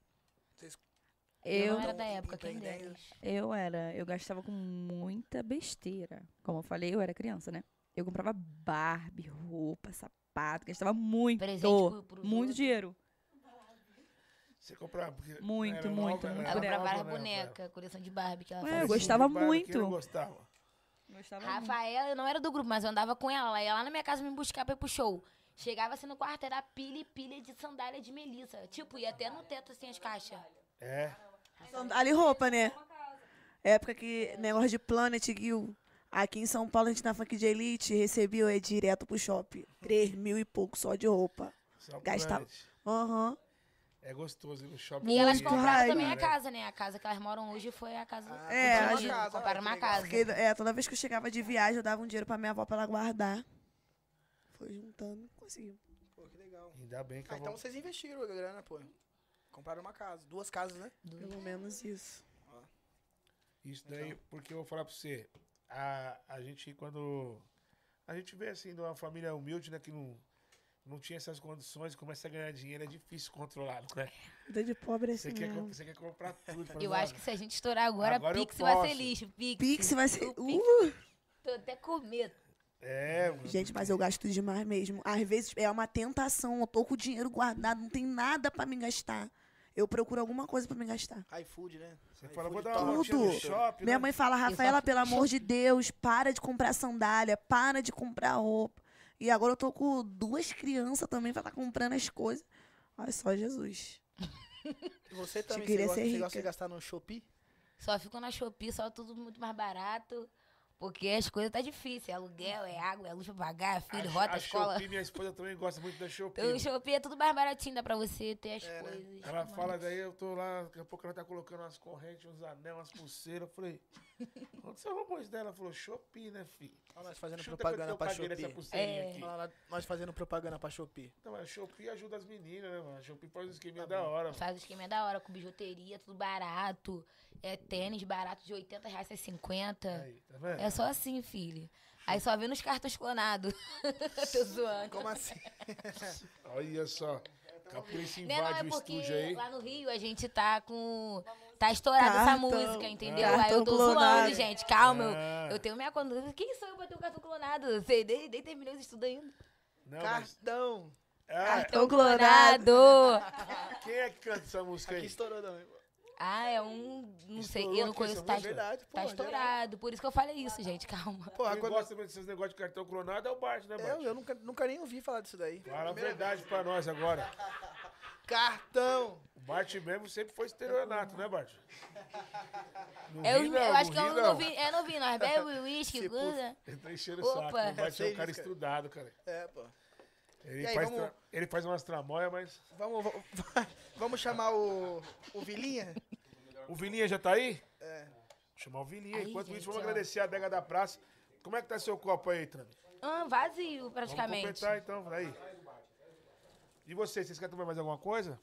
S3: Eu,
S4: não era
S2: Então,
S4: da época, quem
S2: empreendendo.
S4: dera.
S3: eu era, eu gastava com muita besteira. Como eu falei, eu era criança, né? Eu comprava Barbie, roupa, sapato, gastava muito,
S4: Presente pro- pros
S3: muito
S4: outros.
S3: dinheiro.
S1: Você comprava. porque
S3: Muito,
S1: era
S3: muito,
S1: nova,
S3: muito.
S1: era
S4: Ela
S3: Ela
S1: nova,
S4: comprava
S1: né,
S4: boneca, coleção de Barbie, que ela
S3: Ué,
S1: Rafaela?
S3: É, Eu
S4: fazia.
S3: gostava
S1: Quem
S3: muito.
S1: não gostava.
S3: Gostava
S4: Ah,
S3: muito.
S4: Rafaela, eu não era do grupo, mas eu andava com ela. Ela ia lá na minha casa me buscar pra ir pro show. Chegava assim no quarto, era pilha e pilha de sandália de melissa. Tipo, ia até no teto, assim, as caixas.
S1: É.
S5: Ali roupa, né? Época que negócio de Planet Guild. Aqui em São Paulo, a gente na Funk de Elite recebeu é direto pro shopping. Três mil e pouco só de roupa.
S1: Só
S5: Gastava.
S1: Planet.
S5: Aham.
S1: É gostoso ir no shopping.
S4: E elas
S1: Muito
S4: compraram
S5: raiva.
S4: também a
S1: cara.
S4: casa, né? A casa que elas moram hoje foi a casa.
S2: Ah,
S5: É,
S4: compraram
S5: a
S4: uma
S5: gente-
S4: casa, compraram
S2: olha que
S4: uma
S2: legal.
S4: casa.
S5: Porque, é, toda vez que eu chegava de viagem, eu dava um dinheiro pra minha avó pra ela guardar. Foi juntando, conseguiu.
S2: Pô, que legal.
S1: Ainda bem que
S2: Ah,
S1: eu
S2: então
S1: vou...
S2: vocês investiram a grana, pô. Compraram uma casa. Duas casas, né?
S5: Pelo menos isso.
S1: Isso daí, porque eu vou falar pra você. A, a gente, quando. A gente vê assim, de uma família humilde, né? Que não, não tinha essas condições, começa a ganhar dinheiro, é difícil controlar, não é?
S5: Vida de pobre é
S1: Você
S5: assim
S1: quer,
S5: mesmo.
S1: com- você quer comprar tudo. fala,
S4: Eu
S1: "Mano,
S4: acho que se a gente estourar agora,
S1: Agora eu
S4: Pix vai ser
S1: posso.
S4: lixo. Pix.
S5: Pix vai ser...
S4: O Pix.
S5: Uh!
S4: Tô até com medo.
S1: É, mano.
S5: Gente, mas eu gasto demais mesmo. Às vezes é uma tentação, eu tô com o dinheiro guardado, não tem nada pra me gastar. Eu procuro alguma coisa pra me gastar.
S2: iFood, né?
S1: Você
S2: iFood
S1: fala, vou dar
S2: top.
S1: uma voltinha no
S5: Tudo.
S1: shopping.
S5: Minha
S1: né?
S5: mãe fala, Rafaela,
S4: faço-
S5: pelo amor de Deus, para de comprar sandália, para de comprar roupa. E agora eu tô com duas crianças também pra estar tá comprando as coisas. Olha só, Jesus.
S2: E Você também, você
S5: queria
S2: gosta,
S5: ser
S2: você gosta de
S5: rica.
S2: gastar no Shopee?
S4: Só fico na Shopee, só tudo muito mais barato. Porque as coisas tá difícil. É aluguel, é água, é luz pra pagar, filho,
S1: a,
S4: rota,
S1: a
S4: escola.
S1: Shopee, é minha esposa também gosta muito da Shopee.
S4: O Shopee é tudo mais baratinho, dá pra você ter
S5: É,
S4: as
S5: né?
S4: coisas.
S1: Ela
S4: Mas-
S1: fala daí, eu tô lá, daqui a pouco ela tá colocando umas correntes, uns anel, umas pulseiras. Eu falei, onde você roubou isso dela? Ela falou, Shopee, né, filho?
S2: Olha nós fazendo
S1: Chuta
S2: propaganda
S1: quanto que eu
S2: pra
S1: paguei nessa
S2: Shopee.
S1: pulseirinha
S4: É.
S1: aqui.
S2: Olha lá, nós fazendo propaganda pra Shopee.
S1: Não, mas a Shopee ajuda as meninas, né, mano? A Shopee
S4: Tá
S1: faz um esqueminha da hora, mano.
S4: Faz o esquema da hora, com bijuteria, tudo barato. É tênis barato de 80 reais é a 50.
S1: Aí, tá vendo?
S4: É só assim, filho. Aí só vê nos cartões clonados. Tô zoando.
S2: Como assim?
S1: Olha só. Capricho
S4: Né, Não,
S1: invade
S4: é
S1: o
S4: porque
S1: estúdio aí.
S4: lá no Rio a gente tá com. Tá estourada essa
S5: Cartão. É.
S4: música, entendeu?
S5: Cartão
S4: Aí eu tô
S5: clonado.
S4: zoando, gente. Calma, eu-
S1: Ah.
S4: eu, tenho minha conta. Quem sou eu pra ter um cartão clonado? Eu sei, nem, nem terminei os estudos ainda.
S1: Não, mas-
S2: Cartão.
S1: Ah,
S4: Cartão
S5: clonado.
S4: clonado.
S1: quem é que canta essa música
S2: Aqui
S1: aí?
S2: estourou também.
S1: Tá.
S4: Ah, é um. Não
S1: Estourou
S4: sei, eu não
S1: aqui
S4: conheço.
S1: essa
S4: Tá,
S1: música?
S2: Verdade, pô.
S4: tá estourado. Por isso que eu falei isso, gente. Calma.
S2: Porra,
S1: Quem
S2: quando...
S1: gosta desse negócio de cartão clonado é o Bart, né,
S2: Eu,
S1: Bart?
S2: eu nunca, nunca nem ouvi falar disso daí.
S1: Fala a verdade pra nós agora.
S2: Cartão.
S1: O Bart mesmo sempre foi estelionato, né, Bart? Não
S4: Eu,
S1: ri, não, é,
S4: eu acho
S1: não
S4: que eu
S1: ri,
S4: não vi. É, não vi, nós bebe
S2: Se
S4: uísque,
S2: for-
S4: coisa.
S1: Ele tá enchendo o
S4: Opa.
S1: saco. O Bart é
S2: Sei
S1: um cara
S2: disso, cara.
S1: estudado, cara.
S2: É, pô.
S1: Ele,
S2: E aí,
S1: faz
S2: vamos-
S1: tra- ele faz umas tramóias, mas...
S2: Vamos, vamos, vamos chamar o, o Vilinha?
S1: O Vilinha já tá aí?
S2: É.
S1: Vou chamar o Vilinha.
S4: Aí,
S1: Enquanto isso,
S4: gente,
S1: vamos
S4: ó.
S1: agradecer a Dega da Praça. Como é que tá seu copo aí, Trami?
S4: Ah, vazio,
S1: Vamos
S4: praticamente.
S1: completar, então. Aí. E vocês, vocês querem tomar mais alguma coisa?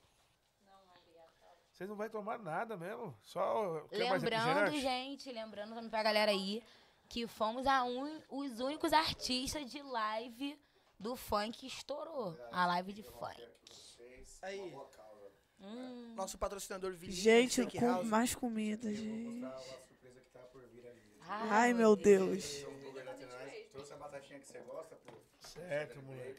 S1: Vocês não vão tomar nada mesmo. Só. Quer é mais
S4: Lembrando,
S1: refrigerante?
S4: gente, lembrando também pra galera aí que fomos a un- os únicos artistas de live do funk que estourou. A live de funk.
S2: Aí,
S4: Hum,
S2: nosso patrocinador Vilinha.
S5: Gente,
S2: Steakhouse.
S5: com mais comida, gente.
S7: surpresa que tá por vir ali.
S5: Ai, meu Deus.
S7: São hambúrguer naturais. Trouxe a batatinha que você gosta, pô.
S1: Certo, moleque.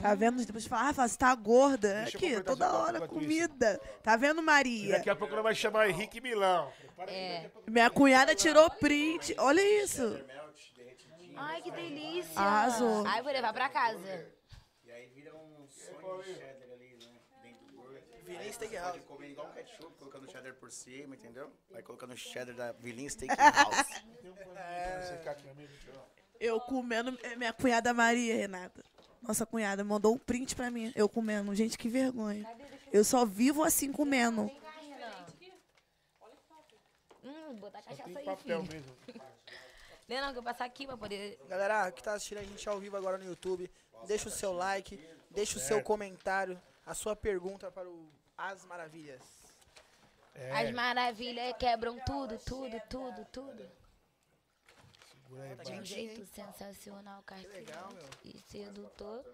S5: Tá vendo? Depois fala, ah, você tá gorda.
S1: Deixa eu
S5: Aqui,
S1: completar
S5: toda
S1: seu copo
S5: hora,
S1: enquanto isso.
S5: comida. Tá vendo,
S1: E
S5: Maria?
S1: daqui a pouco ela vai chamar Henrique Milão.
S4: É.
S5: Minha cunhada tirou print. Olha isso.
S7: Melt, derretidinho.
S4: Ai, que delícia.
S5: Arrasou.
S4: Ai, vou levar pra casa.
S7: E aí vira um sonho de cheddar ali, né? Dentro do burger.
S2: Vilinha
S7: Aí você
S2: Steakhouse.
S7: Pode comer igual um ketchup, colocando cheddar por cima, entendeu? Vai colocando cheddar da Vilinha Steakhouse.
S5: Eu comendo. eh, Minha cunhada Maria, Renata. Nossa cunhada mandou um print pra mim. Eu comendo. Gente, que vergonha. Eu só vivo assim comendo.
S4: Hum, botar cachaça
S1: Tem
S4: aí,
S1: papel
S4: filho.
S1: mesmo. um-
S4: Não, não, que eu vou passar aqui pra poder...
S2: Galera que tá assistindo a gente ao vivo agora no YouTube, deixa o seu like, deixa o seu comentário, a sua pergunta para o As Maravilhas.
S1: É.
S4: As maravilhas quebram tudo, tudo, tudo, tudo.
S1: Segura aí,
S4: De
S1: Bart.
S4: um jeito sensacional, castrante e sedutor.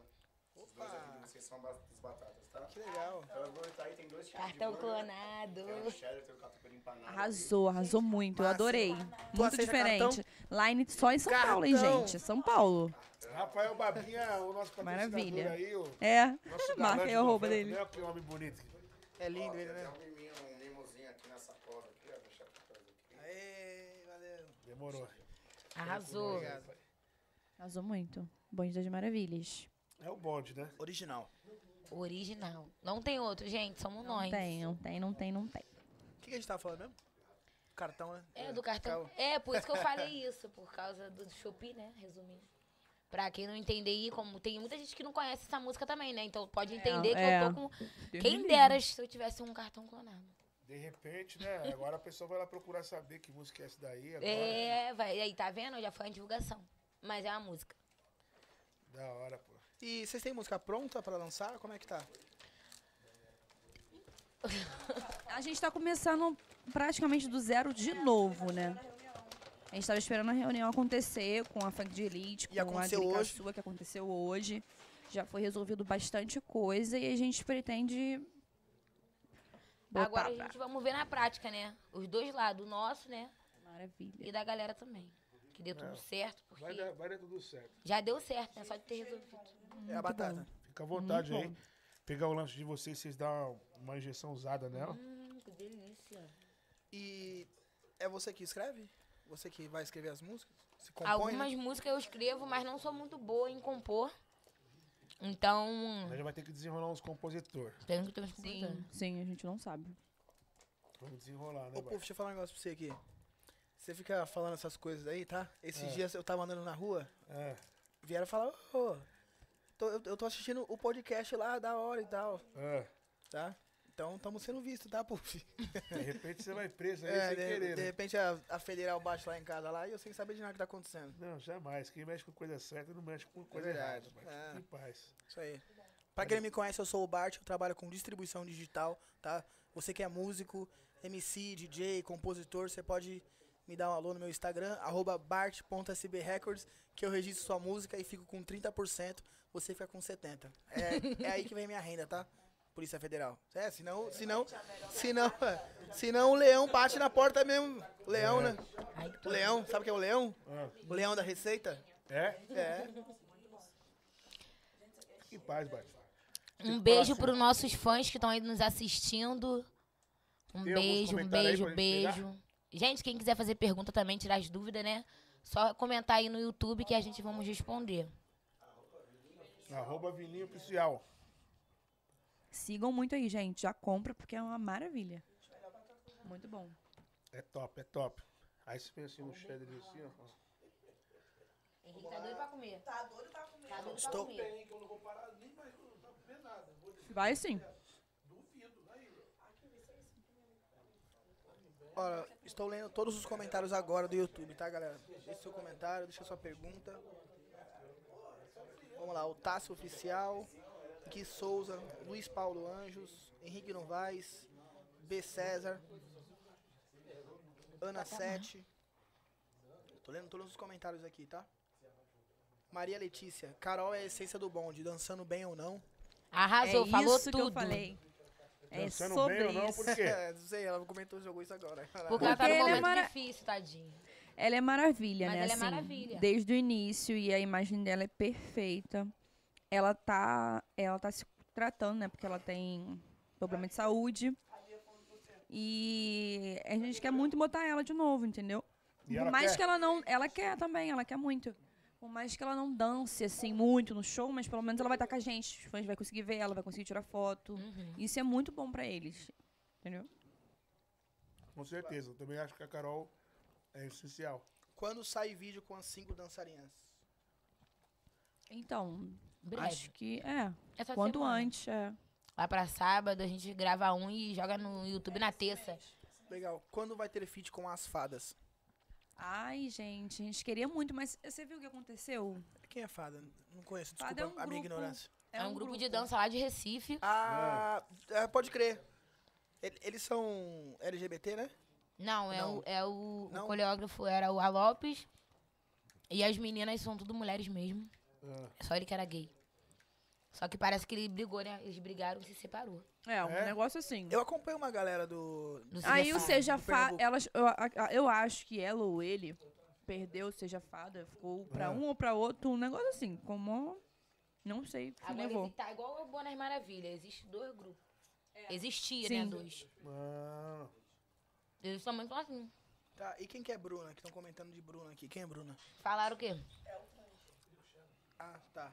S7: Os dois ali, vocês são ba- as batatas, tá?
S2: Que legal.
S7: Então eu vou tá aí, tem dois tipos de
S4: Cartão
S7: burger.
S4: clonado.
S7: Tem
S1: um
S7: o cheddar, tem um o catupiry empanado.
S3: Arrasou, arrasou muito. Eu adorei. Muito
S2: aceita
S3: diferente. Line só em São Paulo, hein,
S2: tá Cartão.
S3: gente? São Paulo.
S1: Rafael Babinha, o nosso patrocinador
S3: Maravilha.
S1: aí. O
S3: É.
S1: nosso galã
S3: Marca
S1: de
S3: aí a roupa
S1: novela,
S3: dele.
S1: né? Que homem bonito.
S2: É lindo ele,
S7: Tem
S2: né?
S7: um miminho, um mimozinho aqui na sacola. Aqui, ó, deixa eu trazer aqui.
S2: Aê, valeu.
S1: Demorou.
S4: Arrasou.
S3: Arrasou muito. Bonde das Maravilhas.
S1: É o bonde, né?
S2: Original.
S4: Original. Não tem outro, gente. Somos
S3: Não
S4: nós.
S3: tem, não tem, não tem, não tem.
S2: O que, que a gente tava falando mesmo? Cartão, né?
S4: É, do cartão. É, por isso que eu falei isso, por causa do Shopee, né? Resumindo. Pra quem não entender aí, como tem muita gente que não conhece essa música também, né? Então pode entender que
S3: é.
S4: eu tô com. Quem dera se eu tivesse um cartão clonado.
S1: De repente, né? Agora a pessoa vai lá procurar saber que música é essa daí. Agora.
S4: É, vai. E aí, tá vendo? Já foi a divulgação. Mas é uma música.
S1: Da hora, pô.
S2: E vocês têm música pronta pra lançar? Como é que tá?
S3: A gente tá começando praticamente do zero de novo, né? A gente tava esperando a reunião acontecer com a Funk de Elite,
S2: E
S3: com a
S2: aconteceu
S3: Drica
S2: hoje.
S3: Sua, que aconteceu hoje. Já foi resolvido bastante coisa e a gente pretende. botar
S4: Agora
S3: pra-
S4: a gente vamos ver na prática, né? Os dois lados, o nosso, né?
S3: Maravilha.
S4: E da galera também. Que deu tudo certo, porque
S1: Vai dar, vai dar tudo certo.
S4: já deu certo, né? Só de ter resolvido.
S2: é a batata.
S1: Fica à vontade aí.
S2: Uhum.
S1: Pegar o lanche de vocês, vocês dão uma injeção usada nela.
S4: Hum, que delícia.
S2: E é você que escreve? Você que vai escrever as músicas? Se compõe? né?
S4: Algumas músicas eu escrevo, mas não sou muito boa em compor. Então,
S1: Nós já vai ter que desenrolar uns compositores.
S4: tem que ter uns
S3: Sim, sim, a gente não sabe.
S1: Vamos desenrolar, né,
S2: Ô, Puf,
S1: Bart?
S2: deixa eu falar um negócio pra você aqui. Você fica falando essas coisas aí, tá? Esses
S1: É.
S2: dias eu tava andando na rua,
S1: É,
S2: vieram falar, ô, tô- eu, eu tô assistindo o podcast lá, da hora e tal,
S1: é.
S2: tá? Então, estamos sendo vistos, tá, Puf?
S1: De repente você vai preso aí sem
S2: É, de,
S1: querer.
S2: de
S1: né?
S2: repente a, a federal bate lá em casa lá e eu sem saber de nada que tá acontecendo.
S1: Não, jamais. Quem mexe com coisa certa não mexe com coisa
S2: verdade.
S1: errada. Mas
S2: É.
S1: em paz.
S2: Isso aí. Pra quem não me conhece, eu sou o Bart, eu trabalho com distribuição digital, tá? Você que é músico, MC, DJ, compositor, você pode me dar um alô no meu Instagram, arroba bart.sbrecords, que eu registro sua música e fico com 30%, você fica com 70%. É, é aí que vem minha renda, tá? Polícia Federal. É, senão, senão, senão, senão o leão bate na porta mesmo. Leão, né? Leão, sabe o que é o leão? O leão da receita?
S1: É?
S2: É.
S1: Fique em paz, Bart.
S4: Um beijo pros nossos fãs que estão aí nos assistindo. Um
S1: Tem alguns
S4: beijo, um
S1: comentários aí
S4: beijo,
S1: pra gente pegar?
S4: beijo. Gente, quem quiser fazer pergunta também, tirar as dúvidas, né? Só comentar aí no YouTube que a gente vamos responder.
S1: Arroba Vininho Oficial.
S3: Sigam muito aí, gente. Já compra, porque é uma maravilha. Muito bom.
S1: É top, é top. Aí você pensa assim, um cheddar ali assim, ó.
S4: Henrique tá doido pra comer. Tá doido pra comer. Tá doido
S2: Estou-
S4: pra comer.
S3: Vai sim.
S2: Olha, estou lendo todos os comentários agora do YouTube, tá, galera? Deixa seu comentário, deixa sua pergunta. Vamos lá, o Tássio Oficial, Gui Souza, Luiz Paulo Anjos, Henrique Novaes, B. César, Ana Sete. Tô lendo todos os comentários aqui, tá? Maria Letícia, Carol é a essência do bonde, dançando bem ou não.
S4: Arrasou,
S3: é
S4: falou
S3: isso
S4: tudo.
S3: que eu falei. É
S1: Dançando
S3: sobre
S1: bem ou não,
S3: isso.
S1: por quê?
S2: É, não sei, ela comentou, jogou isso agora.
S4: Porque ela tá
S3: Porque
S4: num
S3: ele é
S4: momento
S3: mara-
S4: difícil, tadinho.
S3: Ela é maravilha,
S4: Mas
S3: né?
S4: ela é
S3: assim,
S4: maravilha.
S3: Desde o início e a imagem dela é perfeita. Ela tá, ela tá se tratando, né? Porque ela tem problema de saúde. E a gente quer muito botar ela de novo, entendeu?
S1: E
S3: Por
S1: ela
S3: mais
S1: quer?
S3: que ela não, ela quer também, ela quer muito. Por mais que ela não dance assim muito no show, mas pelo menos ela vai estar com a gente. Os fãs vai conseguir ver ela, vai conseguir tirar foto.
S4: Uhum.
S3: Isso é muito bom pra eles. Entendeu?
S1: Com certeza. Eu também acho que a Carol é essencial.
S2: Quando sai vídeo com as cinco dançarinas?
S3: Então,
S4: Breve.
S3: acho que é.
S4: Essa
S3: Quanto
S4: semana.
S3: antes, é.
S4: Lá pra sábado, a gente grava um e joga no YouTube na terça.
S2: Legal. Quando vai ter feat com as fadas?
S3: Ai, gente, a gente queria muito, mas você viu o que aconteceu?
S2: Quem é fada? Não conheço, desculpa
S3: Fada é um
S2: a minha
S3: grupo.
S2: ignorância.
S4: É um, grupo, de dança lá de Recife.
S2: Ah, é, pode crer. Ele- Eles são LGBT, né?
S4: Não, é
S2: Não.
S4: o, é o, o
S2: Não.
S4: coreógrafo era o Alopes. E as meninas são tudo mulheres mesmo.
S1: Ah.
S4: Só ele que era gay. Só que parece que ele brigou, né? Eles brigaram e se separou.
S3: É, um
S1: É?
S3: negócio assim.
S2: Eu acompanho uma galera do.
S4: Do
S3: Aí
S4: Seja Fada.
S3: o Seja
S2: do
S3: Fada,
S2: Pernambuco.
S3: elas, eu, a- a- eu acho que ela ou ele perdeu o Seja Fada, ficou pra
S1: Ah.
S3: um ou pra outro, um negócio assim, como... Não sei, se
S4: Agora
S3: levou.
S4: exi- tá igual o Bonas Maravilha. Existe dois grupos. Existia, né?
S3: Sim.
S4: Dois.
S1: Ah,
S4: Eles também estão assim.
S2: Tá, e quem que é Bruna? Que estão comentando de Bruna aqui. Quem é Bruna?
S4: Falaram o quê?
S2: Ah, tá.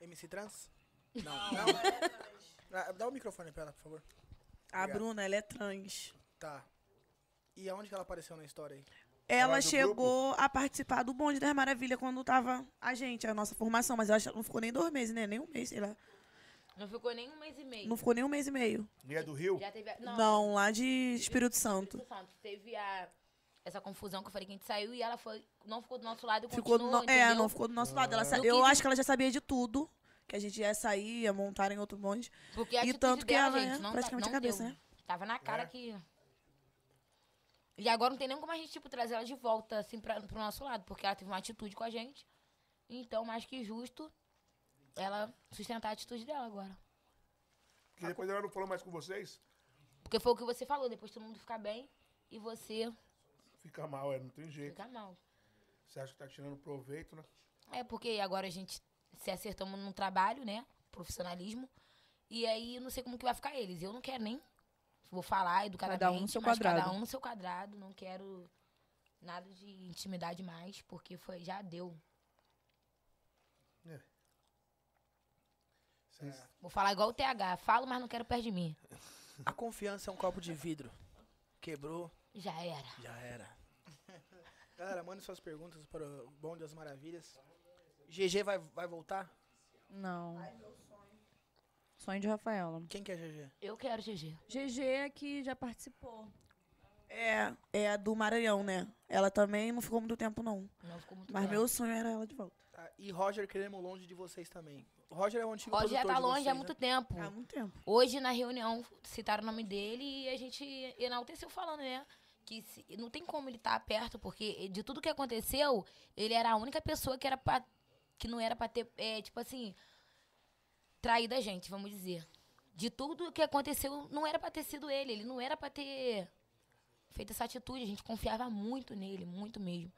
S2: MC Trans? Não. Não. Ah, Dá o microfone pra ela, por favor.
S5: A
S2: Obrigado.
S5: Bruna, ela é trans.
S2: Tá. E aonde que ela apareceu na história aí?
S5: Ela
S1: é do
S5: chegou a participar do Bonde das Maravilhas quando tava a gente, a nossa formação, mas eu acho que ela não ficou nem dois meses, né? Nem um mês, sei lá.
S4: Não ficou nem um mês e meio.
S5: Não ficou nem um mês e meio.
S1: e é do Rio?
S4: Já teve a...
S5: Não,
S4: Não,
S5: lá de Espírito Santo.
S4: Espírito Santo. Teve a... essa confusão que eu falei que a gente saiu e ela foi... não ficou do nosso lado e
S5: Ficou do
S4: continuou,
S5: no- É,
S4: entendeu?
S5: não ficou do nosso lado. Ela sa-
S4: Do que-
S5: Eu acho que ela já sabia de tudo. Que a gente ia sair, ia montar em outro bonde.
S4: Porque a
S5: E
S4: atitude
S5: tanto que
S4: dela,
S5: ela é
S4: gente, não, tá-
S5: praticamente
S4: não
S5: a cabeça,
S4: deu.
S5: né?
S4: Tava na cara que... E agora não tem nem como a gente, tipo, trazer ela de volta, assim, pra, pro nosso lado. Porque ela teve uma atitude com a gente. Então, mais que justo, ela sustentar a atitude dela agora.
S1: Porque depois ela não falou mais com vocês?
S4: Porque foi o que você falou, depois todo mundo fica bem e você
S1: Fica mal, é, não tem jeito.
S4: fica mal.
S1: Você acha que tá tirando proveito, né?
S4: É porque agora a gente se acertamos num trabalho, né? Profissionalismo. E aí eu não sei como que vai ficar eles. Eu não quero nem. Vou falar educadamente,
S3: Cada um no seu
S4: mas cada
S3: quadrado.
S4: um no seu quadrado. Não quero nada de intimidade mais, porque foi, já deu.
S1: Vocês-
S4: Vou falar igual o TH. Falo, mas não quero perto de mim.
S2: A confiança é um copo de vidro. Quebrou,
S4: Já era.
S2: já era. Galera, mandem suas perguntas para o Bom das Maravilhas. GG vai, vai voltar?
S3: Não. Sonho de Rafaela.
S2: Quem que é GG?
S4: Eu quero GG.
S3: GG é que já participou.
S5: É, é a do Maranhão, né? Ela também não ficou muito tempo, não.
S4: Não ficou muito
S5: Mas
S4: claro.
S5: meu sonho era ela de volta.
S2: Ah, e Roger queremos longe de vocês também. O Roger é o antigo
S4: Roger já
S2: produtor
S4: tá
S2: de
S4: longe
S2: vocês,
S4: há
S2: né?
S4: muito tempo.
S5: Há muito tempo.
S4: Hoje, na reunião, citaram o nome dele e a gente enalteceu falando, né? Que se- não tem como ele estar perto, porque de tudo que aconteceu, ele era a única pessoa que era pra, que não era pra ter, é, tipo assim, traído a gente, vamos dizer. De tudo que aconteceu, não era pra ter sido ele, ele não era pra ter feito essa atitude, a gente confiava muito nele, muito mesmo.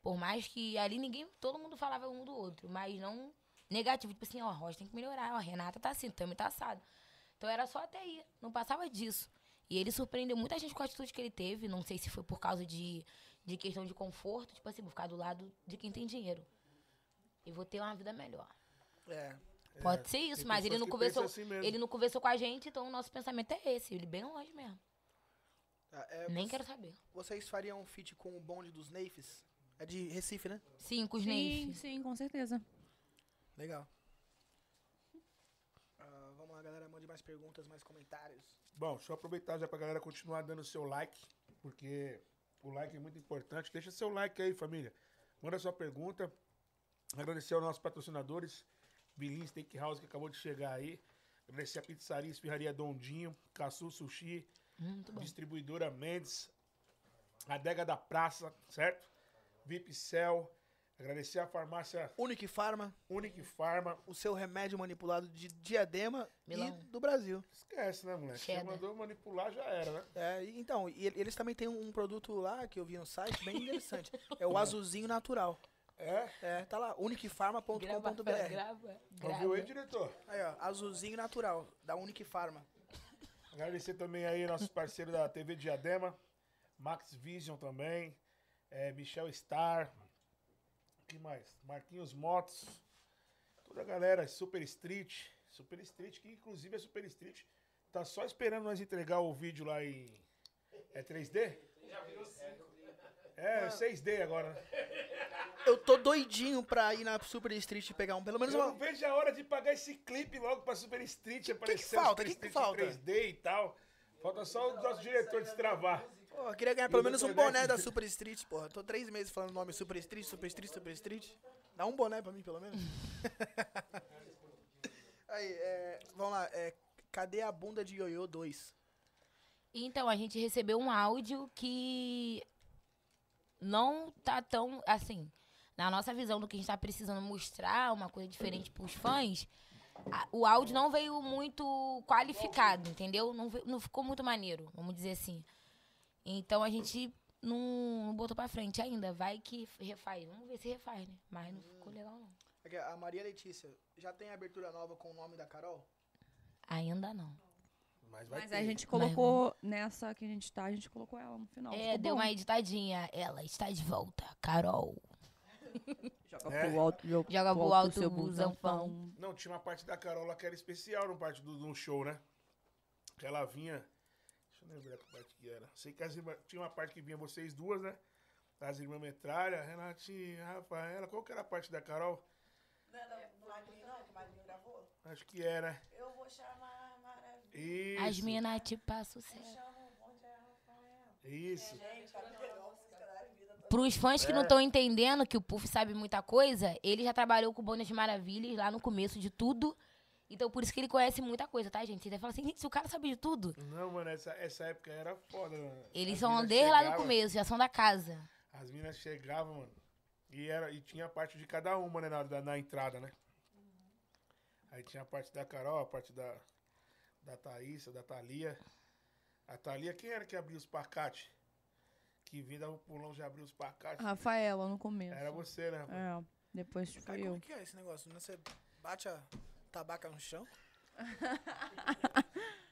S4: Por mais que ali ninguém, todo mundo falava um do outro, mas não negativo, tipo assim, ó, a Rocha tem que melhorar, ó, a Renata tá assim, também tá assado. Então era só até aí, não passava disso. E ele surpreendeu muita gente com a atitude que ele teve, não sei se foi por causa de, de questão de conforto, tipo assim, vou ficar do lado de quem tem dinheiro. E vou ter uma vida melhor.
S2: É.
S4: Pode ser isso,
S1: tem
S4: mas ele
S1: pessoas
S4: não
S1: que
S4: conversou,
S1: pensam assim mesmo.
S4: ele não conversou com a gente, então o nosso pensamento é esse, ele bem longe mesmo.
S2: Ah, é,
S4: Nem
S2: vo-
S4: quero saber.
S2: Vocês fariam um feat com o bonde dos Neifes? É de Recife, né?
S4: Sim, com os
S3: Sim,
S4: Neif.
S3: sim, com certeza.
S2: Legal. Ah, vamos lá, galera. Mande mais perguntas, mais comentários.
S1: Bom, deixa eu aproveitar já pra galera continuar dando seu like, porque o like é muito importante. Deixa seu like aí, família. Manda sua pergunta. Agradecer aos nossos patrocinadores, Bilin Steakhouse, que acabou de chegar aí. Agradecer a pizzaria Espirraria Dondinho, Caçu Sushi,
S4: Hum, Muito bom.
S1: Distribuidora Mendes, Adega da Praça, certo? VIP Cell. Agradecer a farmácia
S2: Unique Pharma,
S1: Unique Farma.
S2: o seu remédio manipulado de Diadema
S4: Milão.
S2: e do Brasil.
S1: Esquece, né, moleque? Você
S4: Cheddar.
S1: mandou manipular, já era, né?
S2: É, e- então, e ele- eles também têm um, um produto lá que eu vi no site bem interessante. é o azulzinho natural.
S1: É?
S2: É, tá lá,
S4: Grava,
S2: uniquefarma.com.br.
S4: grava,
S1: Ouviu aí,
S4: grava.
S1: diretor?
S2: Aí, ó, azulzinho natural, da Unique Pharma.
S1: Agradecer também aí nossos parceiros da TV Diadema, Max Vision também, eh, Michel Star, que mais? Marquinhos Motos, toda a galera, Super Street, Super Street, que inclusive a Super Street tá só esperando nós entregar o vídeo lá em. É 3D? É, 6D agora. né?
S2: Eu tô doidinho pra ir na Super Street e pegar um, pelo menos
S1: Eu não
S2: uma...
S1: vejo a hora de pagar esse clipe logo pra Super Street aparecer o
S2: falta?
S1: Super
S2: Que que
S1: Street
S2: falta?
S1: em 3D e tal. Falta só o nosso diretor destravar.
S2: Pô, eu queria ganhar pelo menos um boné da Super Street, porra. Tô três meses falando o nome Super Street, Super Street, Super Street. Dá um boné pra mim, pelo menos. Aí, é, vamos lá. é, cadê a bunda de Yoyo 2?
S4: Então, a gente recebeu um áudio que não tá tão, assim, na nossa visão do que a gente tá precisando mostrar, uma coisa diferente pros fãs, a- o áudio não veio muito qualificado, entendeu? Não, ve- não ficou muito maneiro, vamos dizer assim. Então, a gente não, não botou pra frente ainda. Vai que refaz. Vamos ver se refaz, né? Mas não ficou legal, não.
S2: Aqui, a Maria Letícia, já tem a abertura nova com o nome da Carol?
S4: Ainda não.
S1: Mas vai
S3: Mas
S1: ter.
S3: a gente colocou nessa que a gente tá, a gente colocou ela no final.
S4: É, deu uma editadinha. Ela está de volta. Carol.
S3: Joga
S1: É.
S3: pro alto, joga,
S4: Joga pro alto
S3: seu
S4: o busanfão.
S3: busanfão.
S1: Não, tinha uma parte da Carola que era especial, uma parte do, do show, né? Que ela vinha. Deixa eu lembrar que parte que era. Sei que as irmã- tinha uma parte que vinha vocês duas, né? As irmãs metralha, Renatinha, Rafaela. Qual que era a parte da Carol? Acho que era. Eu vou chamar Maravilha. Isso.
S4: As minas te passam o céu.
S1: Isso.
S4: Pros fãs
S8: É.
S4: que não estão entendendo que o Puff sabe muita coisa, ele já trabalhou com o Bônus de Maravilhas lá no começo de tudo. Então por isso que ele conhece muita coisa, tá, gente? Você deve falar assim, gente, se o cara sabe de tudo.
S1: Não, mano, essa, essa época era foda, mano.
S4: Eles
S1: As
S4: são
S1: minas
S4: desde lá no
S1: chegavam-
S4: começo, já são da casa.
S1: As minas chegavam, mano. E, era, e tinha a parte de cada uma, né? Na, hora da- na entrada, né? Aí tinha a parte da Carol, a parte da, da Thaís, da Thalia. A Thalia, quem era que abriu os pacates? Que vinha, dava um pulão, já abriu os pacates.
S3: Rafaela no começo.
S1: Era você, né? rapaz?
S3: Ah, É, depois
S2: Cara,
S3: fui
S2: como
S3: eu.
S2: que é esse negócio? Não, Você bate a tabaca no chão?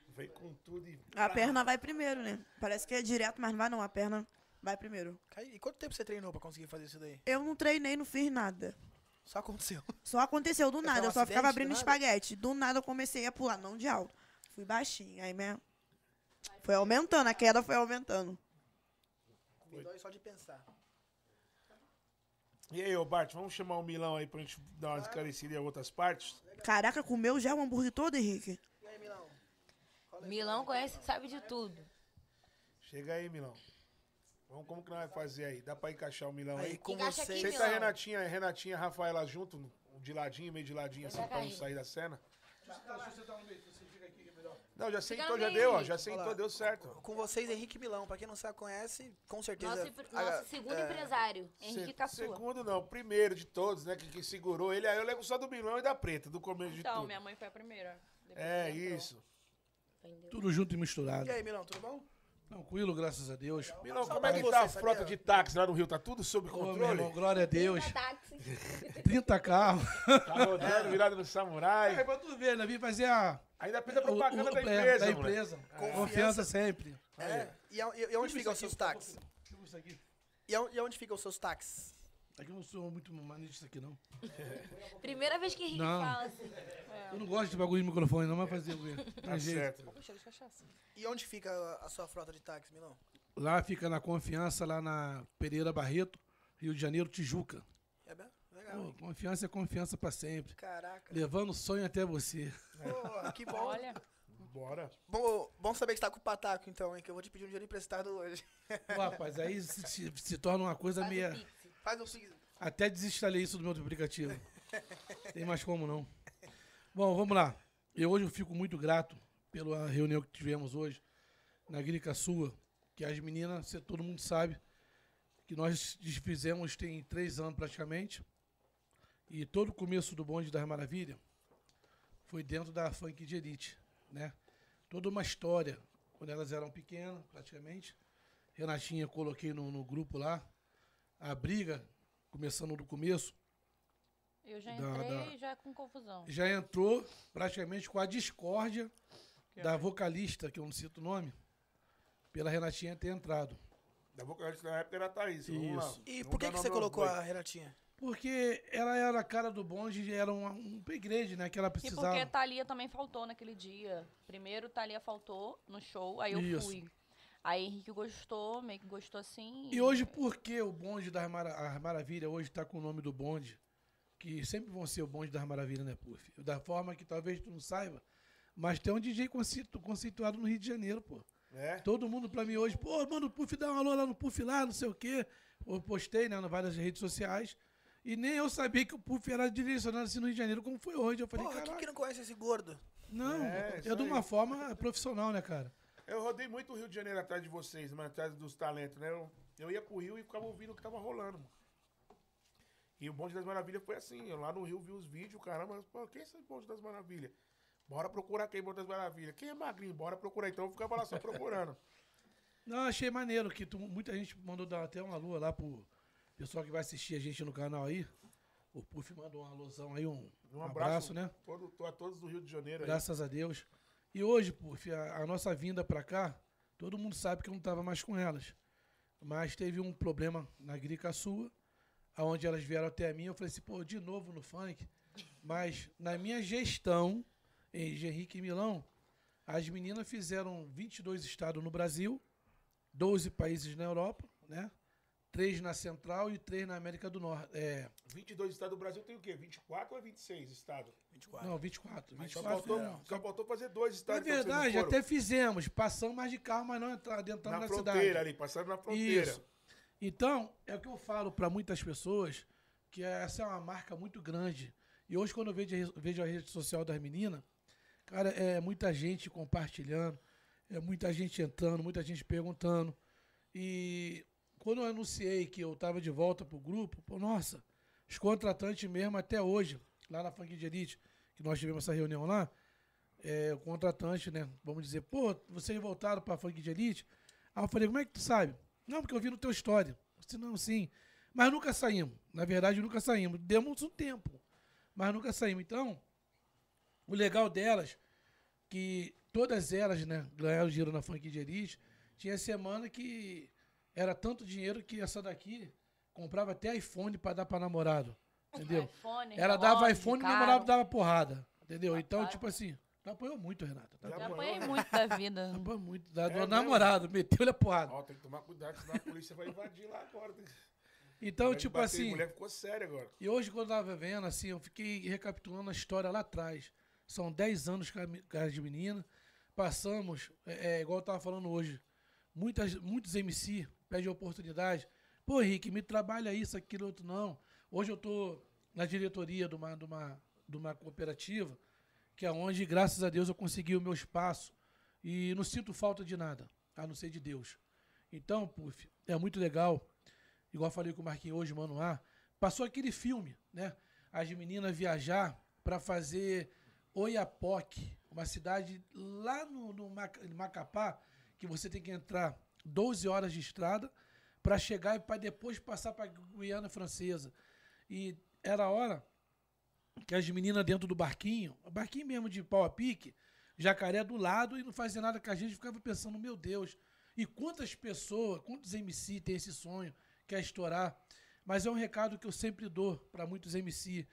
S1: Vem com tudo e...
S5: A perna vai primeiro, né? Parece que é direto, mas não vai não. A perna vai primeiro.
S2: Cara, E quanto tempo você treinou pra conseguir fazer isso daí?
S5: Eu não treinei, não fiz nada.
S2: Só aconteceu.
S5: Só aconteceu do
S2: Mas
S5: nada.
S2: foi um
S5: Eu só ficava
S2: acidente,
S5: abrindo
S2: do nada?
S5: espaguete. Do nada eu comecei a pular, não de alto. Fui baixinho. Aí mesmo. Foi aumentando, a queda foi aumentando.
S2: Me dói só de pensar.
S1: E aí, ô Bart, vamos chamar o Milão aí pra gente dar uma esclarecida em outras partes?
S5: Caraca, comeu já o hambúrguer todo, Henrique?
S2: E aí, Milão? Qual é a
S4: Milão
S2: história?
S4: conhece que sabe de tudo.
S1: Chega aí, Milão. Vamos, como que nós vamos fazer aí? Dá pra encaixar o Milão Então, aí?
S2: Aí, com
S4: Que caixa aqui,
S2: vocês. tá-
S4: Milão?
S1: Senta a tá Renatinha, Renatinha e Rafaela junto, no- de ladinho, meio de ladinho, assim,
S4: vai
S1: pra não
S4: cair.
S1: sair da cena.
S6: Deixa eu sentar no meio, você fica aqui que é melhor.
S1: Não, já
S4: Fica
S1: sentou,
S4: no
S1: já
S4: meio,
S1: deu, ó.
S4: Henrique.
S1: Já sentou,
S2: lá.
S1: deu certo.
S2: Com vocês, Henrique Milão. Pra quem não sabe, conhece, com certeza.
S4: Nosso, empre-
S2: Ah,
S8: é,
S4: nosso segundo empresário, Henrique
S1: Se-
S9: tá
S4: Caçua.
S1: Segundo não, primeiro de todos, né? Que, que segurou ele. Aí eu lembro só do Milão e da Preta, do começo de
S9: Então,
S1: tudo.
S9: minha mãe foi a primeira. Depois
S1: É
S9: que entrou.
S1: isso.
S4: Entendeu?
S8: Tudo junto e misturado.
S2: E aí, Milão, tudo bom?
S8: Tranquilo, graças a Deus.
S1: Milão,
S2: Só
S1: como é
S2: pra
S1: que
S2: você,
S1: tá a
S2: sabia?
S1: frota de táxi lá no Rio? Tá tudo sob
S8: Ô, meu irmão,
S1: controle?
S8: glória a Deus.
S4: Tá táxi.
S8: 30 carros.
S1: Tá rodando, virado no
S8: É,
S1: samurai.
S8: pra tu ver, né? Vim fazer a.
S1: Ainda fez a
S8: o- o-
S1: propaganda da
S8: é,
S1: empresa,
S8: da
S1: moleque.
S8: empresa. Confiança.
S2: Confiança
S8: sempre.
S2: É. E, a- e- e onde ficam os seus táxis?
S8: Tipo isso aqui.
S2: E, a- e onde ficam os seus táxis?
S8: Aqui eu não sou muito maneiro disso aqui, não.
S4: Primeira vez que Henrique
S8: Não.
S4: fala assim.
S8: Eu não gosto de bagulho de microfone, não, mas fazer o quê? Tem
S1: Tá
S8: jeito.
S1: certo.
S9: Puxa, deixa eu achar assim.
S2: E onde fica a- a sua frota de táxi, Milão?
S8: Lá fica na Confiança, lá na Pereira Barreto, Rio de Janeiro, Tijuca.
S2: É bem? Legal.
S8: Pô,
S2: hein?
S8: confiança é confiança pra sempre.
S2: Caraca.
S8: Levando o sonho até você.
S2: Pô, que bom.
S9: Olha,
S1: Bora.
S2: bom. Bom saber que você tá com o Pataco, então, hein? Que eu vou te pedir um dinheiro emprestado hoje.
S8: Pô, rapaz, aí se, se- se torna uma coisa
S4: Faz
S8: meia.
S4: o pix.
S2: Faz um pix.
S8: Até desinstalei isso do meu aplicativo. Tem mais como não. Bom, vamos lá. Eu hoje eu fico muito grato pela reunião que tivemos hoje na Grínica Sua, que as meninas, você todo mundo sabe, que nós desfizemos tem três anos praticamente. E todo o começo do Bonde das Maravilhas foi dentro da funk de elite, né? Toda uma história, quando elas eram pequenas, praticamente. Renatinha, eu coloquei no- no grupo lá. A briga começando do começo,
S9: eu já
S8: Da-
S9: entrei
S8: da-
S9: já com confusão.
S8: já entrou praticamente com a discórdia
S9: é.
S8: da vocalista, que eu não cito o nome, pela Renatinha ter entrado.
S1: Da boca antes na época era a Thaís. é? Vamos lá.
S8: Isso.
S2: E
S1: Vamos
S2: por que,
S1: dar
S2: que
S1: nome
S2: você
S1: aos
S2: colocou
S1: bois.
S2: a Renatinha?
S8: Porque ela era a cara do bonde e era uma- um upgrade, né? Que ela
S9: E
S8: precisava.
S9: porque tá, Thalia também faltou naquele dia. Primeiro, Thalia faltou no show, aí eu
S8: Isso.
S9: fui. Aí Henrique gostou, meio que gostou assim.
S8: E hoje, por que o bonde das Mara... as Maravilhas hoje tá com o nome do bonde? Que sempre vão ser o bonde das Maravilhas, né, Puff? Da forma que talvez tu não saiba, mas tem um DJ conceitu- conceituado no Rio de Janeiro, pô.
S1: É?
S8: Todo mundo pra mim hoje, pô, mano, o Puff dá um alô lá no Puff lá, não sei o quê. Eu postei, né, nas várias redes sociais. E nem eu sabia que o Puff era direcionado assim no Rio de Janeiro, como foi hoje. Eu falei,
S2: Porra, quem
S8: caraca,
S2: que não conhece esse gordo?
S8: não,
S1: É,
S8: é,
S1: isso
S8: de
S1: aí.
S8: uma forma profissional, né, cara?
S1: Eu rodei muito o Rio de Janeiro atrás de vocês, mas atrás dos talentos, né? Eu, eu ia pro Rio e ficava ouvindo o que tava rolando, mano. E o Bonde das Maravilhas foi assim. Eu lá no Rio vi os vídeos, caramba. Pô, quem é esse Bonde das Maravilhas? Bora procurar quem é Bonde das Maravilhas. Quem é magrinho? Bora procurar. Então eu ficava lá só procurando.
S8: Não, achei maneiro que tu- muita gente mandou dar até uma lua lá pro pessoal que vai assistir a gente no canal aí. O Puff mandou uma alusão aí, um,
S1: Um
S8: abraço, né?
S1: Todo, to- a todos do Rio de Janeiro. aí.
S8: Graças a Deus. E hoje, Puff, a, a nossa vinda pra cá, todo mundo sabe que eu não tava mais com elas. Mas teve um problema na Grica Sua, aonde elas vieram até mim. Eu falei assim, pô, de novo no funk. Mas na minha gestão, em Henrique e Milão, as meninas fizeram 22 estados no Brasil, 12 países na Europa, né? Três na Central e três na América do Norte. É,
S1: 22 estados do Brasil tem o quê? 24 ou é 26 estados?
S2: 24.
S8: não, 24.
S1: Mas
S8: 24
S1: só faltou, um.
S8: não.
S1: só faltou fazer dois
S8: Na
S1: estados. então vocês não
S8: é. verdade,
S1: foram.
S8: até fizemos. Passamos mais de carro, mas não entra- adentramos
S1: na,
S8: na,
S1: fronteira
S8: cidade.
S1: ali, passando na fronteira.
S8: Isso. Então, é o que eu falo para muitas pessoas, que essa é uma marca muito grande. E hoje, quando eu vejo, a re- vejo a rede social das meninas, cara, é muita gente compartilhando, é muita gente entrando, muita gente perguntando. E quando eu anunciei que eu tava de volta pro grupo, pô, nossa, os contratantes mesmo até hoje, lá na Funk de Elite, que nós tivemos essa reunião lá, é, o contratante, né? Vamos dizer, pô, vocês voltaram pra Funk de Elite? Aí eu falei, como é que tu sabe? Não, porque eu vi no teu história. Eu disse, não, sim. Mas nunca saímos. Na verdade, nunca saímos. Demos um tempo, mas nunca saímos. Então, o legal delas, que todas elas, né, ganharam dinheiro na Funk de Elite, tinha semana que era tanto dinheiro que essa daqui comprava até iPhone pra dar pra namorado. Entendeu?
S9: iPhone,
S8: Ela
S9: relógio,
S8: dava iPhone e o
S9: caro.
S8: namorado dava porrada. Entendeu?
S9: Tá
S8: Então,
S9: caro.
S8: tipo assim, tu apoiou muito, Renata. Tá?
S1: Já
S9: Já É
S1: apanhou,
S9: apanhei
S1: né?
S9: muito da vida.
S8: Apoiou muito. Da, do
S1: mesmo?
S8: namorado, meteu-lhe a porrada.
S1: Ó, tem que tomar cuidado, senão a polícia vai invadir lá agora. Tem que-
S8: Então,
S1: Vai
S8: tipo
S1: bater,
S8: assim.
S1: mulher ficou séria agora.
S8: E hoje, quando eu tava vendo, assim, eu fiquei recapitulando a história lá atrás. São 10 anos com a mi- com as de menina. Passamos, é, é, igual eu tava falando hoje, muitas, muitos MC pedem oportunidade. Pô, Henrique, me trabalha isso, aquilo, outro não. Hoje eu tô na diretoria de uma, de uma, de uma cooperativa, que é onde, graças a Deus, eu consegui o meu espaço. E não sinto falta de nada, a não ser de Deus. Então, Puf, é muito legal. Igual eu falei com o Marquinhos hoje, mano, ah, passou aquele filme, né? As meninas viajar para fazer Oiapoque, uma cidade lá no, no Maca- em Macapá, que você tem que entrar 12 horas de estrada para chegar e para depois passar para Guiana Francesa. E era a hora que as meninas dentro do barquinho, barquinho mesmo de pau a pique, jacaré do lado e não fazia nada com a gente, ficava pensando, meu Deus, e quantas pessoas, quantos MC tem esse sonho, quer estourar? Mas é um recado que eu sempre dou para muitos MC.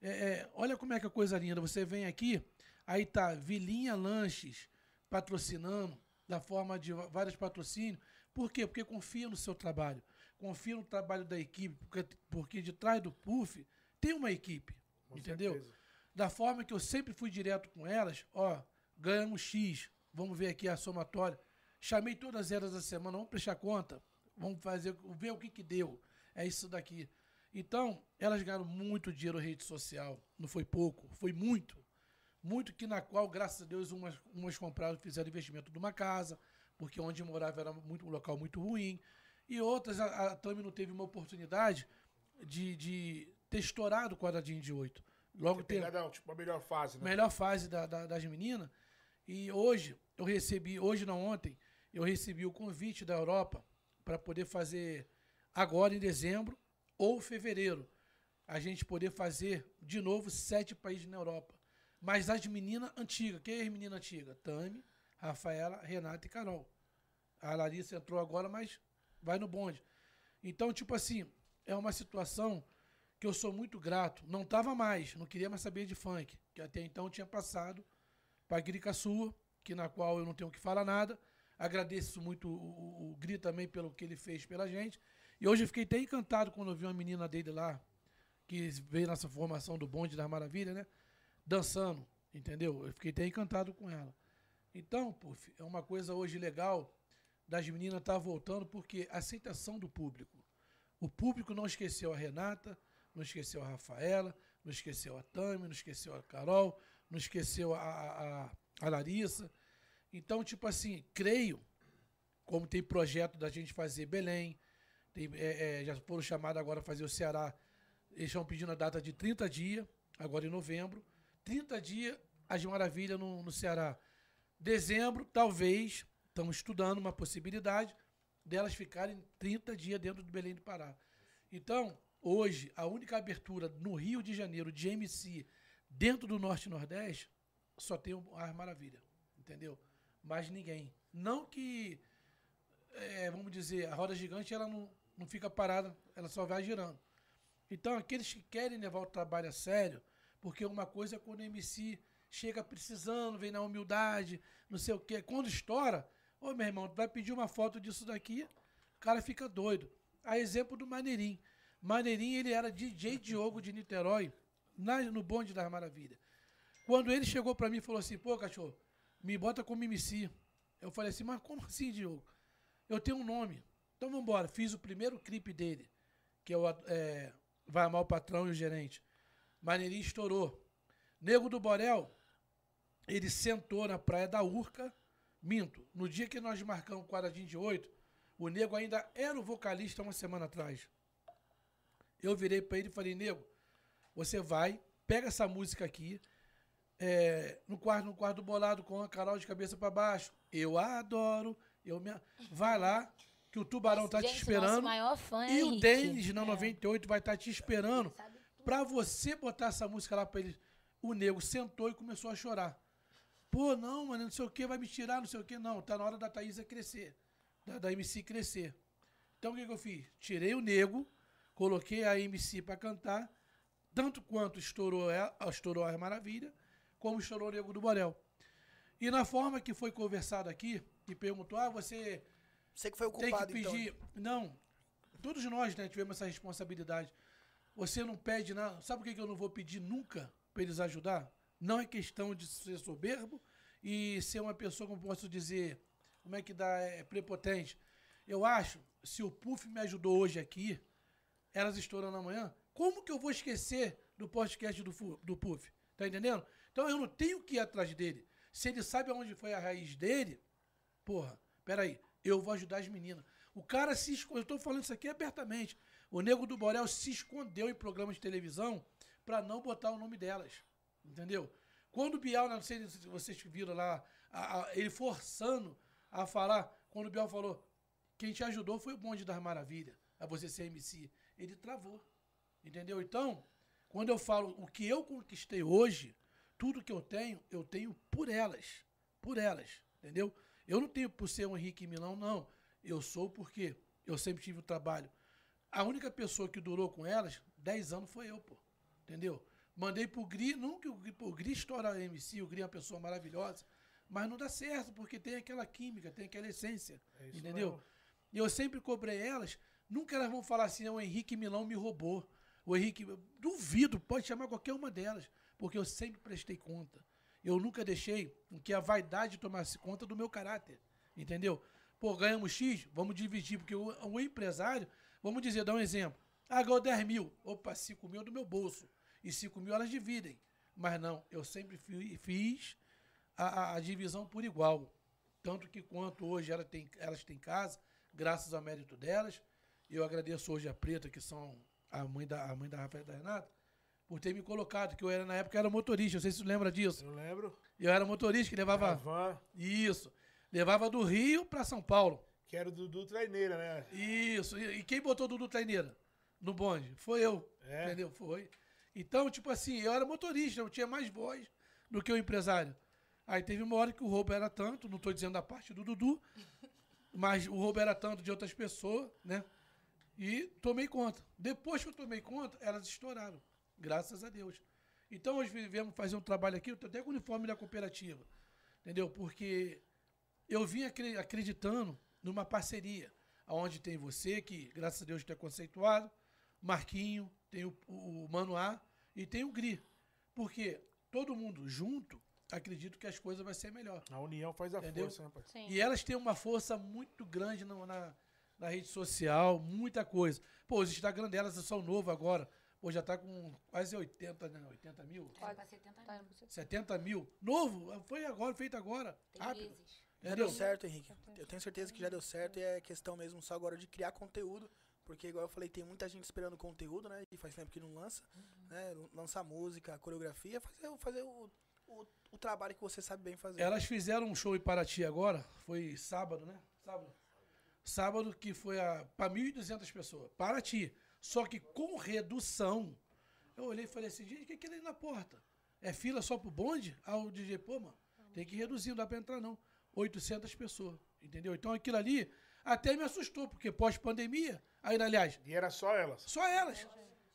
S8: É, é, olha como é que é coisa linda. Você vem aqui, aí tá Vilinha Lanches patrocinando, da forma de va- vários patrocínios. Por quê? Porque confia no seu trabalho. Confia no trabalho da equipe, porque, porque de trás do puff tem uma equipe.
S1: Com
S8: entendeu?
S1: certeza.
S8: Da forma que eu sempre fui direto com elas, ó, ganhamos X, vamos ver aqui a somatória. Chamei todas elas da semana, vamos prestar conta, vamos fazer, ver o que que deu. É isso daqui. Então, elas ganharam muito dinheiro na rede social. Não foi pouco, foi muito. Muito que na qual, graças a Deus, umas, umas compraram, fizeram investimento de uma casa, porque onde morava era muito, um local muito ruim. E outras, a, a Tami não teve uma oportunidade de, de ter estourado o quadradinho de oito. Logo
S1: Tem
S8: ter
S1: pegada, tipo, a melhor fase, né?
S8: melhor fase da- da- das meninas. E hoje eu recebi, hoje não ontem, eu recebi o convite da Europa para poder fazer agora em dezembro ou fevereiro. A gente poder fazer de novo sete países na Europa. Mas as meninas antigas, quem é as meninas antigas? Tami, Rafaela, Renata e Carol. A Larissa entrou agora, mas vai no bonde. Então, tipo assim, é uma situação que eu sou muito grato. Não tava mais, não queria mais saber de funk, que até então eu tinha passado para Grica Sua, que na qual eu não tenho que falar nada. Agradeço muito o, o, o Gri também pelo que ele fez pela gente. E hoje eu fiquei até encantado quando eu vi uma menina dele lá, que veio nessa formação do Bonde da Maravilha, né? Dançando, entendeu? Eu fiquei até encantado com ela. Então, puf, é uma coisa hoje legal das meninas estar voltando, porque a aceitação do público. O público não esqueceu a Renata, não esqueceu a Rafaela, não esqueceu a Tami, não esqueceu a Carol, não esqueceu a, a, a- a Larissa. Então, tipo assim, creio, como tem projeto da gente fazer Belém, tem, é, é, já foram chamados agora a fazer o Ceará, eles estão pedindo a data de 30 dias, agora em novembro. 30 dias, as maravilhas no, no Ceará. Dezembro, talvez, estamos estudando uma possibilidade delas ficarem 30 dias dentro do Belém do Pará. Então, hoje, a única abertura no Rio de Janeiro de MC dentro do Norte e Nordeste só tem o- as Maravilha, entendeu? Mais ninguém. Não que, eh, vamos dizer, a roda gigante ela não, não fica parada, ela só vai girando. Então, aqueles que querem levar o trabalho a sério, porque uma coisa é quando o MC chega precisando, vem na humildade, não sei o quê. Quando estoura, ô meu irmão, tu vai pedir uma foto disso daqui, o cara fica doido. A exemplo do Maneirinho. Maneirinho, ele era DJ Diogo de Niterói, na- no Bonde das Maravilhas. Quando ele chegou pra mim e falou assim, pô, cachorro, me bota como MC. Eu falei assim, mas como assim, Diogo? Eu tenho um nome. Então vambora. Fiz o primeiro clipe dele, que é o é, Vai Amar o Patrão e o Gerente. Maneirinho estourou. Nego do Borel, ele sentou na praia da Urca, minto, no dia que nós marcamos o quadradinho de oito, o Nego ainda era o vocalista uma semana atrás. Eu virei pra ele e falei, Nego, você vai, pega essa música aqui, é, no quarto, no quarto do bolado, com a Carol de cabeça pra baixo. Eu a adoro, eu me... a- Vai lá, que o Tubarão tá te
S4: Gente,
S8: esperando.
S4: Nosso maior fã é
S8: E o
S4: Henrique.
S8: Denis, na
S4: É.
S8: 98, vai estar te esperando
S4: Sabe tudo.
S8: pra você botar essa música lá pra ele. O nego sentou e começou a chorar. Pô, não, mano, não sei o que, vai me tirar, não sei o que, não. Tá na hora da Thaísa crescer, da, da MC crescer. Então o que, que eu fiz? Tirei o nego, coloquei a MC pra cantar, tanto quanto estourou ela, ah, estourou a Maravilha, como estourou o Nego do Borel. E na forma que foi conversado aqui, que perguntou, ah, você
S2: Você que foi então. o
S8: tem
S2: culpado,
S8: que pedir. Não. Todos nós, né, tivemos essa responsabilidade. Você não pede nada. Sabe por que que eu não vou pedir nunca para eles ajudar? Não é questão de ser soberbo e ser uma pessoa, como posso dizer, como é que dá, é prepotente. Eu acho, se o Puff me ajudou hoje aqui, elas estourando amanhã, como que eu vou esquecer do podcast do, Fu- do Puff? Tá entendendo? Então eu não tenho que ir atrás dele. Se ele sabe aonde foi a raiz dele, porra, peraí, eu vou ajudar as meninas. O cara se escondeu, eu tô falando isso aqui abertamente. O Nego do Borel se escondeu em programas de televisão pra não botar o nome delas. Entendeu? Quando o Bial, não sei se vocês viram lá, a- a- ele forçando a falar, quando o Bial falou, quem te ajudou foi o bonde das maravilhas, a você ser MC. Ele travou. Entendeu? Então, quando eu falo o que eu conquistei hoje, tudo que eu tenho, eu tenho por elas. Por elas. Entendeu? Eu não tenho por ser um Henrique Milão, não. Eu sou porque eu sempre tive o trabalho. A única pessoa que durou com elas 10 anos foi eu, pô. Entendeu? Mandei pro Gri, não que o Gri, pô, o Gri estoura MC, o Gri é uma pessoa maravilhosa, mas não dá certo, porque tem aquela química, tem aquela essência.
S1: É isso
S8: entendeu?
S1: mesmo.
S8: E eu sempre cobrei elas, nunca elas vão falar assim, "Ah, o Henrique Milão me roubou. O Henrique, duvido, pode chamar qualquer uma delas, porque eu sempre prestei conta. Eu nunca deixei com que a vaidade tomasse conta do meu caráter, entendeu? Pô, ganhamos X, vamos dividir, porque o, o empresário, vamos dizer, dar um exemplo. Ah, ganhou 10 mil. Opa, 5 mil é do meu bolso. E 5 mil elas dividem. Mas não, eu sempre fui- fiz a, a- a divisão por igual. Tanto que quanto hoje ela tem, elas têm casa, graças ao mérito delas. Eu agradeço hoje a Preta, que são a mãe da, a mãe da Rafael e da Renata, por ter me colocado, que eu era na época eu era motorista, não sei se você lembra disso.
S1: Eu lembro.
S8: Eu era motorista que levava.
S1: A van,
S8: Isso. Levava do Rio para São Paulo.
S1: que era o Dudu Traineira, né?
S8: Isso. E, e quem botou o Dudu Taineira no bonde? Foi eu.
S1: É.
S8: Entendeu? Foi. Então, tipo assim, eu era motorista, eu tinha mais voz do que o empresário. Aí teve uma hora que o roubo era tanto, não tô dizendo da parte do Dudu, mas o roubo era tanto de outras pessoas, né? E tomei conta. Depois que eu tomei conta, elas estouraram. Graças a Deus. Então, hoje vivemos fazer um trabalho aqui, eu tô até com o uniforme da cooperativa. Entendeu? Porque eu vim acre- acreditando numa parceria, onde tem você, que graças a Deus está conceituado, Marquinho, tem o, o Mano A e tem o Gri. Porque todo mundo junto, acredito que as coisas vão ser melhor.
S1: A união faz a
S8: Entendeu?
S1: força, né, pai?
S9: Sim.
S8: E elas têm uma força muito grande no- na, na rede social, muita coisa. Pô, os Instagram delas é são novos agora. Pô, já tá com quase 80, né? 80 mil?
S4: Tá pra 70
S9: Tá,
S4: mil.
S9: não
S8: Ah,
S9: precisa.
S8: 70 mil. Novo, foi agora, feito agora.
S4: Tem
S8: Rápido.
S4: vezes.
S2: Já
S8: Entendeu?
S2: deu certo, Henrique. Eu tenho certeza que já deu certo e é questão mesmo só agora de criar conteúdo, porque igual eu falei, tem muita gente esperando conteúdo, né? E faz tempo que não lança, né? Lançar música, coreografia, fazer, fazer o, o, o trabalho que você sabe bem fazer.
S8: Elas fizeram um show em Paraty agora, foi sábado, né? Sábado. Sábado que foi a para 1.200 pessoas, Paraty. Só que com redução. Eu olhei e falei assim, gente, o que é aquele ali na porta? É fila só pro bonde? Ah, o DJ, pô, mano, tem que reduzir, não dá pra entrar não. 800 pessoas, entendeu? Então aquilo ali até me assustou, porque pós-pandemia, aí, aliás,
S1: E era só elas.
S8: só elas.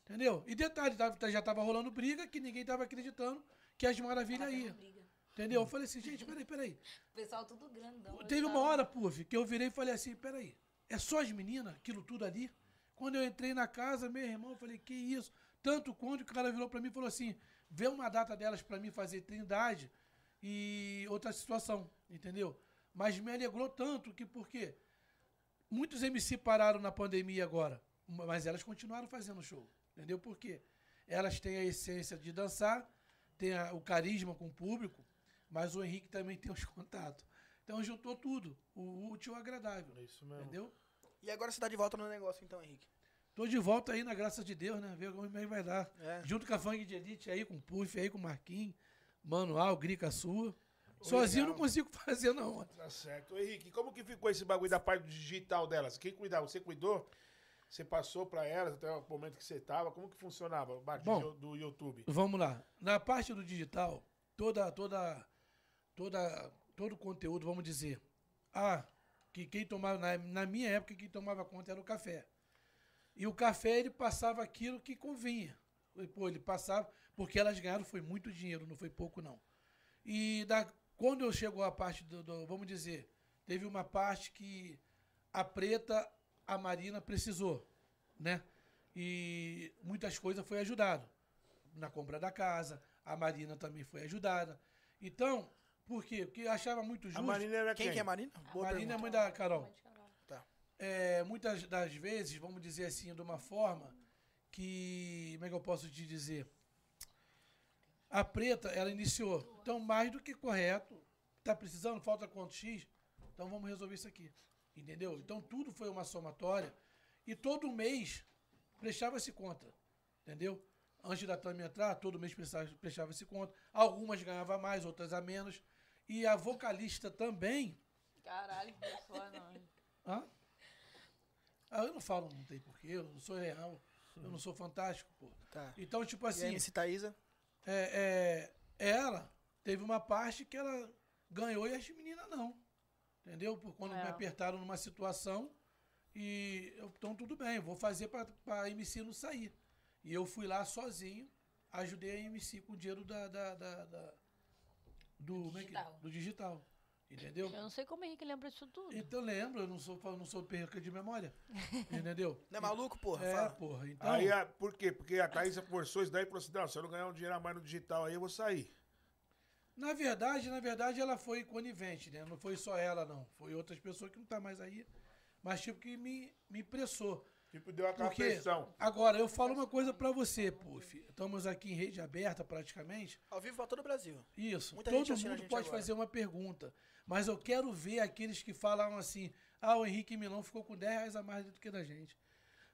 S8: Entendeu? E detalhe, tava- tá, já tava rolando briga que ninguém tava acreditando que as maravilhas iam.
S4: Briga.
S8: Entendeu? Eu falei assim, gente, peraí, peraí.
S4: O pessoal tudo grandão. tá
S8: Teve uma hora, Puff, que eu virei e falei assim, peraí, é só as meninas, aquilo tudo ali? Quando eu entrei na casa, meu irmão, eu falei, que isso? Tanto quanto que o cara virou pra mim e falou assim, vê uma data delas pra mim fazer trindade e outra situação, entendeu? Mas me alegrou tanto que, por quê? Muitos MC pararam na pandemia agora, ma- mas elas continuaram fazendo show, entendeu? Por quê? Elas têm a essência de dançar, têm a- o carisma com o público, mas o Henrique também tem os contatos. Então juntou tudo, o útil ao agradável,
S1: É isso mesmo.
S8: entendeu?
S2: E agora você tá de volta no negócio então, Henrique.
S8: Tô de volta aí na graça de Deus, né? Ver como é que vai dar.
S2: É.
S8: Junto com a Fang de Elite aí, com o Puff aí, com o Marquinhos, Manual, Grica Sua. Sozinho eu não consigo fazer, não.
S1: Tá certo. Ô, Henrique, como que ficou esse bagulho da parte digital delas? Quem cuidava? Você cuidou? Você passou pra elas até o momento que você tava? Como que funcionava a parte
S8: Bom.
S1: do, do YouTube?
S8: Vamos lá. Na parte do digital, toda, toda, toda, todo o conteúdo, vamos dizer. Ah, que quem tomava, na, na minha época, quem tomava conta era o café. E o café, ele passava aquilo que convinha. e, pô, ele passava, porque elas ganharam foi muito dinheiro, não foi pouco não. E da, quando eu chegou a parte do, do- vamos dizer, teve uma parte que a preta, a Marina precisou, né? E muitas coisas foi ajudado na compra da casa, a Marina também foi ajudada. Então, por quê? Porque eu achava muito justo.
S1: A Marina era quem?
S2: Quem que é Marina? Boa
S8: Marina é
S2: pergunta.
S8: mãe da Carol.
S2: Tá.
S8: É, muitas das vezes, vamos dizer assim, de uma forma que. Como é que eu posso te dizer? A preta, ela iniciou. Então, mais do que correto. Tá precisando? Falta quanto X? Então vamos resolver isso aqui. Entendeu? Então tudo foi uma somatória. E todo mês prestava-se conta. Entendeu? Antes da Tami entrar, todo mês prestava- prestava-se conta. Algumas ganhava mais, outras a menos. E a vocalista também
S9: Caralho, que pessoa não.
S8: Hã? Ah, eu não falo, não tem porquê, eu não sou real, eu não sou fantástico, pô.
S2: Tá.
S8: Então, tipo
S2: E a
S8: assim,
S2: MC Thaísa?
S8: é, é, ela teve uma parte que ela ganhou e as meninas não. Entendeu? Por quando
S9: É.
S8: me apertaram numa situação e eu, então tudo bem, vou fazer pra, pra MC não sair. E eu fui lá sozinho, ajudei a MC com o dinheiro da. da, da- da- do, como é que-
S4: digital.
S8: do digital. Entendeu?
S9: Eu não sei como o Henrique lembra disso tudo.
S8: Então lembro, eu não sou, fa- não sou perca de memória. Entendeu?
S2: Não é maluco, porra?
S8: É,
S2: Fala.
S8: porra. Então,
S1: Aí, a- por quê? Porque a Thaísa forçou isso daí e falou assim: não, se eu não ganhar um dinheiro a mais no digital aí, eu vou sair.
S8: na verdade, na verdade, ela foi conivente, né? Não foi só ela, não. Foi outras pessoas que não tá mais aí. Mas tipo que me, me pressou.
S1: Tipo, deu aquela
S8: Porque
S1: pressão.
S8: agora eu falo uma coisa pra você, Puff. Estamos aqui em rede aberta praticamente.
S2: Ao vivo pra todo o Brasil.
S8: Isso.
S2: Muita gente
S8: Todo
S2: assistindo a
S8: mundo
S2: gente
S8: pode
S2: agora.
S8: fazer uma pergunta. Mas eu quero ver aqueles que falaram assim: ah, o Henrique Milão ficou com 10 reais a mais do que da gente.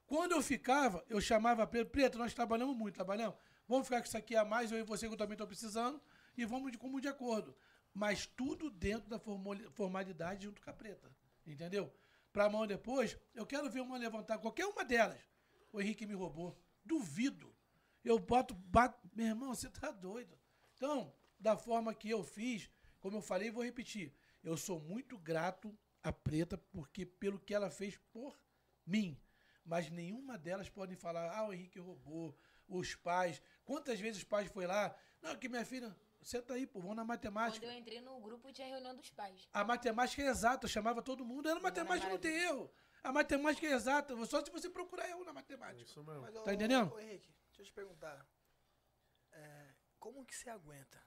S8: Quando eu ficava, eu chamava Preto, Preto, nós trabalhamos muito, trabalhamos. Vamos ficar com isso aqui a mais, eu e você que eu também estou precisando, e vamos de comum de acordo. Mas tudo dentro da formoli- formalidade junto com a Preta. Entendeu? Pra mão depois, eu quero ver uma levantar, qualquer uma delas. O Henrique me roubou. Duvido. Eu boto, bato. Meu irmão, você tá doido. Então, da forma que eu fiz, como eu falei, vou repetir. Eu sou muito grato à Preta, porque pelo que ela fez por mim. Mas nenhuma delas podem falar, ah, o Henrique roubou, os pais. Quantas vezes os pais foi lá? Não, que minha filha, senta aí, pô, vamos na
S4: Quando
S8: matemática.
S4: eu entrei no grupo, tinha reunião dos pais.
S8: A matemática é exata, eu chamava todo mundo. Era matemática, não tem erro. A matemática é exata, só se você procurar erro na matemática.
S1: Isso mesmo.
S2: Mas, ô,
S8: Tá entendendo?
S2: ô, Henrique, deixa eu te perguntar. É, como que você aguenta?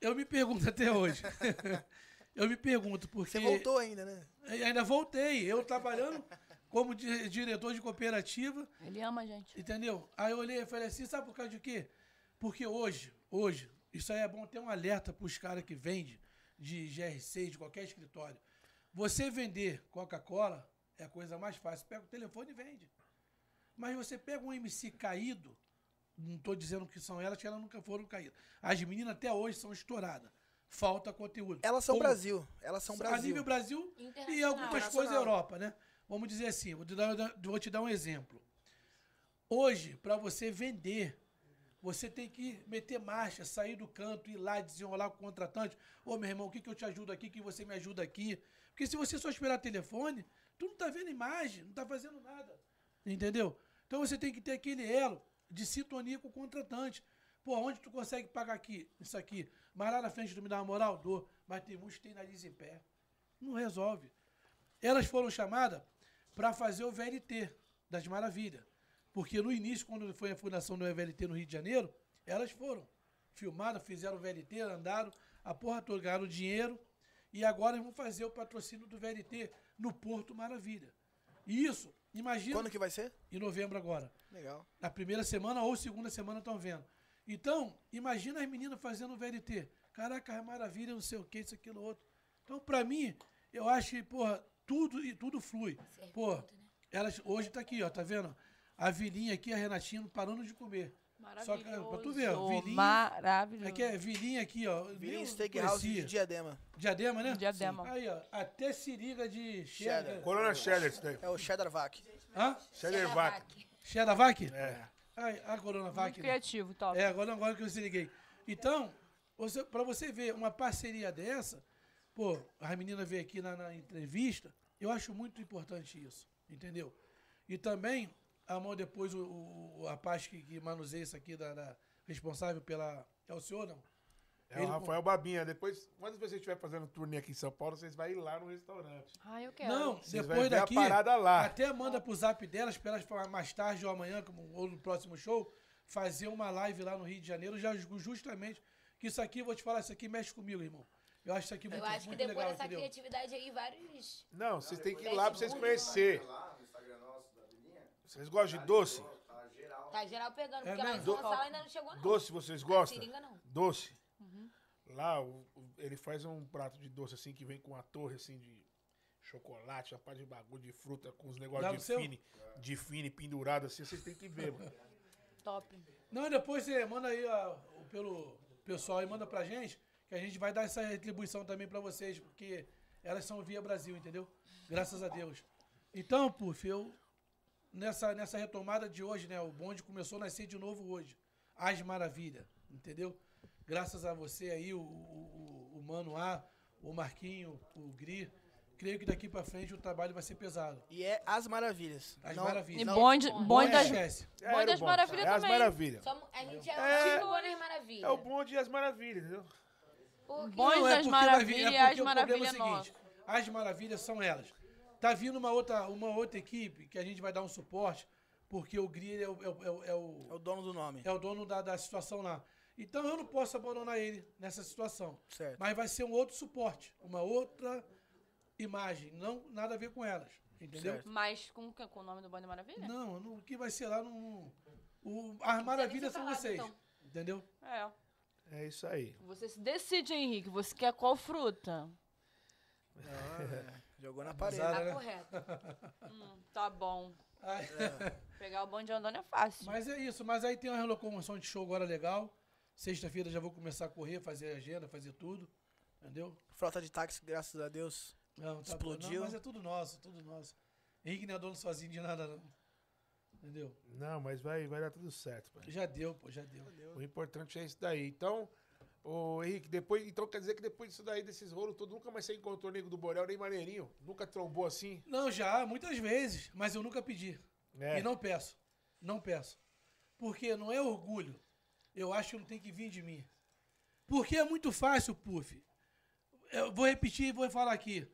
S8: Eu me pergunto até hoje. eu me pergunto, porque...
S2: Você voltou ainda, né?
S8: E Ainda voltei. Eu trabalhando como di- diretor de cooperativa,
S9: Ele ama a gente.
S8: entendeu? Aí eu olhei e falei assim, sabe por causa de quê? Porque hoje, hoje, isso aí é bom ter um alerta para os caras que vendem de GR6, de qualquer escritório. Você vender Coca-Cola é a coisa mais fácil. Pega o telefone e vende. Mas você pega um MC caído, não estou dizendo que são elas, que elas nunca foram caídas. As meninas até hoje são estouradas. Falta conteúdo.
S2: Elas são
S8: Ponto.
S2: Brasil. Elas são
S8: A
S2: Brasil.
S8: nível Brasil e
S4: Internacional.
S8: algumas coisas na Europa, né? Vamos dizer assim, vou te dar, vou te dar um exemplo. Hoje, para você vender, você tem que meter marcha, sair do canto, ir lá, desenrolar com o contratante. Ô, meu irmão, o que, que eu te ajudo aqui, o que você me ajuda aqui? Porque se você só esperar telefone, tu não tá vendo imagem, não tá fazendo nada. Entendeu? Então você tem que ter aquele elo de sintonia com o contratante. Pô, onde tu consegue pagar aqui, isso aqui? Mas lá na frente tu me dá uma moral, dou. Mas tem muitos que tem nariz em pé. Não resolve. Elas foram chamadas para fazer o VLT das Maravilhas. Porque no início, quando foi a fundação do VLT no Rio de Janeiro, elas foram. Filmaram, fizeram o VLT, andaram, a porra toda, ganharam dinheiro. E agora vão fazer o patrocínio do VLT no Porto Maravilha. E isso, imagina,
S2: Quando que vai ser?
S8: em novembro agora.
S2: Legal.
S8: Na primeira semana ou segunda semana estão vendo. Então, imagina as meninas fazendo o VLT. Caraca, é maravilha, não sei o que, isso, aquilo, outro. Então, pra mim, eu acho que, porra, tudo e tudo flui.
S4: Serve
S8: Pô,
S4: muito, né?
S8: elas hoje tá aqui, ó, tá vendo? A vilinha aqui, a Renatinha, não parando de comer. Só
S9: Maravilhoso.
S8: que, pra tu ver, ó, vilinha.
S9: Maravilhoso.
S8: Aqui é vilinha aqui, ó. nem
S2: Vilinho
S8: eu
S2: Steakhouse de
S8: conhecia.
S2: Diadema.
S8: Diadema, né?
S9: Diadema.
S8: Sim. Aí, ó, até siriga de cheddar.
S1: Corona Cheddar, isso daí.
S2: É o Cheddar Vac.
S8: Hã?
S1: Cheddar Vac.
S8: Cheddar Vac?
S1: É.
S8: Ai, a Coronavac.
S9: Muito
S8: né?
S9: criativo, top.
S8: É, agora, agora que eu se liguei. Então, você, pra você ver uma parceria dessa, pô, a menina veio aqui na, na entrevista, eu acho muito importante isso, entendeu? E também a mão depois o, o- o rapaz que, que manuseia isso aqui, da, da- responsável pela. É o senhor, não?
S1: É o
S8: Ele-
S1: Rafael Babinha. Depois, quando você estiver fazendo turnê aqui em São Paulo, vocês vão ir lá no restaurante.
S9: Ah, eu quero.
S8: Não,
S1: Vocês
S8: depois
S1: vai ver a
S8: daqui.
S1: parada lá.
S8: Até manda pro zap delas pra elas falar mais tarde ou amanhã, como- ou no próximo show, fazer uma live lá no Rio de Janeiro, já ju- justamente. Que isso aqui, vou te falar, isso aqui mexe comigo, irmão. Eu acho isso aqui muito,
S4: Eu acho que
S8: é muito
S4: depois
S8: legal,
S4: dessa
S8: entendeu?
S4: criatividade aí, vários.
S1: Não, vocês têm que ir
S4: depois
S1: lá
S4: tem
S1: pra vocês
S4: muito
S1: conhecerem.
S7: Lá no Instagram nosso, da Vilinha,
S1: Vocês gostam de doce?
S7: tá geral.
S4: Tá geral pegando,
S8: É
S4: porque a
S8: mesmo?
S4: Mansão Sala ainda não chegou, não.
S1: Doce vocês gostam?
S4: Seringa não. Uhum.
S1: Doce. Lá o- o- ele faz um prato de doce assim que vem com uma torre assim de chocolate, uma parte de bagulho de fruta com os
S8: Lá
S1: negócios
S8: no
S1: de
S8: seu?
S1: fine, de fine pendurado assim, vocês têm que ver, mano.
S9: Top.
S8: Não, depois você manda aí ó, o- pelo pessoal e manda pra gente, que a gente vai dar essa retribuição também pra vocês, porque elas são via Brasil, entendeu? Graças a Deus. Então, Puff, eu. Nessa, nessa retomada de hoje, né? O bonde começou a nascer de novo hoje. As maravilha, entendeu? Graças a você aí, o, o, o- o Mano A, o Marquinho, o Gri. Creio que daqui pra frente o trabalho vai ser pesado.
S2: E é As Maravilhas.
S8: As
S2: Não-
S8: maravilhas.
S9: E bonde,
S8: Não
S9: bonde das...
S8: esquece.
S1: É, era o
S9: das
S1: bonde,
S9: maravilhas
S1: é as
S9: também.
S1: maravilhas.
S4: Só- a gente é,
S1: É.
S4: é... boa nas maravilhas.
S1: É o bonde e as maravilhas, entendeu?
S4: Porque
S9: Bom- Põe
S8: Não, é
S9: as
S8: porque vai
S9: maravilhas
S8: vir-
S9: e as
S8: porque o
S9: maravilhas
S8: problema é o seguinte, As maravilhas são elas. Tá vindo uma outra, uma outra equipe que a gente vai dar um suporte, porque o Gri ele é o, é o- é o- é o-
S2: É o dono do nome.
S8: é o dono da, da situação lá. Então eu não posso abandonar ele nessa situação.
S2: Certo.
S8: Mas vai ser um outro suporte, uma outra imagem, não nada a ver com elas, entendeu?
S2: Certo.
S9: Mas com, com o nome do Bonde Maravilha?
S8: Não, não- o que vai ser lá não. o- as maravilhas são
S9: falado,
S8: vocês,
S9: então.
S8: entendeu?
S9: É.
S1: É isso aí.
S9: Você se decide, Henrique. Você quer qual fruta?
S2: Ah, é. Jogou na parede.
S8: Usado.
S4: Tá
S8: Cara, né?
S4: correto.
S9: Hum, tá bom.
S8: Ai.
S9: Pegar o bonde andando é fácil.
S8: Mas é isso, mas aí tem uma relocomoção de show agora legal. Sexta-feira já vou começar a correr, fazer agenda, fazer tudo. Entendeu?
S2: Frota de táxi, graças a Deus.
S8: Não, tá bom.
S2: Explodiu.
S8: Não, mas é tudo nosso, tudo nosso. Henrique não é dono sozinho de nada, não. Entendeu?
S1: Não, mas vai, vai dar tudo certo, pai.
S8: Já deu, pô, já deu.
S1: O importante é isso daí. Então, ô Henrique, depois, então quer dizer que depois disso daí, desses rolos todos, nunca mais você encontrou nego do Borel, nem maneirinho? Nunca trombou assim?
S8: Não, já, muitas vezes, mas eu nunca pedi.
S1: É.
S8: E não peço. Não peço. Porque não é orgulho. Eu acho que não tem que vir de mim. Porque é muito fácil, Puff. Eu vou repetir e vou falar aqui.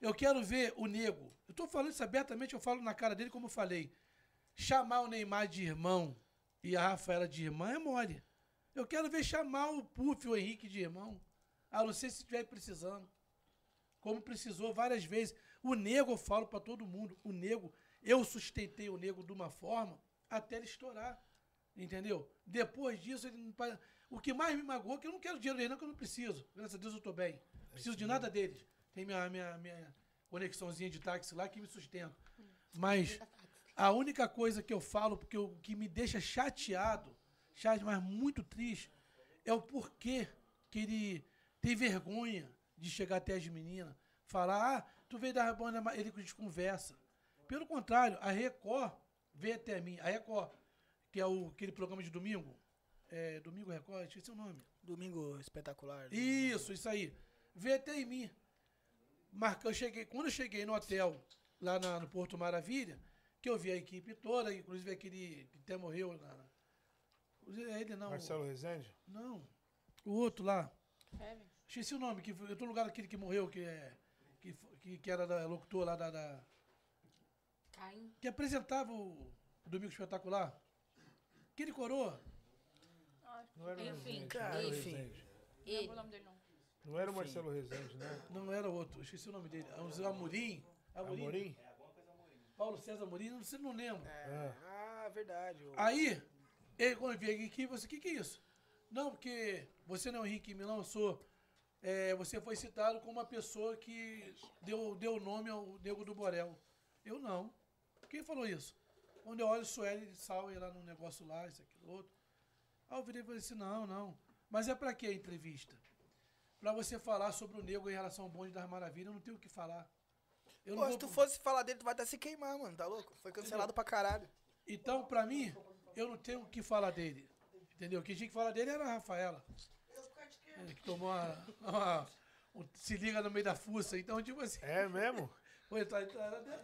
S8: Eu quero ver o nego. Eu tô falando isso abertamente, eu falo na cara dele como eu falei. Chamar o Neymar de irmão e a Rafaela de irmã é mole. Eu quero ver chamar o Puff e o Henrique de irmão. A não ser se estiver precisando. Como precisou várias vezes. O nego, eu falo pra todo mundo, o nego, eu sustentei o nego de uma forma até ele estourar. Entendeu? Depois disso, ele não pa- o que mais me magoou é que eu não quero dinheiro dele, não, que eu não preciso. Graças a Deus eu tô bem. Preciso de nada deles. Tem minha, minha, minha conexãozinha de táxi lá que me sustenta. Mas a única coisa que eu falo, porque o que me deixa chateado, chateado, mas muito triste, é o porquê que ele tem vergonha de chegar até as meninas, falar, ah, tu veio da Rabana, mas ele desconversa. Pelo contrário, a Record veio até mim. A Record, que é o, aquele programa de domingo, é, Domingo Record, esqueci o nome.
S2: Domingo espetacular.
S8: Isso, isso aí. Veio até em mim. Marcou, eu cheguei, quando eu cheguei no hotel, lá na- no Porto Maravilha, que eu vi a equipe toda, inclusive aquele que até morreu na. na- é Ele não.
S1: Marcelo Rezende?
S8: Não. O outro lá. Esqueci o nome, que foi- eu tô no lugar daquele que morreu, que é. Que, fo- que, que era da- locutor lá da- da
S4: Caim.
S8: que apresentava o Domingo Espetacular. Aquele coroa.
S1: Não era o
S4: Enfim,
S1: Rezende.
S2: Cara, enfim.
S1: Rezende.
S9: Não lembro
S4: Ele.
S9: o nome dele, não.
S1: Não era o Marcelo Rezende, né?
S8: Não era outro, esqueci o nome dele. Ah, o Amorim. Amorim.
S1: Amorim?
S8: Paulo César Amorim, não sei, não lembro.
S2: Ah, verdade. ô.
S8: Aí, ele, quando eu veio aqui, você, o que, que é isso? Não, porque você não é o Henrique Milão, eu sou. é, você foi citado como uma pessoa que deu deu nome ao Nego do Borel. Eu não. Quem falou isso? Quando eu olho o Sueli Salve lá no negócio lá, isso, aquilo, outro. Aí eu virei e falei assim, não, não. Mas é pra que a entrevista? Pra você falar sobre o Nego em relação ao Bonde das Maravilhas, eu não tenho o que falar. Eu não
S2: Pô, se
S8: vou-
S2: tu fosse falar dele, tu vai até se queimar, mano. Tá louco? Foi cancelado pra caralho.
S8: Então, pra mim, eu não tenho o que falar dele. Entendeu? Quem tinha que falar dele era a Rafaela. É, Que tomou uma, uma- um- se liga no meio da fuça. Então, tipo assim.
S1: É mesmo?
S8: Foi, tá, tá, tá-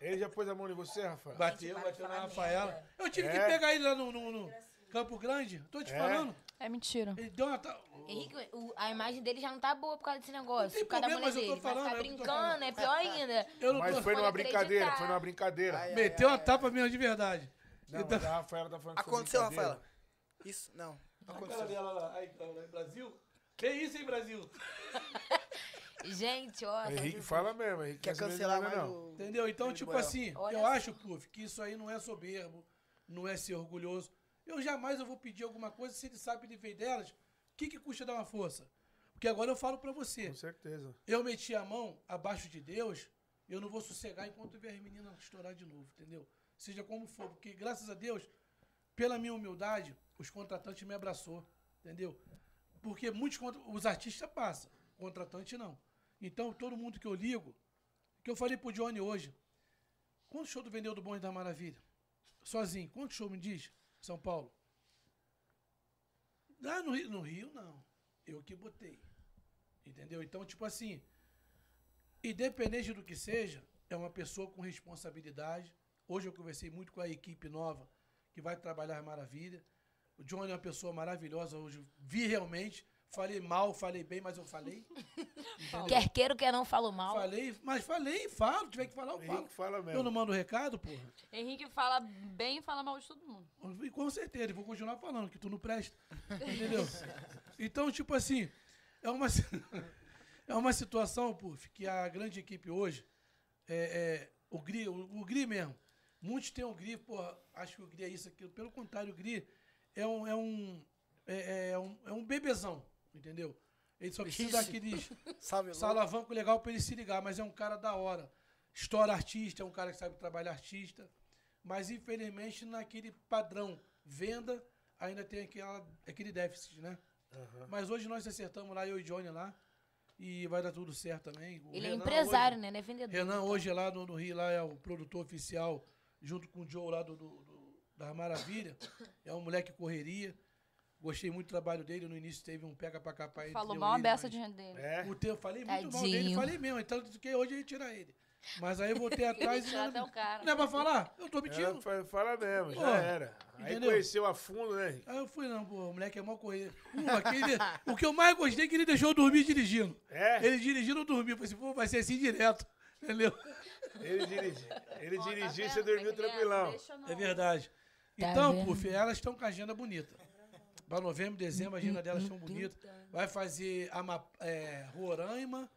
S1: Ele já pôs a mão em você, Rafa?
S8: Bateu,
S4: vai
S8: bateu na
S4: falar
S8: Rafaela.
S4: merda.
S8: Eu tive que
S1: É.
S8: pegar ele lá no, no- no Campo Grande. Tô te
S1: É.
S8: falando.
S9: É mentira.
S8: Ele deu uma. ta-
S4: Henrique, o- a imagem dele já não tá boa por causa desse negócio.
S8: tem
S4: por causa
S8: problema,
S4: da
S8: mas eu
S4: mulher
S8: tô
S4: dele. Vai ficar
S8: falando, é o que eu tô falando.
S4: brincando, é pior ainda.
S8: Eu não
S1: Mas
S8: tô.
S1: foi numa
S4: Pode
S1: brincadeira,
S4: acreditar.
S1: foi numa brincadeira.
S2: Ai, é. ai,
S8: Meteu
S2: ai,
S8: uma
S2: ai.
S8: tapa mesmo de verdade.
S1: Não,
S8: Ele
S1: mas
S8: tá-
S1: a Rafaela tá falando que foi
S2: Aconteceu,
S1: brincadeira.
S2: Rafaela? Isso, não. Aconteceu.
S8: dela lá. Aí, Brasil? Que isso, hein, Brasil?
S4: Gente, ó. só
S1: Henrique
S4: Jesus.
S1: fala mesmo, Henrique.
S2: Quer
S1: às vezes
S2: cancelar
S1: não é,
S2: mais
S1: não.
S2: o...
S8: Entendeu? Então,
S2: Ele
S8: tipo
S2: boiou.
S8: assim,
S4: Olha
S8: eu
S4: só.
S8: acho, Puf, que isso aí não é soberbo, não é ser orgulhoso. Eu jamais eu vou pedir alguma coisa se ele sabe que ele veio delas. O que, que custa dar uma força? Porque agora eu falo pra você.
S1: Com certeza.
S8: Eu meti a mão abaixo de Deus, eu não vou sossegar enquanto ver as meninas estourar de novo, entendeu? Seja como for, porque graças a Deus, pela minha humildade, os contratantes me abraçou, entendeu? Porque muitos contra... os artistas passam, contratante não. Então, todo mundo que eu ligo, que eu falei pro Johnny hoje, quanto show tu vendeu do Bonde da Maravilha? Sozinho, quanto show me diz? São Paulo. Ah, no Rio, no Rio não. Eu que botei. Entendeu? Então, tipo assim, independente do que seja, é uma pessoa com responsabilidade. Hoje eu conversei muito com a equipe nova que vai trabalhar a Maravilha. O Johnny é uma pessoa maravilhosa. Hoje vi realmente. Falei mal, falei bem, mas eu falei.
S4: Quer queira ou quer não, falo mal.
S8: falei, mas falei, falo. Tiver que falar, eu falo.
S1: Henrique fala mesmo.
S8: Eu não mando recado, porra.
S9: Henrique fala bem e fala mal de todo mundo.
S8: E com certeza, eu vou continuar falando que tu não presta. Entendeu? Então, tipo assim, é uma, si- é uma situação, Puff, que a grande equipe hoje, é, é, o, GRI, o, o GRI mesmo, muitos têm o GRI, porra, acho que o GRI é isso, aquilo. Pelo contrário, o GRI é um, é um, é, é um, é um bebezão, entendeu? Ele só precisa daqueles
S2: Salve, Lu.
S8: Salavanco legal pra ele se ligar, mas é um cara da hora. Estoura artista, é um cara que sabe trabalhar artista. Mas infelizmente naquele padrão venda ainda tem aquela, aquele déficit, né? Mas hoje nós acertamos lá, eu e Johnny lá. E vai dar tudo certo também. O
S4: Ele é
S8: Renan
S4: empresário,
S8: hoje-
S4: né? Não é vendedor.
S8: Renan hoje lá no, no Rio lá é o produtor oficial, junto com o Joe lá do, do- do- da Maravilha. É um moleque correria. Gostei muito do trabalho dele. No início teve um pega pra capar ele.
S9: Falou mal a beça diante dele.
S1: É.
S8: O teu, falei muito mal dele,
S4: Tadinho.
S8: falei mesmo. Então, que hoje ele tira ele. Mas aí eu voltei atrás e.
S9: Tirar
S8: Não,
S9: até o Então,
S4: um
S9: cara.
S8: não é pra falar? Eu tô
S1: Ela
S8: mentindo.
S1: É, fa- fala mesmo, já
S8: Pô,
S1: era. Aí
S8: entendeu?
S1: conheceu a fundo, né, Henrique?
S8: Aí eu fui, não, pô, o moleque é mó correr. o que eu mais gostei é que ele deixou eu dormir dirigindo.
S1: É,
S8: Ele dirigindo, eu dormi. Eu falei assim, pô, vai ser assim direto. Entendeu?
S1: ele dirigiu. Ele
S9: Ó, tá
S1: dirigiu e
S9: vendo?
S1: você dormiu
S9: Tem criança,
S1: tranquilão.
S9: deixa não.
S8: É verdade.
S4: Tá
S8: Então,
S4: vendo?
S8: puf, elas estão com a agenda bonita. Pra novembro, dezembro, a agenda delas
S4: Uhum.
S8: estão bonita. Vai fazer Ama, é, Roraima,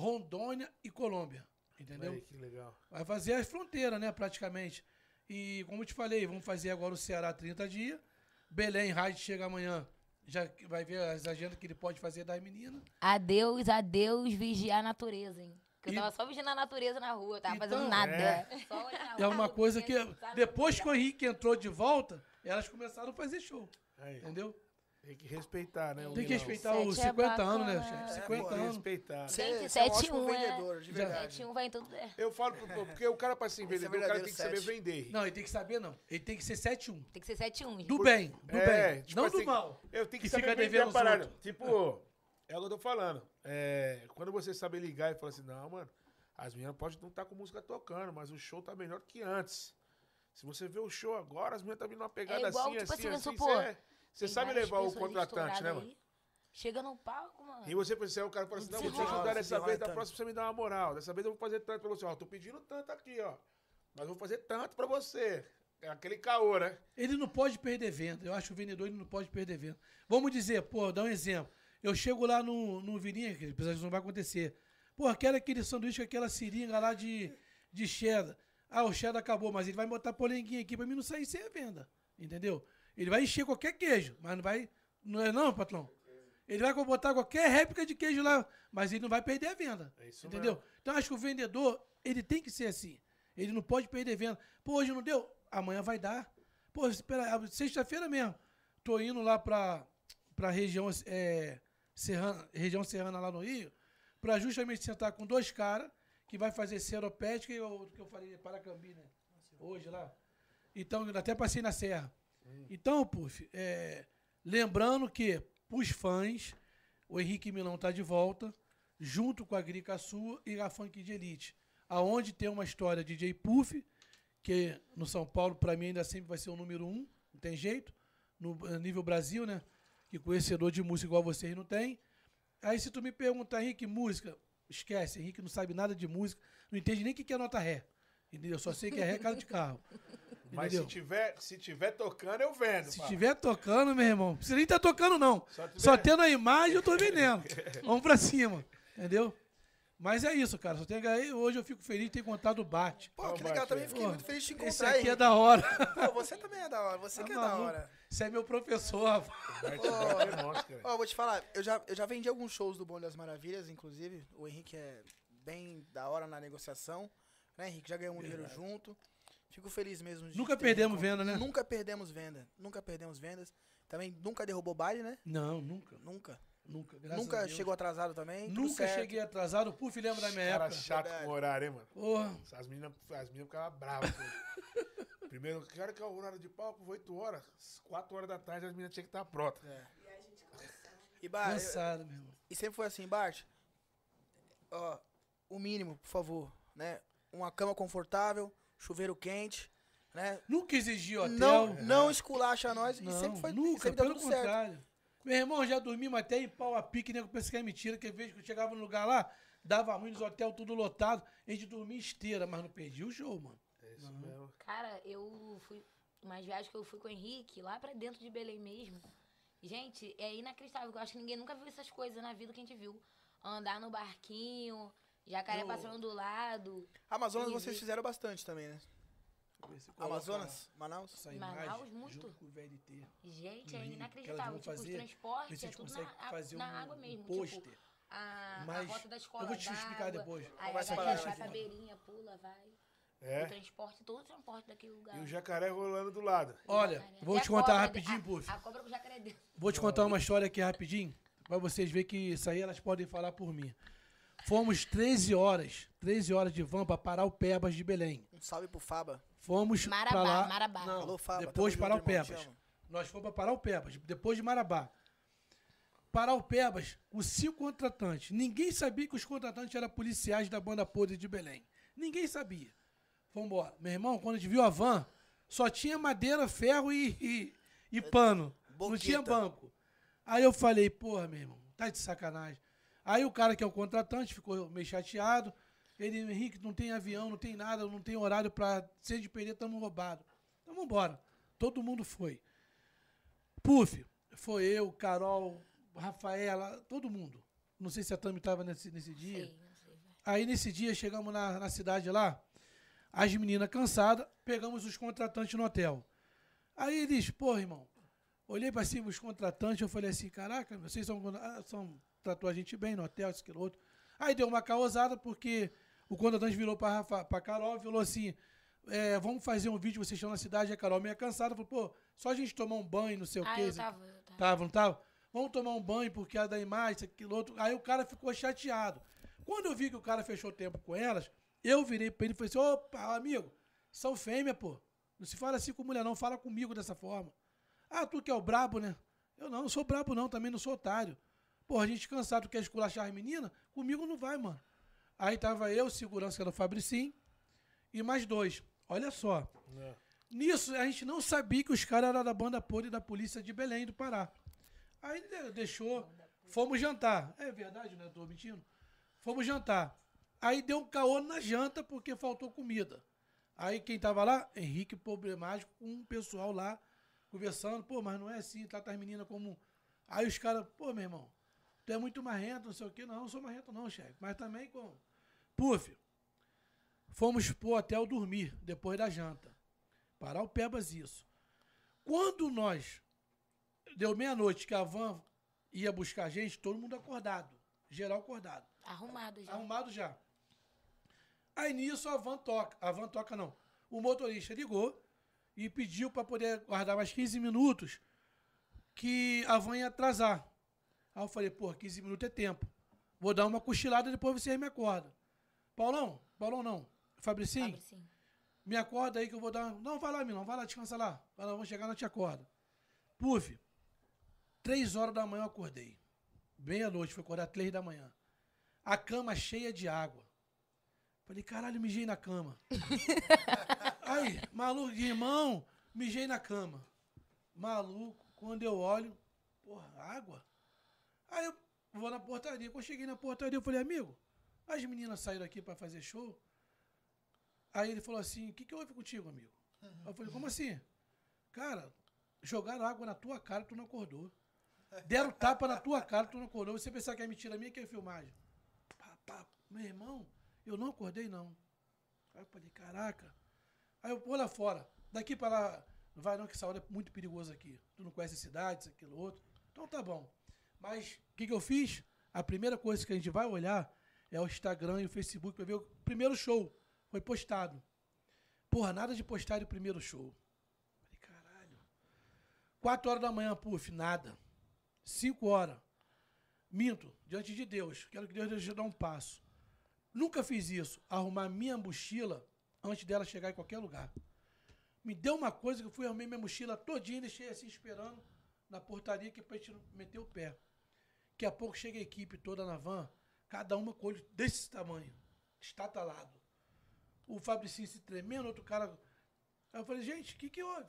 S8: Rondônia e Colômbia. Entendeu?
S1: Aí, que legal.
S8: Vai fazer as fronteiras, né, praticamente. E como eu te falei, vamos fazer agora o Ceará 30 dias. Belém, Rádio chega amanhã. Já que vai ver as agendas que ele pode fazer das meninas.
S4: Adeus, adeus, vigiar a natureza, hein? Porque eu
S8: E-
S4: tava só vigiando a natureza na rua, eu tava
S8: Então,
S4: fazendo nada.
S1: é.
S4: Só olhar na
S9: Ah,
S8: É
S4: rua,
S8: uma coisa que.
S9: tá
S8: é,
S4: pensar no
S8: Depois
S4: lugar.
S8: que o Henrique entrou de volta, elas começaram a fazer show.
S1: Aí,
S8: Entendeu?
S1: tem que respeitar, né? o
S8: Tem que
S1: Milão.
S8: respeitar os
S9: Sete é
S8: 50 anos, né,
S9: bacana.
S8: chefe?
S1: Tem
S8: 50
S1: que
S8: anos.
S1: respeitar.
S2: Você,
S4: Gente,
S2: você é um
S4: sete
S2: ótimo
S4: um, é.
S2: vendedor, de verdade.
S4: 7-1 vai em tudo. é.
S1: Eu falo, pro- porque o cara, pra se
S2: Esse é
S1: vender, o cara
S2: verdadeiro
S1: tem que saber
S2: sete.
S1: vender.
S8: Não, ele tem que saber, não. Ele tem que ser 7-1.
S4: Tem que ser 7-1.
S8: Do bem, do bem.
S1: tipo
S8: não
S1: assim,
S8: do mal.
S1: Eu tenho que,
S8: Que
S1: saber
S8: fica
S1: vender
S8: devendo
S1: a
S8: aos
S1: parada.
S8: outros.
S1: Tipo, é o que eu tô falando. É, quando você sabe ligar e falar assim, não, mano, as meninas podem não estar com música tocando, mas o show tá melhor que antes. Se você vê o show agora, as meninas tá vindo uma pegada
S4: É igual,
S1: assim,
S4: tipo
S1: assim,
S4: assim, vamos
S1: assim.
S4: supor,
S1: você- você
S4: Tem
S1: sabe
S4: várias
S1: levar o
S4: pessoas
S1: contratante, né,
S4: estouradas
S1: mano?
S4: aí. Chega no palco, mano.
S1: E você pensa, aí o cara fala assim, não, vou te
S4: Desenrola,
S1: ajudar dessa
S2: desenrola,
S1: vez, da
S2: Tami.
S1: próxima você me dá uma moral. Dessa vez eu vou fazer tanto pra você. Ó, tô pedindo tanto aqui, ó. Mas vou fazer tanto pra você. É aquele caô, né?
S8: Ele não pode perder venda. Eu acho que o vendedor ele não pode perder venda. Vamos dizer, pô, dá um exemplo. Eu chego lá no, no Virinha, que apesar disso não vai acontecer. Pô, quero aquele sanduíche, aquela seringa lá de, de cheddar. Ah, o cheddar acabou, mas ele vai botar polenguinha aqui pra mim não sair sem a venda. Entendeu? Ele vai encher qualquer queijo, mas não vai. Não é não, patrão? Ele vai botar qualquer réplica de queijo lá, mas ele não vai perder a venda.
S1: É isso
S8: entendeu? Então acho que o vendedor, ele tem que ser assim. Ele não pode perder venda. Pô, hoje não deu, amanhã vai dar. Pô, espera, a- sexta-feira mesmo. Tô indo lá pra, pra região, é, serrana, região serrana lá no Rio, pra justamente sentar com dois caras que vai fazer seropédica e o outro que eu falei, Paracambi, né? Hoje lá. Então, eu até passei na serra. Então, Puff, é, lembrando que, pros fãs, o Henrique Milão tá de volta, junto com a Grica Sua e a Funk de Elite. aonde tem uma história de DJ Puff, que no São Paulo, pra mim, ainda sempre vai ser o número um, não tem jeito, no eh, nível Brasil, né? Que conhecedor de música igual vocês não tem. Aí se tu me perguntar, Henrique, música, esquece, Henrique não sabe nada de música, não entende nem o que que é nota ré. Entendeu? Só sei que é ré cara de carro.
S1: Mas
S8: entendeu?
S1: se tiver, se tiver tocando, eu vendo.
S8: Se
S1: fala.
S8: tiver tocando, meu irmão, você nem tá tocando, não.
S1: Só tiver-
S8: Só tendo a imagem, eu tô vendendo. Vamos pra cima, entendeu? Mas é isso, cara. Só tem aí, hoje eu fico feliz de ter contado o Bate.
S2: Pô, que legal, também fiquei
S8: Tá Pô,
S2: muito feliz de te
S8: Esse
S2: encontrar
S8: aqui é
S2: aí.
S8: da
S2: Pô,
S8: hora.
S2: você também é da hora, você
S8: Tá
S2: que é da
S8: maluco?
S2: hora.
S8: Você é meu professor, rapaz.
S1: Bart Bart demonstra, velho.
S2: Ó, vou te falar, eu já, eu já vendi alguns shows do Bonde das Maravilhas, inclusive. O Henrique é bem da hora na negociação. Né, Henrique? Já ganhou um dinheiro junto. Fico feliz mesmo. De
S8: Nunca
S2: ter
S8: perdemos
S2: encontro-
S8: venda, né?
S2: Nunca perdemos venda. Nunca perdemos vendas. Também nunca derrubou baile, né?
S8: Não, nunca.
S2: Nunca.
S8: Nunca. graças a
S2: nunca
S8: Deus.
S2: chegou atrasado também. tudo
S8: Nunca
S2: certo.
S8: cheguei atrasado. Puf, lembra da minha
S1: Cara
S8: época.
S1: chato com horário, hein, mano?
S8: Porra.
S1: As meninas as meninas ficavam bravas. comigo. Primeiro, que hora que é o horário de palco? 8 horas. 4 horas da tarde as meninas tinham que tá estar prontas.
S2: E, Bart,
S8: Cansado, meu irmão.
S2: e sempre foi assim, Bart. Ó, o mínimo, por favor, né? Uma cama confortável, chuveiro quente, né?
S8: Nunca exigi hotel. É.
S2: não, não esculacha nós.
S8: Não,
S2: e sempre foi
S8: nunca,
S2: sempre deu
S8: pelo
S2: tudo certo.
S8: contrário. Meu irmão, já dormimos até em pau a pique, nego, pensei que é mentira, que vez que eu chegava no lugar lá, dava ruim nos hotéis, tudo lotado, a gente dormia esteira, mas não perdi o show, mano.
S1: É isso mesmo.
S4: Cara, eu fui. Umas viagens que eu fui com o Henrique, lá pra dentro de Belém mesmo. Gente, é inacreditável. Eu acho que ninguém nunca viu essas coisas na vida que a gente viu. Andar no barquinho, jacaré
S2: No-
S4: passando do lado.
S2: Amazonas
S4: E-
S2: vocês fizeram bastante também, né? Amazonas, Manaus.
S8: Essa imagem,
S4: Manaus, muito.
S8: junto com o VLT.
S4: Gente,
S8: Lindo,
S4: é
S8: que elas
S4: inacreditável.
S8: vão
S4: Tipo, os
S8: fazer, Vê
S4: transportes,
S8: se
S4: é
S8: a gente
S4: tudo
S8: consegue
S4: na, a-
S8: fazer
S4: na
S8: um,
S4: água
S8: um
S4: mesmo.
S8: pôster.
S4: Tipo, a, a
S8: mas
S4: rota da escola
S8: eu vou te explicar
S4: d'água,
S8: depois.
S4: Aí a
S2: Conversa
S4: galera
S2: com a
S4: vai pra
S2: gente.
S4: beirinha, pula, vai. O
S1: É.
S4: transporte, todo o transporte daquele lugar.
S1: E o jacaré rolando do lado.
S8: Olha,
S4: Jacaré.
S8: vou
S4: né? E
S8: te
S4: a
S8: contar
S4: cobra,
S8: rapidinho,
S4: a-
S8: Puff.
S4: A cobra com o jacaré dentro.
S8: Vou te contar uma história aqui rapidinho, pra vocês verem que isso aí elas podem falar por mim. Fomos 13 horas, 13 horas de van pra parar o Pebas de Belém.
S2: Um salve pro Faba.
S8: Fomos
S4: Marabá,
S8: pra lá.
S4: Marabá.
S8: Não,
S2: Alô, Faba.
S8: Depois
S2: tamo
S8: parar o
S2: junto, irmão, te
S8: Pebas.
S2: amo.
S8: Nós fomos para Paraupebas, depois de Marabá. Paraupebas, os cinco contratantes. Ninguém sabia que os contratantes eram policiais da banda podre de Belém. Ninguém sabia. Vamos embora. Meu irmão, quando a gente viu a van, só tinha madeira, ferro e, e, e pano. Não
S2: Boqueta.
S8: tinha banco. Aí eu falei, porra, meu irmão, tá de sacanagem. Aí o cara que é o contratante ficou meio chateado. Ele, Henrique, não tem avião, não tem nada, não tem horário pra se a gente perder, tamo roubado. Então vamos embora. Todo mundo foi. Puf, foi eu, Carol, Rafaela, todo mundo. Não sei se a Tami tava nesse, nesse dia.
S4: Sei, não sei.
S8: Aí nesse dia chegamos na, na cidade lá, as meninas cansadas, pegamos os contratantes no hotel. Aí eles, porra, irmão, olhei pra cima os contratantes, eu falei assim, caraca, vocês são, ah, são tratou a gente bem no hotel, isso, aquilo, outro. Aí deu uma causada porque o contratante virou pra, Rafa, pra Carol e falou assim, é, vamos fazer um vídeo, vocês estão na cidade, e a Carol meio cansada, falou, pô, só a gente tomar um banho, não sei o
S4: Ah,
S8: quê.
S4: eu
S8: isso aqui."
S4: tava, eu tava.
S8: Tava, não tava? Vamos tomar um banho porque a da imagem, isso, aquilo, outro. Aí o cara ficou chateado. Quando eu vi que o cara fechou tempo com elas, eu virei pra ele e falei assim: opa, amigo, são fêmea, pô. Não se fala assim com mulher, não. Fala comigo dessa forma. Ah, tu que é o brabo, né? Eu não, não sou brabo, não. Também não sou otário. Porra, a gente cansado, quer esculachar as meninas? Comigo não vai, mano. Aí tava eu, segurança, que era o Fabricim, e mais dois. Olha só.
S1: Não.
S8: Nisso, a gente não sabia que os caras eram da banda podre da polícia de Belém do Pará. Aí de- deixou. Fomos jantar. É verdade, né? Tô mentindo. Fomos jantar. Aí deu um caô na janta porque faltou comida. Aí quem tava lá? Henrique Problemático, com um pessoal lá conversando. Pô, mas não é assim, trata as meninas como. Aí os caras, pô, meu irmão, tu é muito marrento, não sei o quê. Não, não sou marrento, não, chefe. Mas também como? Puf, fomos pro hotel dormir depois da janta. Parar o Pebas isso. Quando nós deu meia-noite que a van ia buscar a gente, todo mundo acordado. Geral acordado.
S4: Arrumado já.
S8: Arrumado já. Aí nisso a van toca. A van toca não. O motorista ligou e pediu para poder guardar mais 15 minutos que a van ia atrasar. Aí eu falei, pô, 15 minutos é tempo. Vou dar uma cochilada depois vocês me acordam. Paulão, Paulão não. Fabricinho,
S4: Abre sim.
S8: me acorda aí que eu vou dar. Não, vai lá, Milão, vai lá, descansa lá. Vai lá, vamos chegar, não te acorda. Puf, três horas da manhã eu acordei. Meia-noite, fui acordar três da manhã. A cama cheia de água. Falei, caralho, mijei na cama. Aí, maluco, irmão, mijei na cama. Maluco, quando eu olho, porra, água. Aí eu vou na portaria. Quando eu cheguei na portaria, eu falei, amigo, as meninas saíram aqui pra fazer show. Aí ele falou assim, o que, que houve contigo, amigo? Eu falei, como assim? Cara, jogaram água na tua cara, tu não acordou. Deram tapa na tua cara, tu não acordou. Você pensar que é mentira minha, que é filmagem. Pá, pá. Meu irmão, eu não acordei, não. Aí eu falei, caraca. Aí eu, olha fora. Daqui pra lá, não vai não, que essa hora é muito perigoso aqui. Tu não conhece a cidade, isso, aquilo, outro. Então tá bom. Mas o que, que eu fiz? A primeira coisa que a gente vai olhar é o Instagram e o Facebook pra ver o primeiro show. Foi postado. Porra, nada de postar o primeiro show. Falei, caralho. Quatro horas da manhã, puf, nada. Cinco horas. Minto, diante de Deus. Quero que Deus deixe eu dar um passo. Nunca fiz isso. Arrumar minha mochila antes dela chegar em qualquer lugar. Me deu uma coisa que eu fui arrumei minha mochila todinha e deixei assim esperando na portaria que é pra gente não meter o pé. Daqui a pouco chega a equipe toda na van, cada uma com olho desse tamanho, estatalado. O Fabricinho se tremendo, outro cara. Aí eu falei, gente, o que, que houve?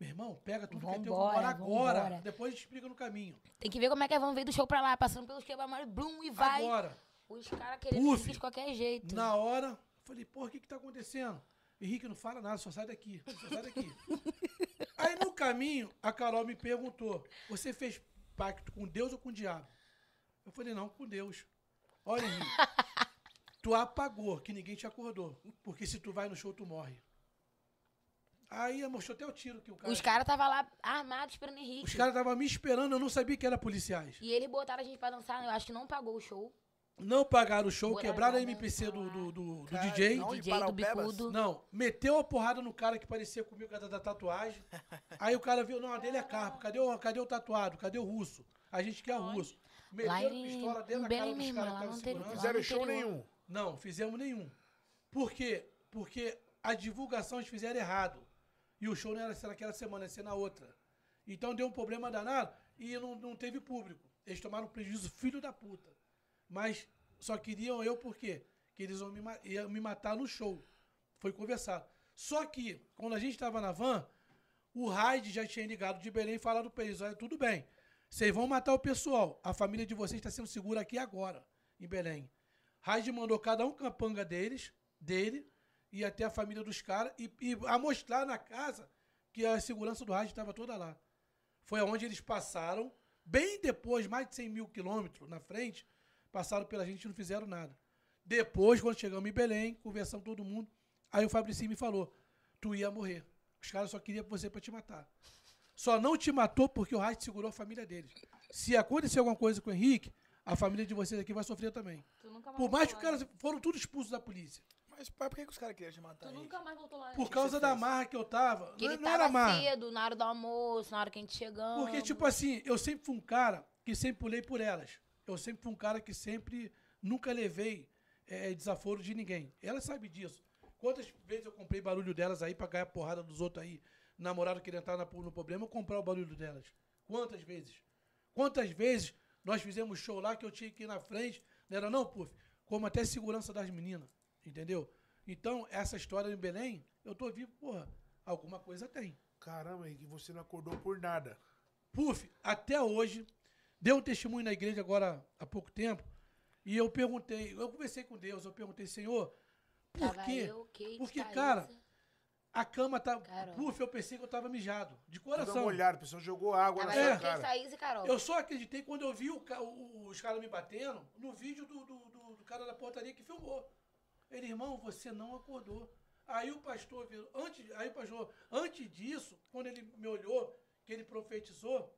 S8: Meu irmão, pega tudo que é teu, vambora
S4: Vambora,
S8: agora.
S4: vambora.
S8: Depois a gente explica no caminho.
S4: Tem que ver como é que é, vão ver do show pra lá, passando pelos quebra-mar, blum, e vai.
S8: Agora.
S4: Os caras querendo
S8: Puf.
S4: seguir de qualquer jeito.
S8: Na hora, eu falei, porra, o que que tá acontecendo? Henrique, não fala nada, só sai daqui, só sai daqui. Aí no caminho, a Carol me perguntou, você fez pacto com Deus ou com o diabo? Eu falei, não, com Deus. Olha, Henrique, tu apagou, que ninguém te acordou, porque se tu vai no show, tu morre. Aí mostrou até o tiro que o cara...
S4: Os caras estavam lá armados esperando o Henrique.
S8: Os caras estavam me esperando, eu não sabia que era policiais.
S4: E eles botaram a gente pra dançar, eu acho que não pagou o show.
S8: Não pagaram o show,
S4: Moraram
S8: quebraram a
S4: lá,
S8: MPC do,
S4: né?
S8: do, do- do
S2: Cara,
S8: DJ.
S2: Não, e
S4: DJ do
S2: Paraupebas?
S4: bicudo.
S8: Não, meteu a porrada no cara que parecia comigo da, da tatuagem. Aí o cara viu, não, a dele é carpo. Cadê o, cadê o tatuado? Cadê o russo? A gente quer o russo.
S4: Lá
S8: Meteram
S4: em-
S8: pistola dentro
S4: em
S8: da cara
S4: Belém
S8: dos
S4: mesmo,
S8: caras
S4: lá
S8: que estavam
S4: não teve-
S8: segurando.
S1: Fizeram
S4: no
S1: show
S4: interior.
S1: nenhum.
S8: Não, fizemos nenhum. Por quê? Porque a divulgação eles fizeram errado. E o show não era ser naquela semana, ia ser na outra. Então deu um problema danado e não, não teve público. Eles tomaram um prejuízo filho da puta. Mas só queriam eu por quê? Que eles iam me, ma- iam me matar no show. Foi conversado. Só que, quando a gente estava na van, o Raid já tinha ligado de Belém e falado pra eles: olha, tudo bem. Vocês vão matar o pessoal. A família de vocês está sendo segura aqui agora, em Belém. Raid mandou cada um capanga deles, dele, e até a família dos caras, e, e a mostrar na casa que a segurança do Raid estava toda lá. Foi aonde eles passaram, bem depois, mais de 100 mil quilômetros na frente, passaram pela gente e não fizeram nada. Depois, quando chegamos em Belém, conversamos todo mundo, aí o Fabricinho me falou, tu ia morrer. Os caras só queriam você pra te matar. Só não te matou porque o Raid segurou a família deles. Se acontecer alguma coisa com o Henrique, a família de vocês aqui vai sofrer também.
S9: Tu nunca mais
S8: Por mais que
S9: voltou
S8: os
S9: lá,
S8: caras foram todos expulsos da polícia.
S2: Mas pai, por que, que os caras queriam te
S9: né?
S2: matar?
S9: Tu
S2: Henrique?
S9: nunca mais voltou lá.
S4: Ah,
S9: né?
S8: Por causa
S2: você
S8: da
S2: fez?
S8: marra que eu tava.
S4: Que
S8: não
S4: ele
S8: não era
S4: tava
S8: marra.
S4: cedo, na hora do almoço, na hora que a gente chegamos.
S8: Porque, tipo assim, eu sempre fui um cara que sempre pulei por elas. Eu sempre fui um cara que sempre nunca levei eh, desaforo de ninguém. Ela sabe disso. Quantas vezes eu comprei barulho delas aí pra ganhar porrada dos outros aí? Namorado querendo entrar na- no problema, eu comprar o barulho delas. Quantas vezes? Quantas vezes nós fizemos show lá que eu tinha que ir na frente, não era não, puf? Como até segurança das meninas, entendeu? Então, essa história em Belém, eu tô vivo, porra, alguma coisa tem.
S1: Caramba, Henrique, você não acordou por nada.
S8: Puf, até hoje, deu um testemunho na igreja agora há pouco tempo, e eu perguntei, eu conversei com Deus, eu perguei, Senhor, por
S4: Tava
S8: quê?
S4: eu, Kate,
S8: Porque,
S4: Thaísa.
S8: cara, A cama tá.
S4: Caramba.
S8: Puf, eu pensei que eu tava mijado. De
S1: Dá uma
S8: coração.
S1: olhada, a pessoa jogou água
S4: Tava
S1: na
S8: É.
S1: sua
S4: eu, Kate,
S1: cara.
S4: Thaís e Carol.
S8: Eu só acreditei quando eu vi o ca- o- o- os caras me batendo no vídeo do, do- do- do cara da portaria que filmou. Ele, irmão, você não acordou. Aí o pastor virou. Antes, aí o pastor, antes disso, quando ele me olhou, que ele profetizou,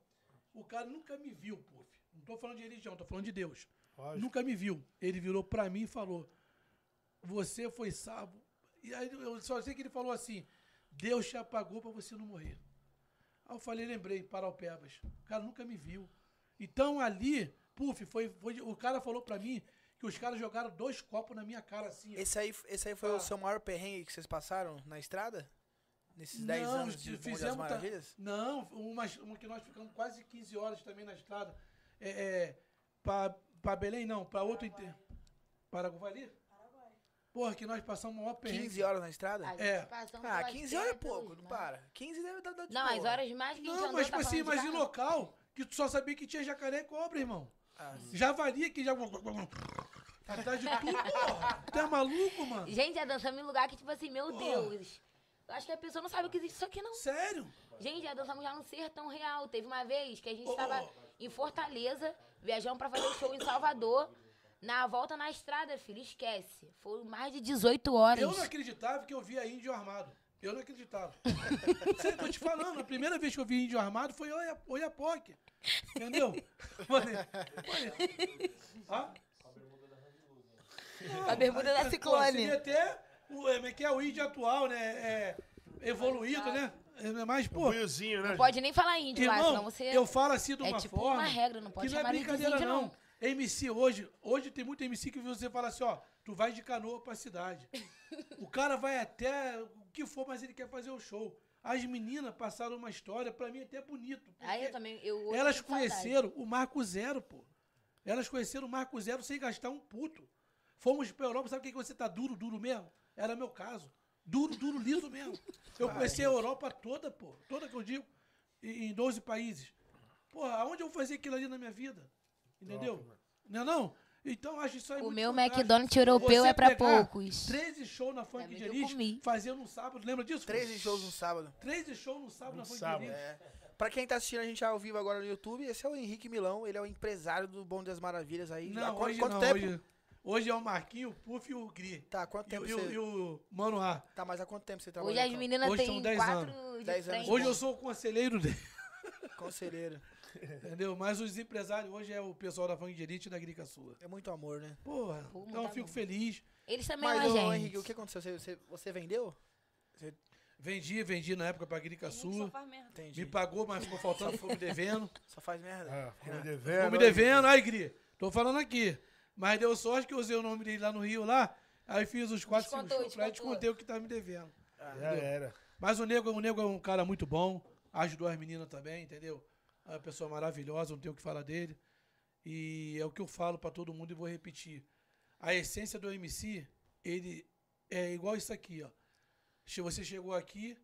S8: o cara nunca me viu, puf. Não tô falando de religião, tô falando de Deus.
S1: Lógico.
S8: Nunca me viu. Ele virou pra mim e falou: Você foi salvo. E aí eu só sei que ele falou assim: Deus te apagou pra você não morrer. Aí eu falei, lembrei, Paraupebas. O cara nunca me viu. Então ali, puf, foi, foi- o cara falou pra mim que os caras jogaram dois copos na minha cara assim. ó.
S2: Esse aí, esse aí foi
S8: Ah.
S2: o seu maior perrengue que vocês passaram na estrada? Nesses 10
S8: Não,
S2: anos de Bonde das
S8: fizemos tá. ta-
S2: Maravilhas?
S8: Não, uma, uma que nós ficamos quase 15 horas também na estrada. É, é, pra, pra Belém, não, pra outro. Inter... Paraguai ali? Paraguai. Porra, que nós passamos uma perrengue.
S2: 15 horas na estrada?
S4: A gente
S8: É.
S4: passou um
S2: Ah,
S4: pelas
S2: 15 horas é
S4: pernas
S2: pouco,
S4: dos
S2: não
S4: mares.
S2: para. 15 deve dar dar de
S4: né? Não, as
S2: boa.
S4: horas mais que a gente
S8: Não,
S4: andou,
S8: mas
S4: tá
S8: tipo assim,
S4: falando de
S8: imagina um
S4: barranco.
S8: local que tu só sabia que tinha jacaré e cobra, irmão.
S2: Ah,
S8: Javali que já... Atrás de tudo, porra. Tu é maluco, mano?
S4: Gente, a dança em lugar que, tipo assim, meu Deus. Eu acho que a pessoa não sabe o que existe isso aqui, não.
S8: Sério?
S4: Gente, já dançamos já num sertão real. Teve uma vez que a gente estava em Fortaleza, viajamos pra fazer um show em Salvador. Na volta na estrada, filho, esquece. Foram mais de 18 horas.
S8: Eu não acreditava que eu via índio armado. Eu não acreditava. Sério, tô te falando, a primeira vez que eu vi índio armado foi Oia- Oiapoque. Entendeu? Falei, olha. Hã?
S4: A bermuda da
S8: é, Pô,
S4: Ciclone.
S8: Seria até o, é, como é que é o índio atual, né? É, evoluído, né? É, Mas,
S1: O
S8: pô,
S1: buiozinho, né?
S4: Não pode nem falar índio lá, senão
S8: irmão,
S4: você.
S8: eu falo assim de
S4: é
S8: uma
S4: tipo
S8: forma.
S4: uma regra, não pode
S8: que não é
S4: chamar ele de
S8: brincadeira,
S4: índio,
S8: não.
S4: não.
S8: MC hoje, hoje tem muito MC que você fala assim, ó, tu vai de canoa pra cidade. o cara vai até o que for, mas ele quer fazer o show. As meninas passaram uma história, pra mim até bonito.
S4: Aí Ah, eu
S8: porque
S4: também. Eu hoje
S8: elas
S4: tenho saudade.
S8: conheceram o Marco Zero, pô. Elas conheceram o Marco Zero sem gastar um puto. Fomos pra Europa, sabe o que que você tá duro, duro mesmo? Era meu caso. Duro, duro, liso mesmo. Eu conheci a Europa toda, pô. Toda que eu digo. e- Em 12 países. Porra, aonde eu vou fazer aquilo ali na minha vida? Entendeu? Não é não? Então acho isso aí
S4: O
S8: muito
S4: meu
S8: fantástico.
S4: McDonald's europeu
S8: Você
S4: é pra
S8: pegar
S4: poucos.
S8: 13 shows na Funk
S4: Ainda bem
S8: de
S4: que eu
S8: Elis,
S4: comi.
S8: fazendo um sábado, lembra disso?
S2: 13 shows no sábado.
S8: 13 shows no sábado
S1: No
S8: na Funk
S1: sábado.
S8: de Elis.
S2: É. Pra quem tá assistindo a gente ao vivo agora no YouTube, esse é o Henrique Milão, ele é o empresário do Bom das Maravilhas aí. Há
S8: Não,
S2: quanto,
S8: hoje
S2: quanto
S8: não.
S2: tempo?
S8: Hoje, hoje é o Marquinho, o Puff e o Gri.
S2: Tá, quanto
S8: E,
S2: tempo
S8: o- e
S2: você...
S8: o- e o Mano A.
S2: Tá, mas há quanto tempo você trabalha?
S4: Hoje as
S2: então?
S4: meninas
S8: Hoje
S4: têm
S8: são 10
S4: quatro de
S2: 10 anos.
S4: frente.
S8: Hoje eu sou o conselheiro dele,
S2: Conselheiro.
S8: entendeu? Mas os empresários hoje é o pessoal da Fang de Elite e da Grica Sula.
S2: É muito amor, né?
S8: Porra,
S4: Pô,
S8: então eu
S4: tá
S8: fico
S4: bom.
S8: feliz.
S4: Eles também
S2: Mas,
S4: não
S2: ô,
S4: é gente.
S2: Henrique, o que aconteceu? Você, você, você vendeu?
S8: Vendi, vendi na época pra Grica Sula.
S2: Entendi.
S8: Me É. pagou, mas ficou faltando, ficou me devendo.
S2: Só faz merda.
S1: Ah, ficou me
S8: Ficou
S2: É,
S1: devendo.
S8: me devendo, aí, Gri. Tô falando aqui. Mas deu sorte que eu usei o nome dele lá no Rio, lá. Aí fiz os quatro, cinco
S4: Descontou,
S8: shows pra ele,
S4: descontou.
S8: descontei o que tava me devendo.
S1: Já era.
S8: Mas o Nego, o Nego é um cara muito bom, ajudou as meninas também, entendeu? É uma pessoa maravilhosa, não tenho o que falar dele. E é o que eu falo pra todo mundo e vou repetir. A essência do MC, ele é igual isso aqui, ó. Che- Você chegou aqui,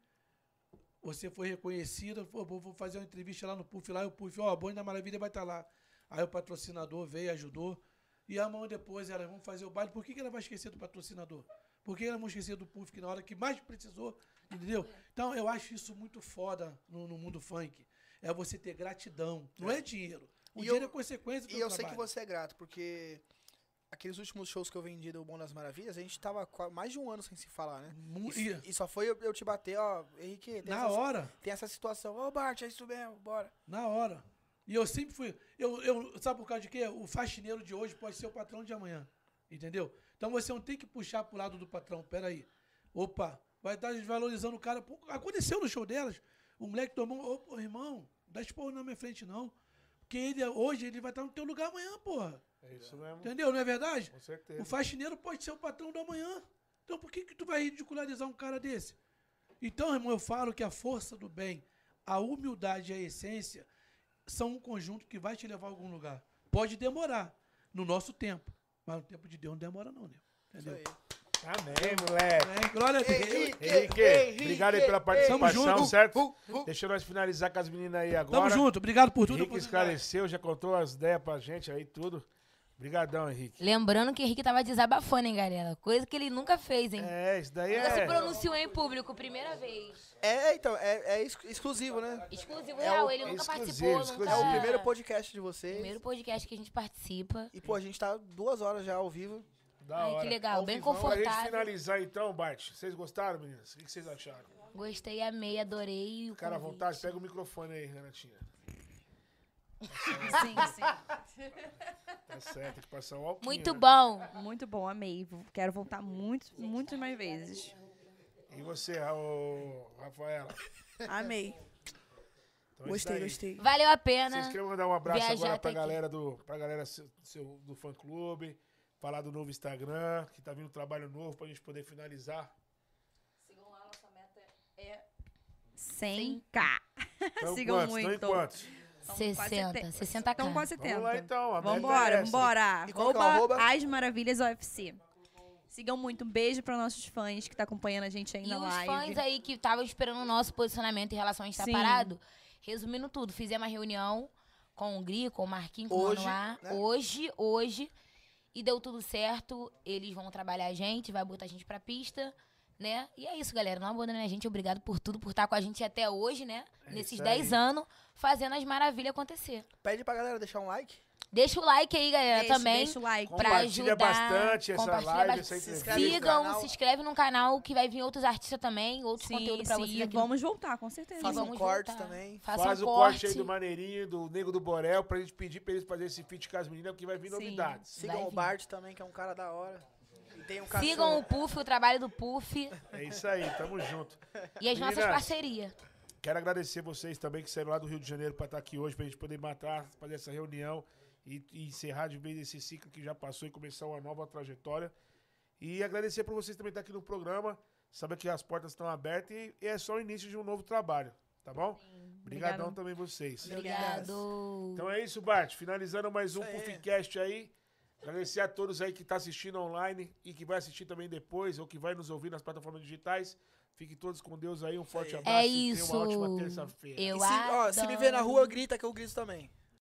S8: você foi reconhecida, pô, vou vou fazer uma entrevista lá no Puff, lá e o Puff, ó, a Bonde da Maravilha vai estar lá. Aí o patrocinador veio, ajudou. E a mão depois, elas vão fazer o baile. Por que, que ela vai esquecer do patrocinador? Por que ela vai esquecer do Puff, que na hora que mais precisou, entendeu? Então, eu acho isso muito foda no, no mundo funk. É você ter gratidão, não é dinheiro. O
S2: E
S8: dinheiro
S2: eu-
S8: é consequência do
S2: E
S8: teu
S2: eu sei que
S8: trabalho.
S2: você é grato, porque aqueles últimos shows que eu vendi do Bom das Maravilhas, a gente tava qua- mais de um ano sem se falar, né?
S8: Mu-
S2: E,
S8: e-
S2: e só foi eu, eu te bater, ó, Henrique, tem,
S8: na
S2: essa,
S8: hora,
S2: tem essa situação. Ô, Bart, é isso mesmo, bora.
S8: na hora. E eu sempre fui. Eu, eu, sabe por causa de quê? O faxineiro de hoje pode ser o patrão de amanhã. Entendeu? Então você não tem que puxar pro lado do patrão. Peraí. Opa, vai estar desvalorizando o cara. Pô, Aconteceu no show delas. O moleque tomou. Ô, pô, irmão, não dá esporro na minha frente, não. Porque ele, é, hoje ele vai estar no teu lugar amanhã, porra.
S1: É isso mesmo.
S8: Entendeu? Não é verdade?
S1: Com
S8: O
S1: certeza.
S8: faxineiro pode ser o patrão do amanhã. Então por que, que tu vai ridicularizar um cara desse? Então, irmão, eu falo que a força do bem, a humildade e a essência são um conjunto que vai te levar a algum lugar. Pode demorar, no nosso tempo. Mas no tempo de Deus não demora, não, né?
S2: Isso
S8: Entendeu?
S2: aí.
S1: Amém, moleque.
S8: É, glória a Deus.
S2: Henrique,
S1: Henrique, obrigado aí pela
S8: Tamo
S1: participação,
S8: junto.
S1: certo?
S2: Uh, uh.
S1: Deixa nós finalizar com as meninas aí agora.
S8: Tamo junto, obrigado por tudo.
S1: Henrique
S8: oportunidade.
S1: esclareceu, já contou as ideias pra gente aí, tudo. Obrigadão, Henrique.
S4: Lembrando que o Henrique tava desabafando, hein, galera? Coisa que ele nunca fez, hein?
S1: É, isso daí
S4: Nunca se
S1: é.
S4: pronunciou em público, primeira vez.
S2: É, então, é, é ex- exclusivo, né?
S4: Exclusivo
S2: É
S4: real,
S2: o-
S4: ele nunca
S1: exclusivo,
S4: participou.
S1: exclusivo.
S4: Nunca...
S2: É o primeiro podcast de vocês.
S4: Primeiro podcast que a gente participa.
S2: E, pô, a gente tá duas horas já ao vivo.
S1: Da
S4: Ai, que
S1: hora.
S4: legal,
S2: Ao
S4: bem
S2: vivão.
S1: Pra gente
S4: confortável.
S1: finalizar então, Bart, vocês gostaram, meninas? O que que vocês acharam?
S4: Gostei, amei, adorei. O
S1: Cara, à
S4: convite.
S1: vontade, pega o microfone aí, Renatinha.
S9: Sim, sim.
S1: Tá certo, tem que passar um alquinho,
S4: Muito
S1: né?
S4: bom.
S3: Muito bom, amei. Vou- Quero voltar muito, muitas mais vezes.
S1: E você, ô, Rafaela?
S5: Amei.
S1: Então é isso
S5: Gostei,
S1: daí.
S5: gostei.
S4: Valeu a pena.
S1: Vocês querem mandar um abraço
S4: Viajar
S1: agora pra
S4: até aqui.
S1: galera, do, pra galera seu, seu- do fã clube, falar do novo Instagram, que tá vindo um trabalho novo pra gente poder finalizar.
S9: Sigam lá, nossa meta é
S3: 100k.
S1: Então,
S3: Sigam
S1: quantos?
S3: muito.
S1: Então, em quantos?
S3: Então, quase
S4: 60,
S3: setenta.
S4: 60
S3: Então, quase
S1: Vamos lá
S3: 70.
S1: então, a meta é
S3: Vambora,
S1: essa.
S3: vambora.
S2: E qual que é o
S3: Arroba
S2: arroba?
S3: As Maravilhas OFC. Sigam muito. Um beijo para nossos fãs que tá acompanhando a gente aí
S4: E
S3: na
S4: os
S3: live.
S4: fãs aí que estavam esperando o nosso posicionamento em relação a estar
S3: Sim.
S4: parado, resumindo tudo, fizemos uma reunião com o Gri, com o Marquinhos, com
S2: Hoje,
S4: o Manoá,
S2: né?
S4: hoje, hoje, e deu tudo certo, eles vão trabalhar a gente, vai botar a gente pra pista, né? E é isso, galera, não abandone a gente, obrigado por tudo, por estar com a gente até hoje, né?
S2: É
S4: Nesses
S1: isso
S4: 10
S1: aí.
S4: anos, fazendo as maravilhas acontecer.
S2: Pede pra galera deixar um like.
S4: Deixa o like aí, galera,
S3: Deixa-
S4: é, também.
S3: Deixa o like.
S4: Pra
S1: Compartilha
S4: ajudar,
S1: bastante essa
S4: compartilha
S1: live,
S4: bastante,
S1: essa
S2: se
S1: entrevista.
S2: inscreve no
S4: Sigam,
S2: canal.
S4: se inscreve no canal que vai vir outros artistas também, outros
S3: Sim,
S4: conteúdos pra
S3: sim,
S4: vocês aqui no
S3: Vamos voltar, com certeza.
S4: Sim,
S2: Façam
S4: vamos
S2: cortes
S4: voltar.
S2: também.
S4: Faça
S1: Faz
S4: um
S1: o corte. aí do Maneirinho, do Nego do Borel, pra gente pedir pra eles fazerem esse feat com as meninas, porque vai vir
S3: Sim.
S1: novidades.
S2: Sigam
S4: Vai
S2: o
S4: vir.
S2: Bart também, que é um cara da hora. E tem um cachorro.
S4: Sigam o Puff, o trabalho do Puff
S1: É isso aí, tamo junto.
S4: e as nossas
S1: Meninas.
S4: parcerias.
S1: Quero agradecer vocês também que saíram lá do Rio de Janeiro pra estar aqui hoje, pra gente poder matar, fazer essa reunião e, e encerrar de vez esse ciclo que já passou e começar uma nova trajetória. E agradecer por vocês também estar aqui no programa. Saber que as portas estão abertas e, e é só o início de um novo trabalho, tá bom? Obrigadão
S3: Obrigada.
S1: também vocês.
S4: Obrigado.
S1: Então é isso, Bart. Finalizando mais um
S2: Isso aí.
S1: Puffcast aí. Agradecer a todos aí que tá assistindo online e que vai assistir também depois ou que vai nos ouvir nas plataformas digitais. Fiquem todos com Deus aí. Um forte
S2: aí.
S1: abraço e
S4: É
S1: tenham
S4: isso.
S1: uma ótima terça-feira.
S2: E
S4: Eu
S2: se, ó, se me ver na
S4: adoro.
S2: rua, grita que eu grito também.